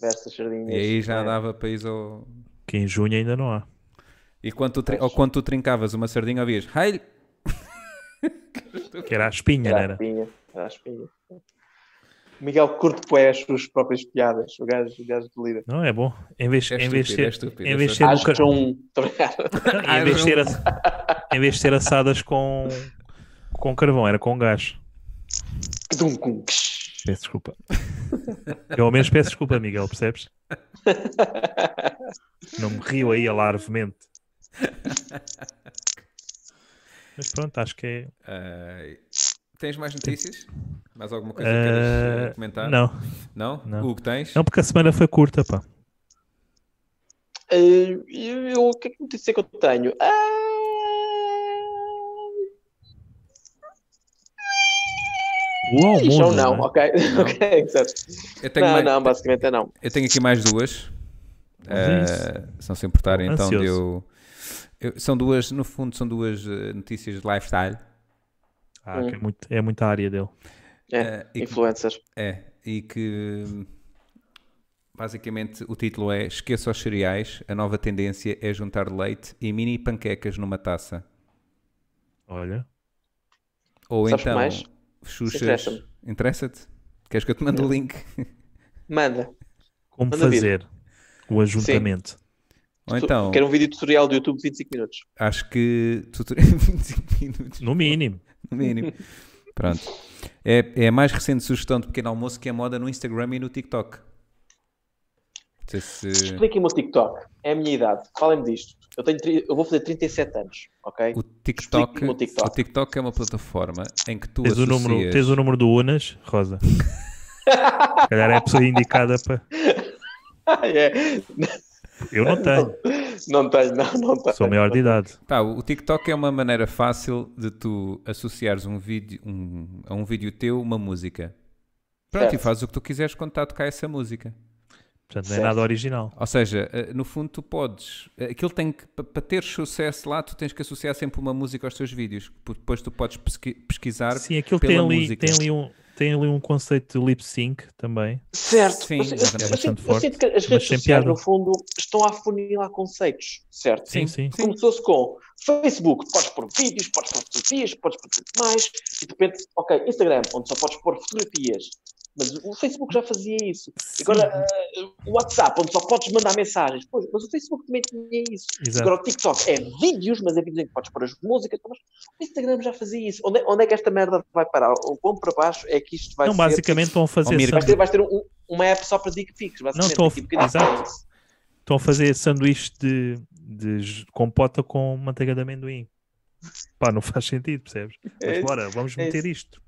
S3: versus sardinhas.
S1: E aí já
S2: é.
S3: né?
S1: dava país ao.
S2: que em junho ainda não há.
S1: E quando tu, trin- ou quando tu trincavas uma sardinha, ouvias. Heil!
S2: Que era a espinha, não
S3: Era a
S2: era?
S3: espinha, era a espinha. Miguel curte poé as suas próprias piadas, o gajo, o gajo delira.
S2: Não, é bom. Em vez,
S1: É
S2: em vez de
S1: estúpido, é
S2: ser,
S1: estúpido,
S2: em
S1: é
S2: vez de ser, no
S3: Acho
S2: ca-
S3: que um. Tô brincando.
S2: Não, e em, vez de ser ass-
S1: é um-
S2: em vez de ser assadas com, com carvão, era com gás.
S3: Dum, cum, psh.
S2: Peço desculpa. Eu ao menos peço desculpa, Miguel, percebes? Não me rio aí alarvemente. Mas pronto, acho que é.
S1: Ai. tens mais notícias? Mais alguma coisa que queres eh,
S2: Ah,
S1: comentar?
S2: não,
S1: Não?
S2: não.
S1: Hugo, tens?
S2: não, porque a semana foi curta, pá.
S3: Eh, eu- eu- O que é que notícia que eu tenho?
S1: É
S3: Ah,
S1: um
S2: Uau,
S3: Ixi, Ah, ou
S2: mundo,
S3: não,
S2: não é?
S3: ok. ok, exato.
S1: Eu tenho,
S3: Não,
S1: mais-
S3: não, basicamente é não.
S1: eu tenho aqui mais duas.
S2: Mas é
S1: Eh, se não se importarem, então de eu,
S2: Ansioso.
S1: eu- São duas, no fundo, são duas eh, notícias de lifestyle.
S2: Ah, que é, muito, é muita área dele.
S1: eh,
S3: É,
S1: e que-
S3: influencers.
S1: É, e que hum, basicamente o título é Esqueça os cereais, a nova tendência é juntar leite e mini panquecas numa taça.
S2: Olha,
S1: Ou
S3: Sabes que
S1: então,
S3: mais?
S1: Xuxas.
S3: Interessa-me.
S1: Interessa-te? Queres que eu te mande o link?
S3: Manda.
S2: como
S3: Manda vir.
S2: fazer o ajuntamento.
S1: Ou
S3: Tu-
S1: então,
S3: Quero um vídeo tutorial do YouTube de 25 minutos.
S1: acho que tutorial 25 minutos.
S2: No mínimo.
S1: No mínimo. Pronto. É, é a mais recente sugestão de pequeno almoço que é moda no Instagram e no TikTok. Não sei se.
S3: Expliquem-me o TikTok. É a minha idade. Falem-me disto. Eu, tenho, tri- eu vou fazer 37 anos, ok?
S1: O TikTok,
S3: Explique-me o TikTok.
S1: o TikTok é uma plataforma em que tu
S2: Tens o,
S1: associas...
S2: número, tens o número do Unas, Rosa. Se calhar é a pessoa indicada para.
S3: Ah, é.
S2: Eu não tenho,
S3: Não tenho, não, não tenho.
S2: sou maior de idade.
S1: Pá, o TikTok é uma maneira fácil de tu associares um vídeo, um- a um vídeo teu uma música. Pronto, e
S3: Certo.
S1: fazes o que tu quiseres quando está a tocar essa música.
S2: Portanto, não é
S3: Certo.
S2: nada original.
S1: Ou seja, eh, no fundo tu podes, eh, aquilo tem que, pa- para ter sucesso lá, tu tens que associar sempre uma música aos teus vídeos, porque depois tu podes pesqui- pesquisar
S2: Sim, aquilo
S1: pela
S2: tem ali,
S1: música.
S2: tem, ali um, tem ali um conceito de lip sync também.
S3: Certo.
S1: Sim,
S3: eu, sinto-
S1: mas é
S3: eu
S1: bastante
S3: sinto- eu
S2: forte,
S3: sinto que as
S2: mas
S3: redes
S2: sem
S3: sociais,
S2: piada.
S3: no fundo, estão a funilar conceitos, certo?
S2: Sim, sim.
S3: Começou-se com Facebook, podes pôr vídeos, podes pôr fotografias, podes pôr tudo mais, e de repente, ok, Instagram, onde só podes pôr fotografias. Mas o Facebook já fazia isso. Agora, ah, o WhatsApp, onde só podes mandar mensagens. Pois, mas o Facebook também tinha isso.
S2: Exato.
S3: Agora, o TikTok é vídeos, mas é vídeos em que podes pôr as músicas. Mas o Instagram já fazia isso. Onde é, onde é que esta merda vai parar? O quão para baixo é que isto vai
S2: Não,
S3: ser?
S2: basicamente estão a
S1: Ó,
S2: fazer,
S1: Mira,
S3: Vais ter,
S2: sandu...
S3: vais ter um- uma app só para dick pics, basicamente.
S2: estou a-
S3: aqui um bocadinho.
S2: exato. estão a fazer sanduíches de, de j- compota com manteiga de amendoim. Pá, não faz sentido, percebes?
S3: É
S2: Mas
S3: isso,
S2: bora, vamos
S3: é
S2: meter
S3: isso.
S2: isto.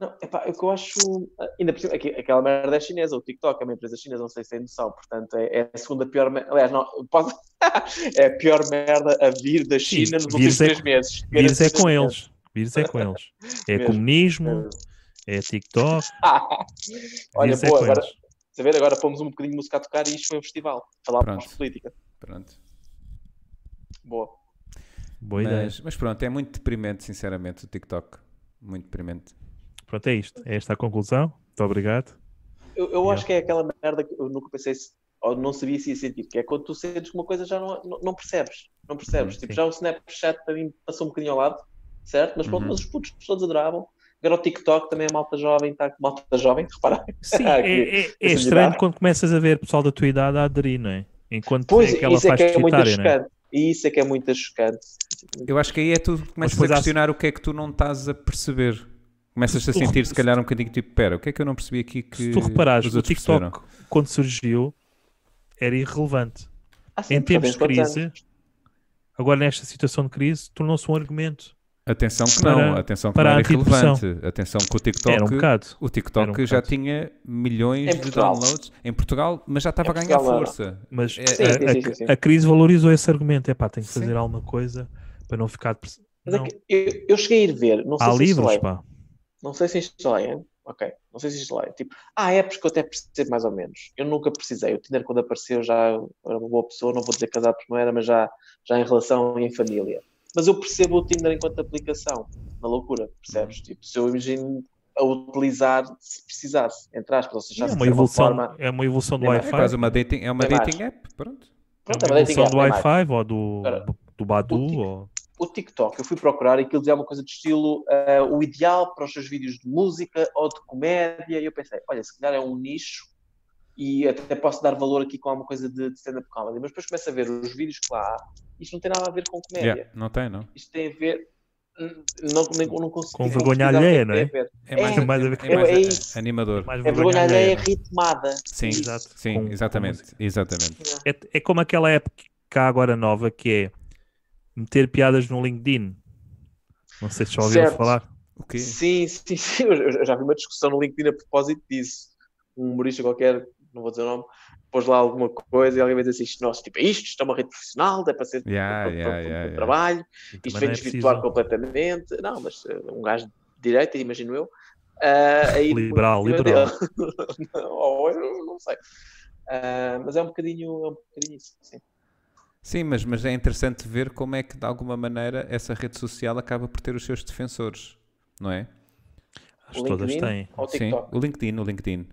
S3: Não, epá, o que eu acho. Ainda por cima, aqui- aquela merda é chinesa, o TikTok é uma empresa chinesa, não sei se tem noção, portanto é, é a segunda pior merda. Aliás, não, pode. é a pior merda a vir da China
S2: Sim,
S3: nos últimos
S2: vírus é
S3: três
S2: com-
S3: meses.
S2: Vírus é com
S3: Garantido.
S2: eles. Vírus é com eles. É
S3: Mesmo.
S2: comunismo, é TikTok.
S3: Ah, Olha,
S2: vírus é
S3: boa,
S2: com
S3: agora-
S2: eles.
S3: saber, agora pomos um bocadinho de música a tocar e isto foi um festival. Falávamos
S1: Pronto.
S3: de política.
S1: Pronto.
S3: Boa.
S2: Boa ideia.
S1: Mas, mas pronto, é muito deprimente, sinceramente, o TikTok. Muito deprimente.
S2: Pronto, é isto. É esta a conclusão. Muito obrigado.
S3: Eu, eu
S2: Yeah.
S3: acho que é aquela merda que eu nunca pensei, se- ou não sabia se ia sentir, que é quando tu sentes que uma coisa já não, não, não percebes. Não percebes.
S2: Uhum,
S3: tipo,
S2: sim.
S3: já o Snapchat para mim passou um bocadinho ao lado, certo? Mas pronto,
S1: Uhum.
S3: mas os putos todos adoravam. Agora o TikTok também é malta jovem, está malta jovem, repara.
S2: Sim,
S3: Ah,
S2: é,
S3: que-
S2: é- é
S3: essa
S2: estranho
S3: idade.
S2: quando começas a ver pessoal da tua idade a aderir, não é? Enquanto
S3: Pois,
S2: é aquela
S3: isso é que
S2: faixa
S3: é muito
S2: etária, não é?
S3: chocante. E isso é que é muito chocante.
S1: Eu acho que aí é tu que começas
S2: depois
S1: a
S2: há-
S1: questionar o que é que tu não estás a perceber. Começas a
S2: Se tu-
S1: sentir, se calhar, um bocadinho tipo, pera, o que é que eu não percebi aqui que
S2: Se tu reparares,
S1: os
S2: o
S1: outros
S2: TikTok,
S1: perceberam?"
S2: quando surgiu, era irrelevante.
S3: Ah, sim,
S2: Em
S3: tu
S2: tempos
S3: tens
S2: de
S3: quantos
S2: crise,
S3: anos?
S2: agora nesta situação de crise, tornou-se um argumento.
S1: Atenção que
S2: para-
S1: não, atenção que
S2: para
S1: não era
S2: a
S1: irrelevante. Atenção que o TikTok,
S2: Era um bocado.
S1: o TikTok
S2: Era um
S1: já
S2: bocado.
S1: tinha milhões
S3: Em
S1: de
S3: Portugal.
S1: downloads em Portugal, mas já estava
S3: Em
S1: a ganhar
S3: Portugal era.
S1: força.
S2: Mas
S1: É-
S2: a,
S3: sim,
S2: a-
S3: sim, sim.
S2: a crise valorizou esse argumento. É pá, tem que
S1: Sim.
S2: fazer alguma coisa para não ficar. depres-
S3: Mas é
S2: Não.
S3: que eu, eu cheguei a ir ver, não sei
S2: Há
S3: se é
S2: livros,
S3: instalei.
S2: pá.
S3: Não sei se instalei, hein? ok. Não sei se instalei. Tipo, há apps que eu até percebo mais ou menos. Eu nunca precisei. O Tinder, quando apareceu, já era uma boa pessoa. Não vou dizer casado porque não era, mas já, já em relação e em família. Mas eu percebo o Tinder enquanto aplicação. Na loucura, percebes? Tipo, se eu imagino a utilizar se precisasse, entre aspas, ou seja, já
S2: É
S3: se
S2: uma
S3: de alguma
S2: evolução,
S3: forma.
S2: é uma evolução do
S3: Nem
S1: É
S2: Wi-Fi.
S1: quase uma dating, é uma
S3: Tem mais.
S1: dating app, pronto.
S3: Pronto,
S2: É
S3: mas
S2: uma
S3: aí tem
S2: evolução do
S3: que- tem mais.
S2: Wi-Fi ou do,
S3: Agora,
S2: do
S3: o
S2: Badu.
S3: Tik-
S2: Ou...
S3: o TikTok, eu fui procurar e aquilo dizia uma coisa de estilo eh, o ideal para os seus vídeos de música ou de comédia, e eu pensei, olha, se calhar é um nicho e até posso dar valor aqui com alguma coisa de, de stand-up comedy, mas depois começo a ver os vídeos que lá há, isto não tem nada a ver com comédia,
S1: Yeah, não tem, não.
S3: isto tem a ver hum, não, nem, não consigo
S2: Com vergonha
S3: concretizar o que
S2: alheia,
S3: tem
S2: não é?
S3: a ver.
S1: É mais,
S3: É,
S2: mais a
S1: é
S2: ver com-
S1: mais
S3: é isso.
S1: animador.
S2: Mais
S3: É vergonha alheia
S2: não é?
S3: ritmada.
S1: Sim,
S3: Isso.
S2: Exato.
S1: sim,
S2: Com- com
S1: exatamente, exatamente.
S2: É, é como aquela app que há agora nova que é meter piadas no LinkedIn. Não sei se já ouviram
S3: Certo.
S2: falar.
S1: O quê?
S3: Sim, sim, sim. Eu eu já vi uma discussão no LinkedIn a propósito disso. Um humorista qualquer, não vou dizer o nome, pôs lá alguma coisa e alguém vai dizer assim: isto, nossa, tipo, é isto, isto é uma rede profissional, deve para ser
S1: Yeah,
S3: para- para-
S1: yeah,
S3: para-
S1: yeah,
S3: para
S1: yeah.
S3: trabalho,
S2: E
S3: isto
S2: também
S3: vem
S2: não é
S3: desvirtuar
S2: preciso
S3: completamente. Não, mas eh, um gajo de direita, imagino eu. ah, aí,
S2: Liberal,
S3: Meu
S2: liberal.
S3: Deus. Ou eu não sei. Ah, mas é um bocadinho, é um bocadinho isso. Sim.
S1: Sim, mas, mas é interessante ver como é que, de alguma maneira, essa rede social acaba por ter os seus defensores, não é?
S2: Acho que todas têm.
S3: ou
S1: Sim,
S3: TikTok.
S1: o LinkedIn, o LinkedIn.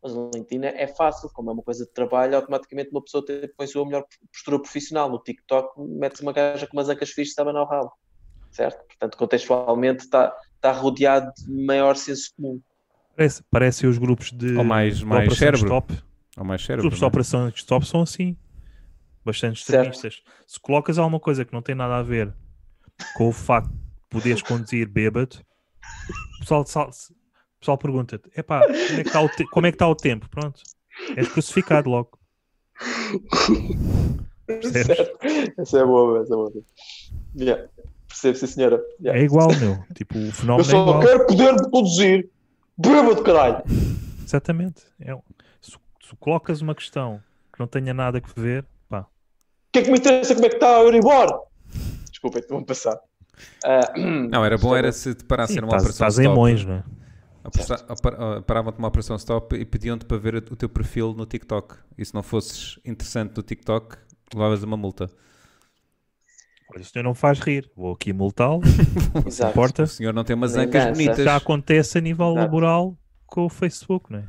S3: Mas o LinkedIn é fácil, como é uma coisa de trabalho, automaticamente uma pessoa tem- põe a sua melhor postura profissional. No TikTok, metes uma gaja com umas ancas fixas e estava no rabo. Certo? Portanto, contextualmente está tá rodeado de maior senso comum.
S2: Parece, parecem os grupos de,
S1: Ou mais-
S2: de
S1: mais
S2: operações
S1: cérebro.
S2: stop.
S1: Ou mais
S2: Os
S1: cérebro.
S2: grupos de
S1: não é?
S2: operações stop são assim. Bastante
S3: Certo.
S2: extremistas. Se colocas alguma coisa que não tem nada a ver com o facto de poderes conduzir bêbado, o pessoal, sal- o pessoal pergunta-te: epá, como é que está o, te- como é que está o tempo? Pronto. És crucificado logo. Percebes?
S3: Certo? Essa é boa, essa é boa. Yeah. Percebo, sim, senhora. Yeah.
S2: É igual, meu. Tipo, o
S3: Eu
S2: fenómeno é
S3: só
S2: igual.
S3: quero poder me conduzir. Beba de caralho!
S2: Exatamente. É um- se, se colocas uma questão que não tenha nada que ver, pá,
S3: O que é que me interessa como é que está a Euribor? Desculpem, vão passar. Ah,
S1: Não, era bom era se te parassem
S2: sim,
S1: numa
S2: estás,
S1: operação
S2: estás em
S1: stop.
S2: mões, não é?
S1: Opera- opera- ah, Paravam-te numa operação stop e pediam-te para ver o teu perfil no TikTok. E se não fosses interessante no TikTok, levavas uma multa.
S2: Olha, o senhor não faz rir. Vou aqui multá-lo,
S3: Exato.
S2: porta.
S1: O senhor não tem umas
S3: Vingança.
S1: ancas bonitas.
S2: Já acontece a nível
S3: Exato.
S2: laboral com o Facebook, não é?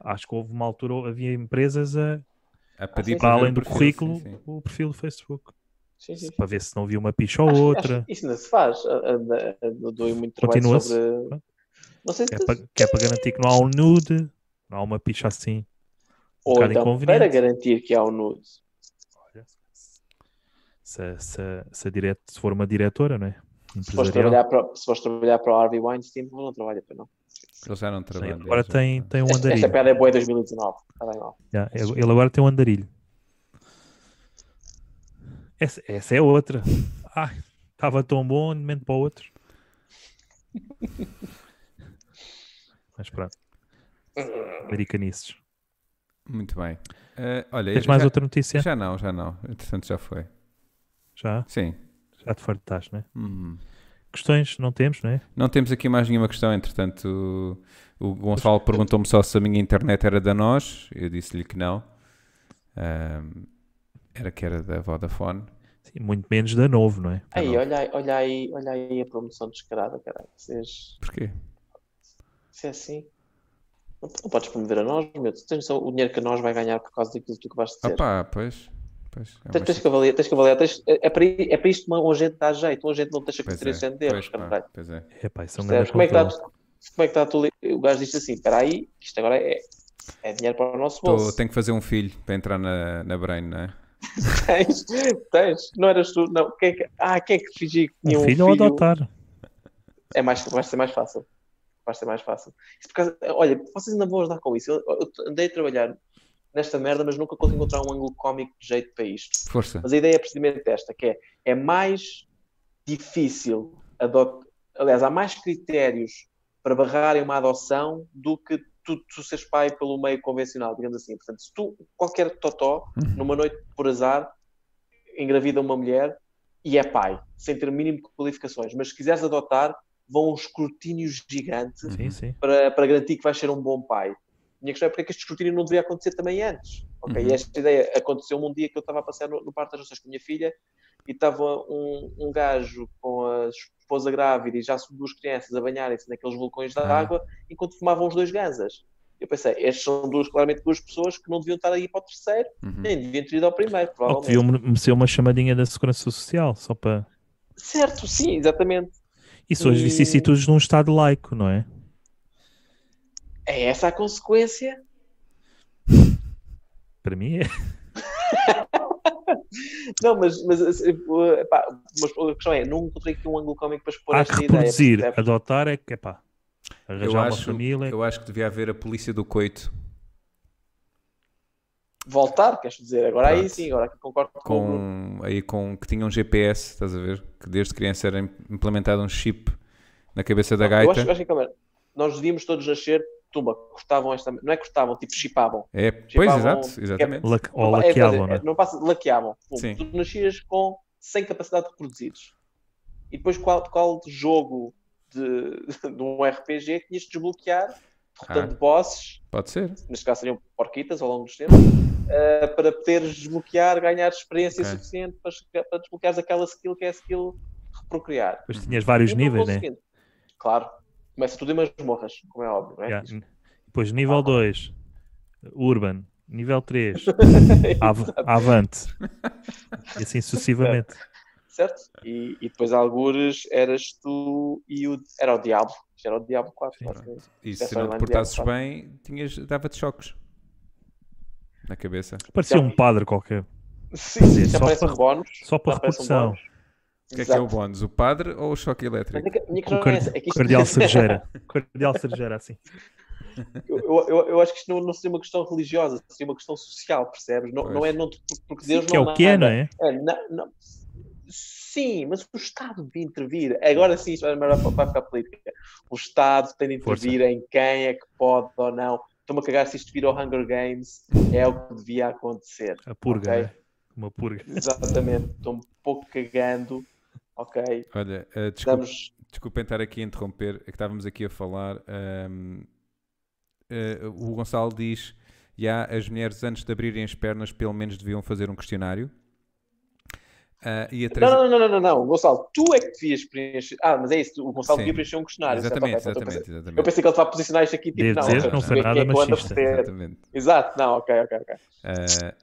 S2: Acho que houve uma altura, havia empresas a,
S1: A pedir
S3: sim,
S1: para
S2: para
S1: ver
S2: além
S1: o
S2: do
S1: perfil,
S2: currículo,
S1: sim, sim.
S2: o perfil do Facebook.
S3: Sim, sim, sim.
S2: Para ver se não via uma picha ou
S3: Acho-
S2: outra.
S3: acho que Isso ainda se faz. Eu- eu- Eu dou muito trabalho
S2: Continua-se.
S3: sobre. Não sei se.
S2: Que é, para, que é para garantir que não há um nude, não há uma picha assim. um
S3: Ou
S2: bocado
S3: então,
S2: inconveniente.
S3: para garantir que há um nude.
S2: Olha, Se, se, se, a dire- se for uma diretora, não é?
S3: Se fores
S2: Empresarial.
S3: trabalhar para, se fores trabalhar para o Harvey Weinstein, não trabalha para não.
S1: Eles já não
S2: Sim,
S1: trabalham.
S2: agora
S1: já.
S2: tem, tem um
S3: Esta, esta
S2: andarilho.
S3: piada é boa em 2019. Está bem mal.
S2: Já, ele ele agora tem um andarilho. Essa, essa é outra. Ai, estava tão bom de um momento para o outro. Mas pronto. Tá Americanices.
S1: Muito bem. Ah, olha,
S2: Tens
S1: já-
S2: mais outra notícia? Já,
S1: Já não, já não. Entretanto, já foi.
S2: já,
S1: Sim.
S2: te fartaste, não é?
S1: Hum.
S2: Questões não temos, não é?
S1: Não temos aqui mais nenhuma questão, entretanto, o, o Gonçalo perguntou-me só se a minha internet era da nós, eu disse-lhe que não. Ahm, era que era da Vodafone.
S2: Sim, muito menos da novo, não é?
S3: Aí,
S1: não.
S3: olha, aí- olha, aí, olha aí a promoção descarada, caralho. Vocês,
S1: Porquê?
S3: se é assim. Não, não podes promover a nós, meu. Tu tens noção o dinheiro que a nós vai ganhar por causa daquilo que tu vais dizer.
S1: Opá, Ah, pois. pois é
S3: Tens,
S1: uma
S3: tens que avaliar, tens que avaliar. Tens, é, é para, i- é para isto que um agente dá jeito. Um agente não deixa que
S1: Pois
S3: te
S1: é,
S3: de
S1: pois,
S3: erros,
S1: pá,
S3: caralho.
S1: pois é.
S2: É pá, isso é um
S3: Percebes?
S2: grande
S3: Como é que está,
S2: controle.
S3: como é que está a tua li- O gajo diz assim: espera aí, isto agora é, é dinheiro para o nosso
S1: Tô-
S3: bolso.
S1: tenho que fazer um filho para entrar na, na Brain, não é?
S3: Tens, tens. Não eras tu, não. Quem é que, ah, quem é que fingi que tinha
S2: Um
S3: um
S2: filho ou adotar?
S3: É mais, vai ser mais fácil. Vai ser mais fácil. Isso por causa- olha, vocês ainda vão ajudar com isso. Eu, eu andei a trabalhar nesta merda, mas nunca consigo encontrar um ângulo cómico de jeito para isto.
S1: Força.
S3: Mas a ideia é precisamente esta, que é, é mais difícil adotar... Aliás, há mais critérios para barrarem uma adoção do que tu, tu seres pai pelo meio convencional, digamos assim. Portanto, se tu, qualquer totó, numa noite por azar, engravida uma mulher e é pai, sem ter o mínimo de qualificações. Mas se quiseres adotar, vão um escrutínio gigante
S2: Sim,
S1: Uhum.
S2: sim.
S3: para, para garantir que vais ser um bom pai. Minha questão é porque é que este escrutínio não deveria acontecer também antes. ok?
S1: Uhum.
S3: E esta ideia aconteceu-me um dia que eu estava a passear no, no Parque das Nações com a minha filha e estava um, um gajo com a esposa grávida e já sub- duas crianças a banharem-se naqueles vulcões de
S1: Ah.
S3: água enquanto fumavam os dois ganzas. Eu pensei, estes são duas, claramente duas pessoas que não deviam estar aí para o terceiro,
S1: Uhum.
S3: nem deviam ter ido ao primeiro,
S2: Ou que
S3: provavelmente.
S2: deviam merecer uma chamadinha da Segurança Social, só para.
S3: Certo, sim, exatamente.
S2: Isso hoje
S3: E-
S2: vicissitudes num Estado laico, não é?
S3: É essa a consequência?
S2: Para mim é.
S3: Não, mas, mas, assim, eh, pá, mas a questão é, não encontrei aqui um ângulo cómico para expor
S2: Há Ah, que
S3: esta ideia.
S2: reproduzir.
S3: percebes?
S2: Adotar é que é pá.
S1: Eu
S2: Arranjar uma
S1: acho,
S2: família.
S1: Uhum. eu acho que devia haver a polícia do coito
S3: Voltar, queres dizer? Agora aí
S1: Pronto.
S3: sim, agora que concordo com, o Bruno.
S1: com, aí com, que tinha um GPS, estás a ver? Que desde criança era im- implementado um chip na cabeça da
S3: Ah, Eu acho, eu
S1: gaita.
S3: acho que, calma, nós devíamos todos nascer, tumba, cortavam esta... Não é cortavam, tipo chipavam.
S1: É, pois,
S3: Chipavam-
S1: exato, exatamente.
S2: Laque- ou
S3: Não pa- é,
S2: laqueá-lo,
S3: quer
S2: não
S3: dizer,
S2: é?
S3: não passa, laqueavam. Pum,
S1: Sim.
S3: Tu nascias com, sem capacidade de reproduzires. E depois qual, qual jogo de, de um RPG que tinhas de desbloquear, derrotando
S1: Ah.
S3: bosses...
S1: Pode ser.
S3: neste caso seriam porquitas ao longo dos tempos, uh, para poderes desbloquear, ganhar experiência
S1: Ok.
S3: suficiente para, chegar- para desbloqueares aquela skill que é a skill reprocriar.
S2: Depois tinhas vários
S3: E não
S2: níveis, né?
S3: conseguindo. Claro. Começa tudo em masmorras, como é óbvio, não é?
S2: Yeah. Depois nível 2, Urban. Nível 3, av Avante. E assim sucessivamente.
S3: Certo? E, e depois, algures, eras tu e o... Era o Diablo. Isto Era o Diablo 4,
S2: Sim.
S3: basicamente.
S1: E
S3: Essa
S1: se não te
S3: online
S1: portasses
S3: dela,
S1: bem, tinhas, dava-te choques na cabeça.
S2: Parecia um padre qualquer.
S3: Sim,
S2: dizer,
S3: sim, já
S2: só
S3: aparece
S2: para-
S3: um bónus.
S2: Só para
S3: Já aparece um
S2: reprodução.
S3: bónus.
S1: O que é que é
S3: Exato.
S1: o bónus? O padre ou o choque
S3: Mas
S1: elétrico?
S3: é que a minha
S2: Com
S3: questão
S2: o
S3: não é
S2: card
S3: essa. É que isto-
S2: cardeal cerejeira. Cardeal cerejeira, assim.
S3: Eu, eu, eu acho que isto não, não seria uma questão religiosa, seria uma questão social, percebes? Não,
S1: Pois.
S3: não é não, te- porque Deus
S2: Que é
S3: não
S2: o que é,
S3: manda.
S2: não é?
S3: É, na- não- Sim, mas o Estado devia intervir. Agora sim, isto vai vai- vai ficar política. O Estado tem de
S2: Força.
S3: intervir em quem é que pode ou não. Estou-me a cagar se isto vir ao Hunger Games. É o que devia acontecer.
S2: A purga,
S3: Ok.
S2: né? Uma purga.
S3: Exatamente. Estou-me um pouco cagando. Ok.
S1: Olha, eh, desculpa,
S3: Damos.
S1: Desculpem estar aqui a interromper, é que estávamos aqui a falar. ahm, eh, o Gonçalo diz: já as mulheres antes de abrirem as pernas, pelo menos deviam fazer um questionário. Ah, e a
S3: Não,
S1: Teresa-
S3: não, não, não, não, não. Gonçalo, tu é que devias preencher. Ah, mas é isso. O Gonçalo
S1: Sim.
S3: devia preencher um questionário. certo?
S1: Exatamente,
S3: Ok, pronto, eu pensei-
S1: exatamente,
S3: Eu
S1: exatamente.
S3: pensei que ele estava a posicionar isto aqui tipo,
S2: Devo
S3: não,
S2: dizer
S3: deixa
S1: que não
S3: eu
S2: foi
S3: ver quem
S2: nada
S3: é que eu ando a
S2: machista.
S3: foder.
S1: exatamente.
S3: Exato, não, ok, ok, ok.
S1: Ah,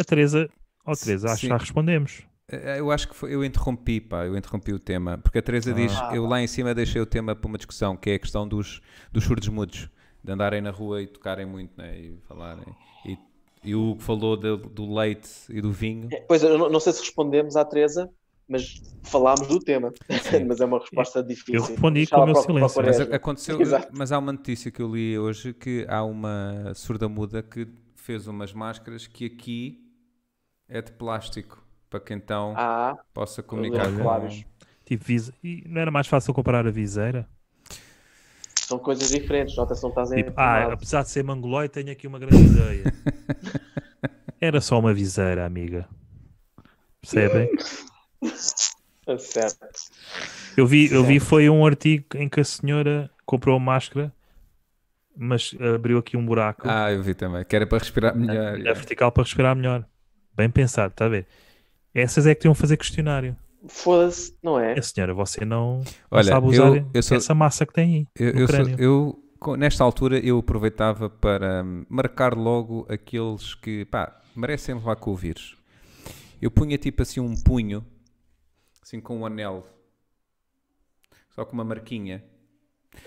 S2: A Teresa, ó Teresa, acho que
S1: Sim.
S2: já respondemos.
S1: eh, eu acho que foi- eu interrompi, pá, eu interrompi o tema, porque a Teresa
S2: Ah.
S1: diz:
S3: Ah,
S1: eu lá em cima deixei o tema para uma discussão, que é a questão dos, dos surdos mudos, de andarem na rua e tocarem muito, né, e falarem. E, e o que falou do- do leite e do vinho.
S3: É, Pois, eu não, não sei se respondemos à Teresa, mas falámos do tema.
S1: Sim.
S3: mas é uma resposta difícil.
S2: Eu respondi
S3: Deixa
S2: com o
S3: ela
S2: meu
S3: pro-
S2: silêncio, é
S3: procurar
S1: Mas
S3: esta.
S1: aconteceu,
S3: Exato.
S1: mas há uma notícia que eu li hoje que há uma surda muda que fez umas máscaras que aqui é de plástico para que então
S3: Ah,
S1: possa
S3: eu
S1: comunicar
S3: li
S1: com
S3: vários.
S2: Tipo, vise... E não era mais fácil comparar a viseira?
S3: são coisas diferentes, nota se não estás
S1: É,
S3: em.
S2: Tipo, ah, apesar de ser mangolói, tenho aqui uma grande ideia. Era só uma viseira, amiga. Percebem?
S3: Ah, certo.
S2: Eu vi, eu vi foi um artigo em que a senhora comprou a máscara, mas abriu aqui um buraco
S1: Ah, eu vi também, que era para respirar melhor.
S3: É,
S2: na vertical para respirar melhor. Bem pensado, está a ver? Essas é que deviam fazer questionário.
S3: Foda-se, não é?
S2: A senhora, você não, não
S1: Olha,
S2: sabe
S1: eu-
S2: usar
S1: eu sou-
S2: essa massa que tem aí
S1: Eu,
S2: no
S1: eu sou-
S2: crânio.
S1: eu co- nesta altura eu aproveitava para hum, marcar logo aqueles que, pá, merecem levar com o vírus. Eu punha tipo assim um punho, assim com um anel, só com uma marquinha.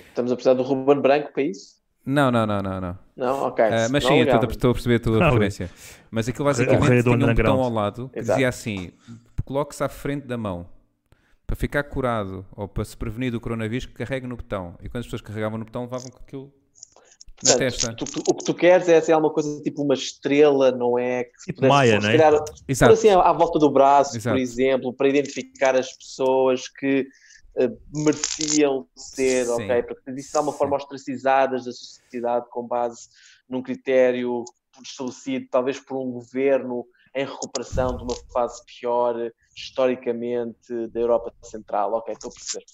S3: Estamos a precisar do Ruben Branco para isso?
S1: Não, não, não, não, não.
S3: Não? Ok.
S1: Ah, mas
S3: não
S1: sim, eu
S3: legal.
S1: estou a- estou a perceber a tua
S2: Ah,
S1: referência. Mas aquilo
S2: O rei
S1: basicamente
S2: do
S1: tinha um botão
S2: underground.
S1: ao lado que
S3: Exato.
S1: dizia assim: coloque-se à frente da mão. Para ficar curado ou para se prevenir do coronavírus, carregue no botão. E quando as pessoas carregavam no botão, levavam com aquilo na
S3: Portanto,
S1: testa.
S3: tu- tu- o que tu queres é assim, alguma coisa tipo uma estrela, não é? Que se
S2: Tipo
S3: pudesse-
S2: Maia,
S3: se
S2: não é?
S3: calhar, Pôr
S1: Exato.
S3: assim à, à volta do braço,
S1: Exato.
S3: por exemplo, para identificar as pessoas que eh, mereciam ser,
S1: Sim.
S3: ok? Porque de alguma
S1: Sim.
S3: forma ostracizadas da sociedade com base num critério estabelecido, talvez por um governo em recuperação de uma fase pior eh, historicamente da Europa Central, ok? Estou a perceber.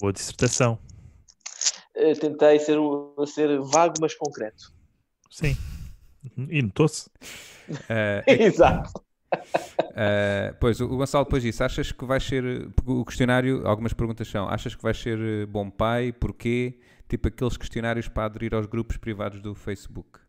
S2: Boa dissertação.
S3: Eh, tentei ser, um- ser vago, mas concreto.
S2: Sim. E notou-se.
S1: Ah,
S3: Exato.
S1: ah, pois, o Gonçalo depois disse: achas que vais ser. porque O questionário, algumas perguntas são: achas que vais ser eh, bom pai? Porquê? Tipo aqueles questionários para aderir aos grupos privados do Facebook.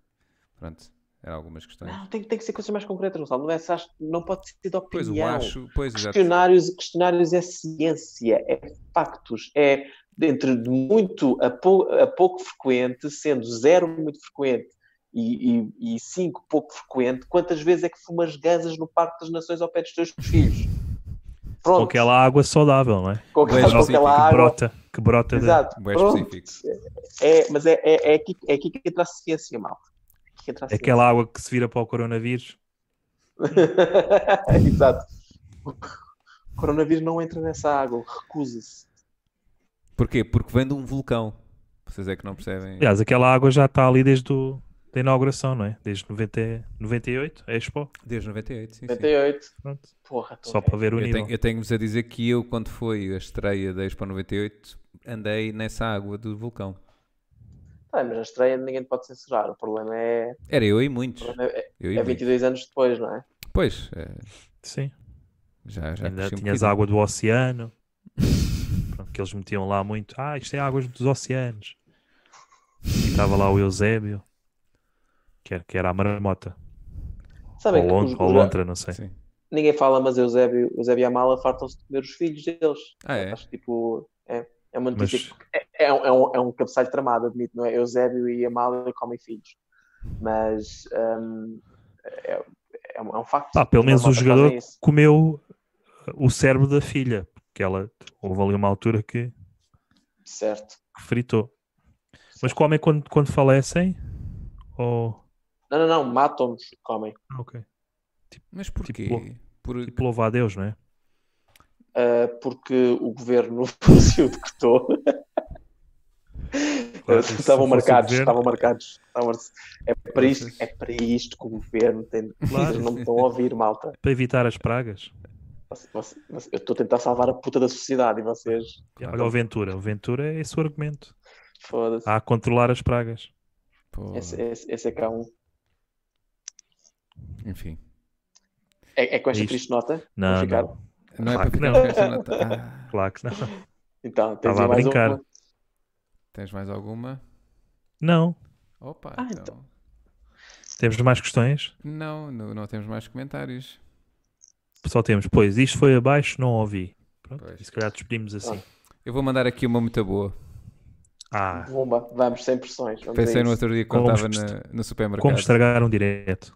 S1: Pronto, eram algumas questões.
S3: Não, tem, tem que ser coisas mais concretas, Gonçalo. Não, é, se acho- não pode ser de opinião.
S1: Pois, o acho. Pois, exato.
S3: questionários, questionários é ciência, é factos, é entre muito a, pou- a pouco frequente, sendo zero muito frequente e, e, e cinco pouco frequente, quantas vezes é que fumas gansas no Parque das Nações ao pé dos teus filhos? Pronto,
S2: Com aquela água saudável, não é?
S3: com aquela-
S1: Beijo,
S3: com
S1: sim,
S3: aquela
S1: que
S2: Que
S3: água.
S2: brota, que brota da-
S3: Exato,
S1: Bem
S3: pronto.
S1: específico.
S3: É, mas é, é, é, aqui, é aqui que entra a ciência, mal. É Aqui que entra a ciência.
S2: É Aquela água que se vira para o coronavírus.
S3: Exato. O coronavírus não entra nessa água, recusa-se.
S1: Porquê? Porque vem de um vulcão. Vocês é que não percebem.
S2: Aliás, aquela água já está ali desde o, da inauguração, não é? Desde 90, 98, a Expo.
S1: Desde 98, sim, sim.
S3: 98.
S2: Pronto.
S3: Porra, tô
S2: Só
S3: velho.
S2: para ver o
S1: Eu
S2: nível.
S1: tenho- Eu tenho-vos a dizer que eu, quando foi a estreia da Expo 98, andei nessa água do vulcão.
S3: Ah, mas a estreia ninguém te pode censurar. O problema é,
S1: Era eu e
S3: o
S1: muitos.
S3: problema é,
S1: Eu e
S3: é
S1: muitos.
S3: 22 anos depois, não é?
S1: Pois, é,
S2: Sim.
S1: já, já
S2: Ainda
S1: cresci um
S2: tinhas
S1: bocadinho.
S2: água do oceano. Pronto, que eles metiam lá muito. Ah, isto é águas dos oceanos. E estava lá o Eusébio. Que era, que era a marmota.
S3: Sabem
S2: Ou,
S3: que
S2: lon
S3: os-
S2: ou
S3: os-
S2: lontra, não sei.
S1: Sim.
S3: ninguém fala, mas Eusébio, Eusébio e Amala fartam-se de comer os filhos deles.
S1: Ah, é?
S3: Acho que tipo. É, é uma
S2: Mas
S3: notícia. que- É, é um, é, um, é um cabeçalho tramado, admito, não é? Eusébio e Amala comem filhos. Mas. hum, é, é um, é um facto.
S2: Ah, pelo
S3: Não
S2: menos o
S3: malta
S2: jogador
S3: fazem isso.
S2: comeu uh, o cérebro da filha. Porque ela houve ali uma altura que,
S3: Certo.
S2: que fritou. Mas comem quando, quando falecem? Ou.
S3: Não, não, não. Matam-nos. Comem.
S2: Ah, ok.
S1: Mas porquê?
S2: Tipo-
S1: Por-
S2: Tipo, louva a Deus, não é?
S3: Ah, porque o governo se o decretou.
S2: Claro, se
S3: estavam,
S2: fosse o
S3: marcados,
S2: governo-
S3: estavam marcados, estavam É para isto, é para isto que o governo tem.
S2: Claro.
S3: Vocês não me estão a ouvir, malta.
S2: Para evitar as pragas.
S3: Você- você- você- eu estou a tentar salvar a puta da sociedade e vocês.
S1: Claro.
S2: Olha o Ventura. O Ventura é esse o argumento.
S3: Foda-se.
S2: Há a controlar as pragas.
S1: Pô,
S3: Esse, esse- esse é que é um.
S1: Enfim.
S3: É, é com esta
S2: Isto.
S3: triste nota?
S2: Não,
S3: Vamos ficar?
S2: não.
S1: Não é
S2: Claro
S1: para
S2: Ah, que
S1: ficar
S2: não.
S1: com esta nota. Ah,
S2: Claro que não.
S3: Então, tens
S2: Estava
S3: aí
S2: a
S3: mais
S2: brincar.
S3: uma.
S1: tens mais alguma?
S2: Não.
S1: Opa,
S3: Ah,
S1: então.
S2: Temos mais questões?
S1: Não, não, não temos mais comentários.
S2: Só temos, pois, isto foi abaixo, não ouvi. Pronto,
S1: Pois.
S2: e se calhar despedimos assim.
S1: Eu vou mandar aqui uma muito boa.
S2: Ah,
S3: Bomba, vamos sem pressões. Vamos a
S1: Pensei no
S3: isso.
S1: outro dia quando
S2: Como
S1: estava
S2: est-
S1: na- no supermercado.
S2: como estragar um direto.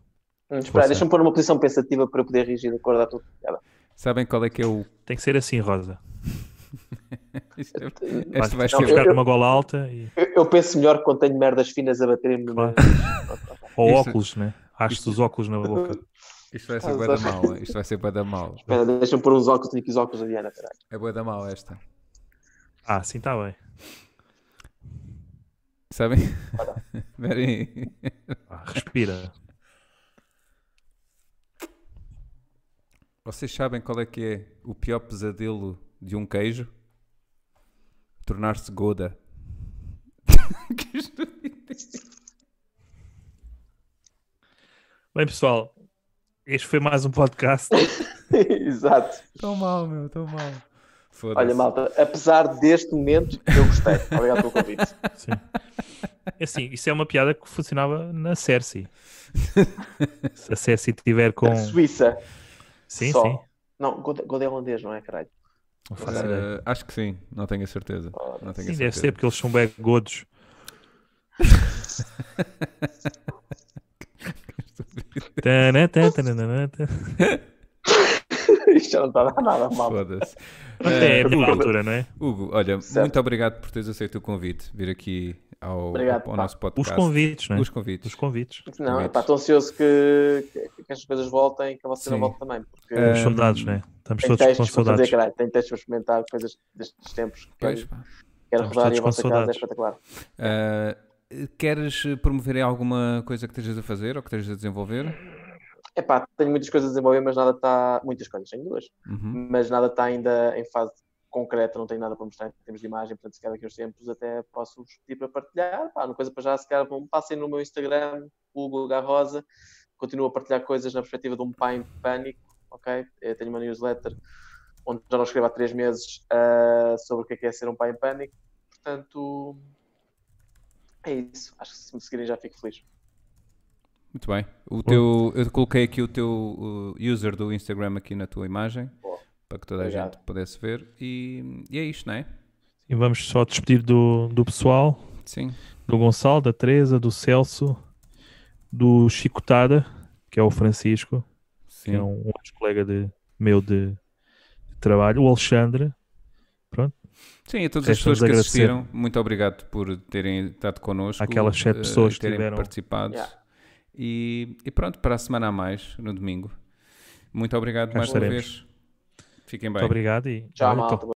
S3: Hum, Espera,
S1: Força.
S3: deixa-me pôr numa posição pensativa para eu poder reagir de acordo à tua piada.
S1: Sabem qual é que é o.
S2: Tem que ser assim, Rosa.
S1: Isto é-
S2: Vais,
S1: Este vai
S2: vais
S1: ser.
S2: buscar
S3: eu-
S2: uma gola alta e...
S3: Eu, eu penso melhor quando tenho merdas finas a bater-me. no-
S2: Claro. ou
S1: Isto-
S2: óculos, né? Achas os óculos na boca.
S1: Isto vai ser bué da mal. Isto vai ser bué da mal.
S3: Espera, deixa-me pôr os óculos, tenho aqui os óculos da Diana, caralho.
S1: É bué da mal esta.
S2: Ah, sim, está bem.
S1: Sabem? Espera aí.
S2: Ah, respira.
S1: Vocês sabem qual é que é o pior pesadelo de um queijo? Tornar-se goda. Que isto- é
S2: Bem, pessoal, este foi mais um podcast.
S3: Exato.
S1: tão mal, meu, tão mal. Foda-se.
S3: Olha, malta, apesar deste momento, eu gostei. Obrigado pelo convite.
S2: Sim. Assim, isso é uma piada que funcionava na Cersei. Se a Cersei tiver com.
S3: Na Suíça.
S2: É. Sim,
S3: só.
S2: sim.
S3: Não, Gold Gold é holandês, não é, caralho?
S2: Não faço ideia.
S1: Eh, acho que sim, não tenho a certeza. Não tenho
S2: Sim,
S1: a
S2: deve
S1: certeza.
S2: ser porque eles são bem godos. Tanã, tanã, tanã, tanã, tanã.
S3: Isto já não está a dar nada mal.
S1: Foda-se.
S2: Mas é
S1: Eh,
S2: a mesma
S1: Hugo,
S2: altura, não é?
S1: Hugo, olha,
S3: Certo.
S1: muito obrigado por teres aceito o convite, vir aqui ao,
S3: Obrigado,
S1: ao
S3: pá.
S1: nosso
S2: Os
S1: podcast.
S2: convites, não é?
S1: Os convites.
S2: Os convites.
S3: Não,
S1: Convites.
S3: pá, estou ansioso que, que, que estas coisas voltem e que a vossa não
S1: Sim.
S3: volte também. Porque
S1: Eh,
S2: Os soldados, não é? Estamos todos
S3: tem
S2: com
S3: textos para fazer,
S2: saudades.
S3: caralho. Tem textos para experimentar coisas destes tempos. que
S1: Pois,
S3: Quero,
S1: pá.
S3: quero
S2: Estamos
S3: rodar
S2: todos
S3: e a
S2: com
S3: vossa casa é
S2: saudades.
S3: espetacular.
S1: Eh, queres promover aí alguma coisa que estejas a fazer ou que estejas a desenvolver?
S3: É pá, tenho muitas coisas a desenvolver, mas nada está. Muitas coisas, tenho duas.
S1: Uhum.
S3: Mas nada está ainda em fase concreta, não tenho nada para mostrar em termos de imagem. Portanto, se calhar daqui a uns tempos até posso vos pedir para partilhar. Pá, uma coisa para já, se calhar vão, passem no meu Instagram, Hugo Garrosa. Continuo a partilhar coisas na perspectiva de um pai em pânico, ok? Eu tenho uma newsletter onde já não escrevo há três meses ah, sobre o que é, que é ser um pai em pânico. Portanto, é isso. Acho que se me seguirem já fico feliz.
S1: Muito bem. O teu, eu coloquei aqui o teu uh, user do Instagram aqui na tua imagem
S3: Boa.
S1: para que toda a
S3: Obrigado.
S1: gente pudesse ver. E, e é isto, não é?
S2: E vamos só despedir do, do pessoal,
S1: Sim.
S2: do Gonçalo, da Teresa, do Celso, do Chicotada, que é o Francisco, que
S1: Sim.
S2: é um, um ex-colega de, meu de, de trabalho, o Alexandre. Pronto,
S1: Sim, a todas as
S2: Resta-nos
S1: pessoas que
S2: agradecer.
S1: assistiram, muito obrigado por terem estado connosco.
S2: Aquelas sete
S1: eh,
S2: pessoas que
S1: terem
S2: tiveram.
S1: participado.
S3: Yeah.
S1: E, e pronto, para a semana a mais, no domingo. Muito obrigado
S2: Cá
S1: mais uma
S2: estaremos.
S1: vez. Fiquem bem.
S2: muito obrigado e
S3: Tchau,
S2: olha, então,
S3: malta.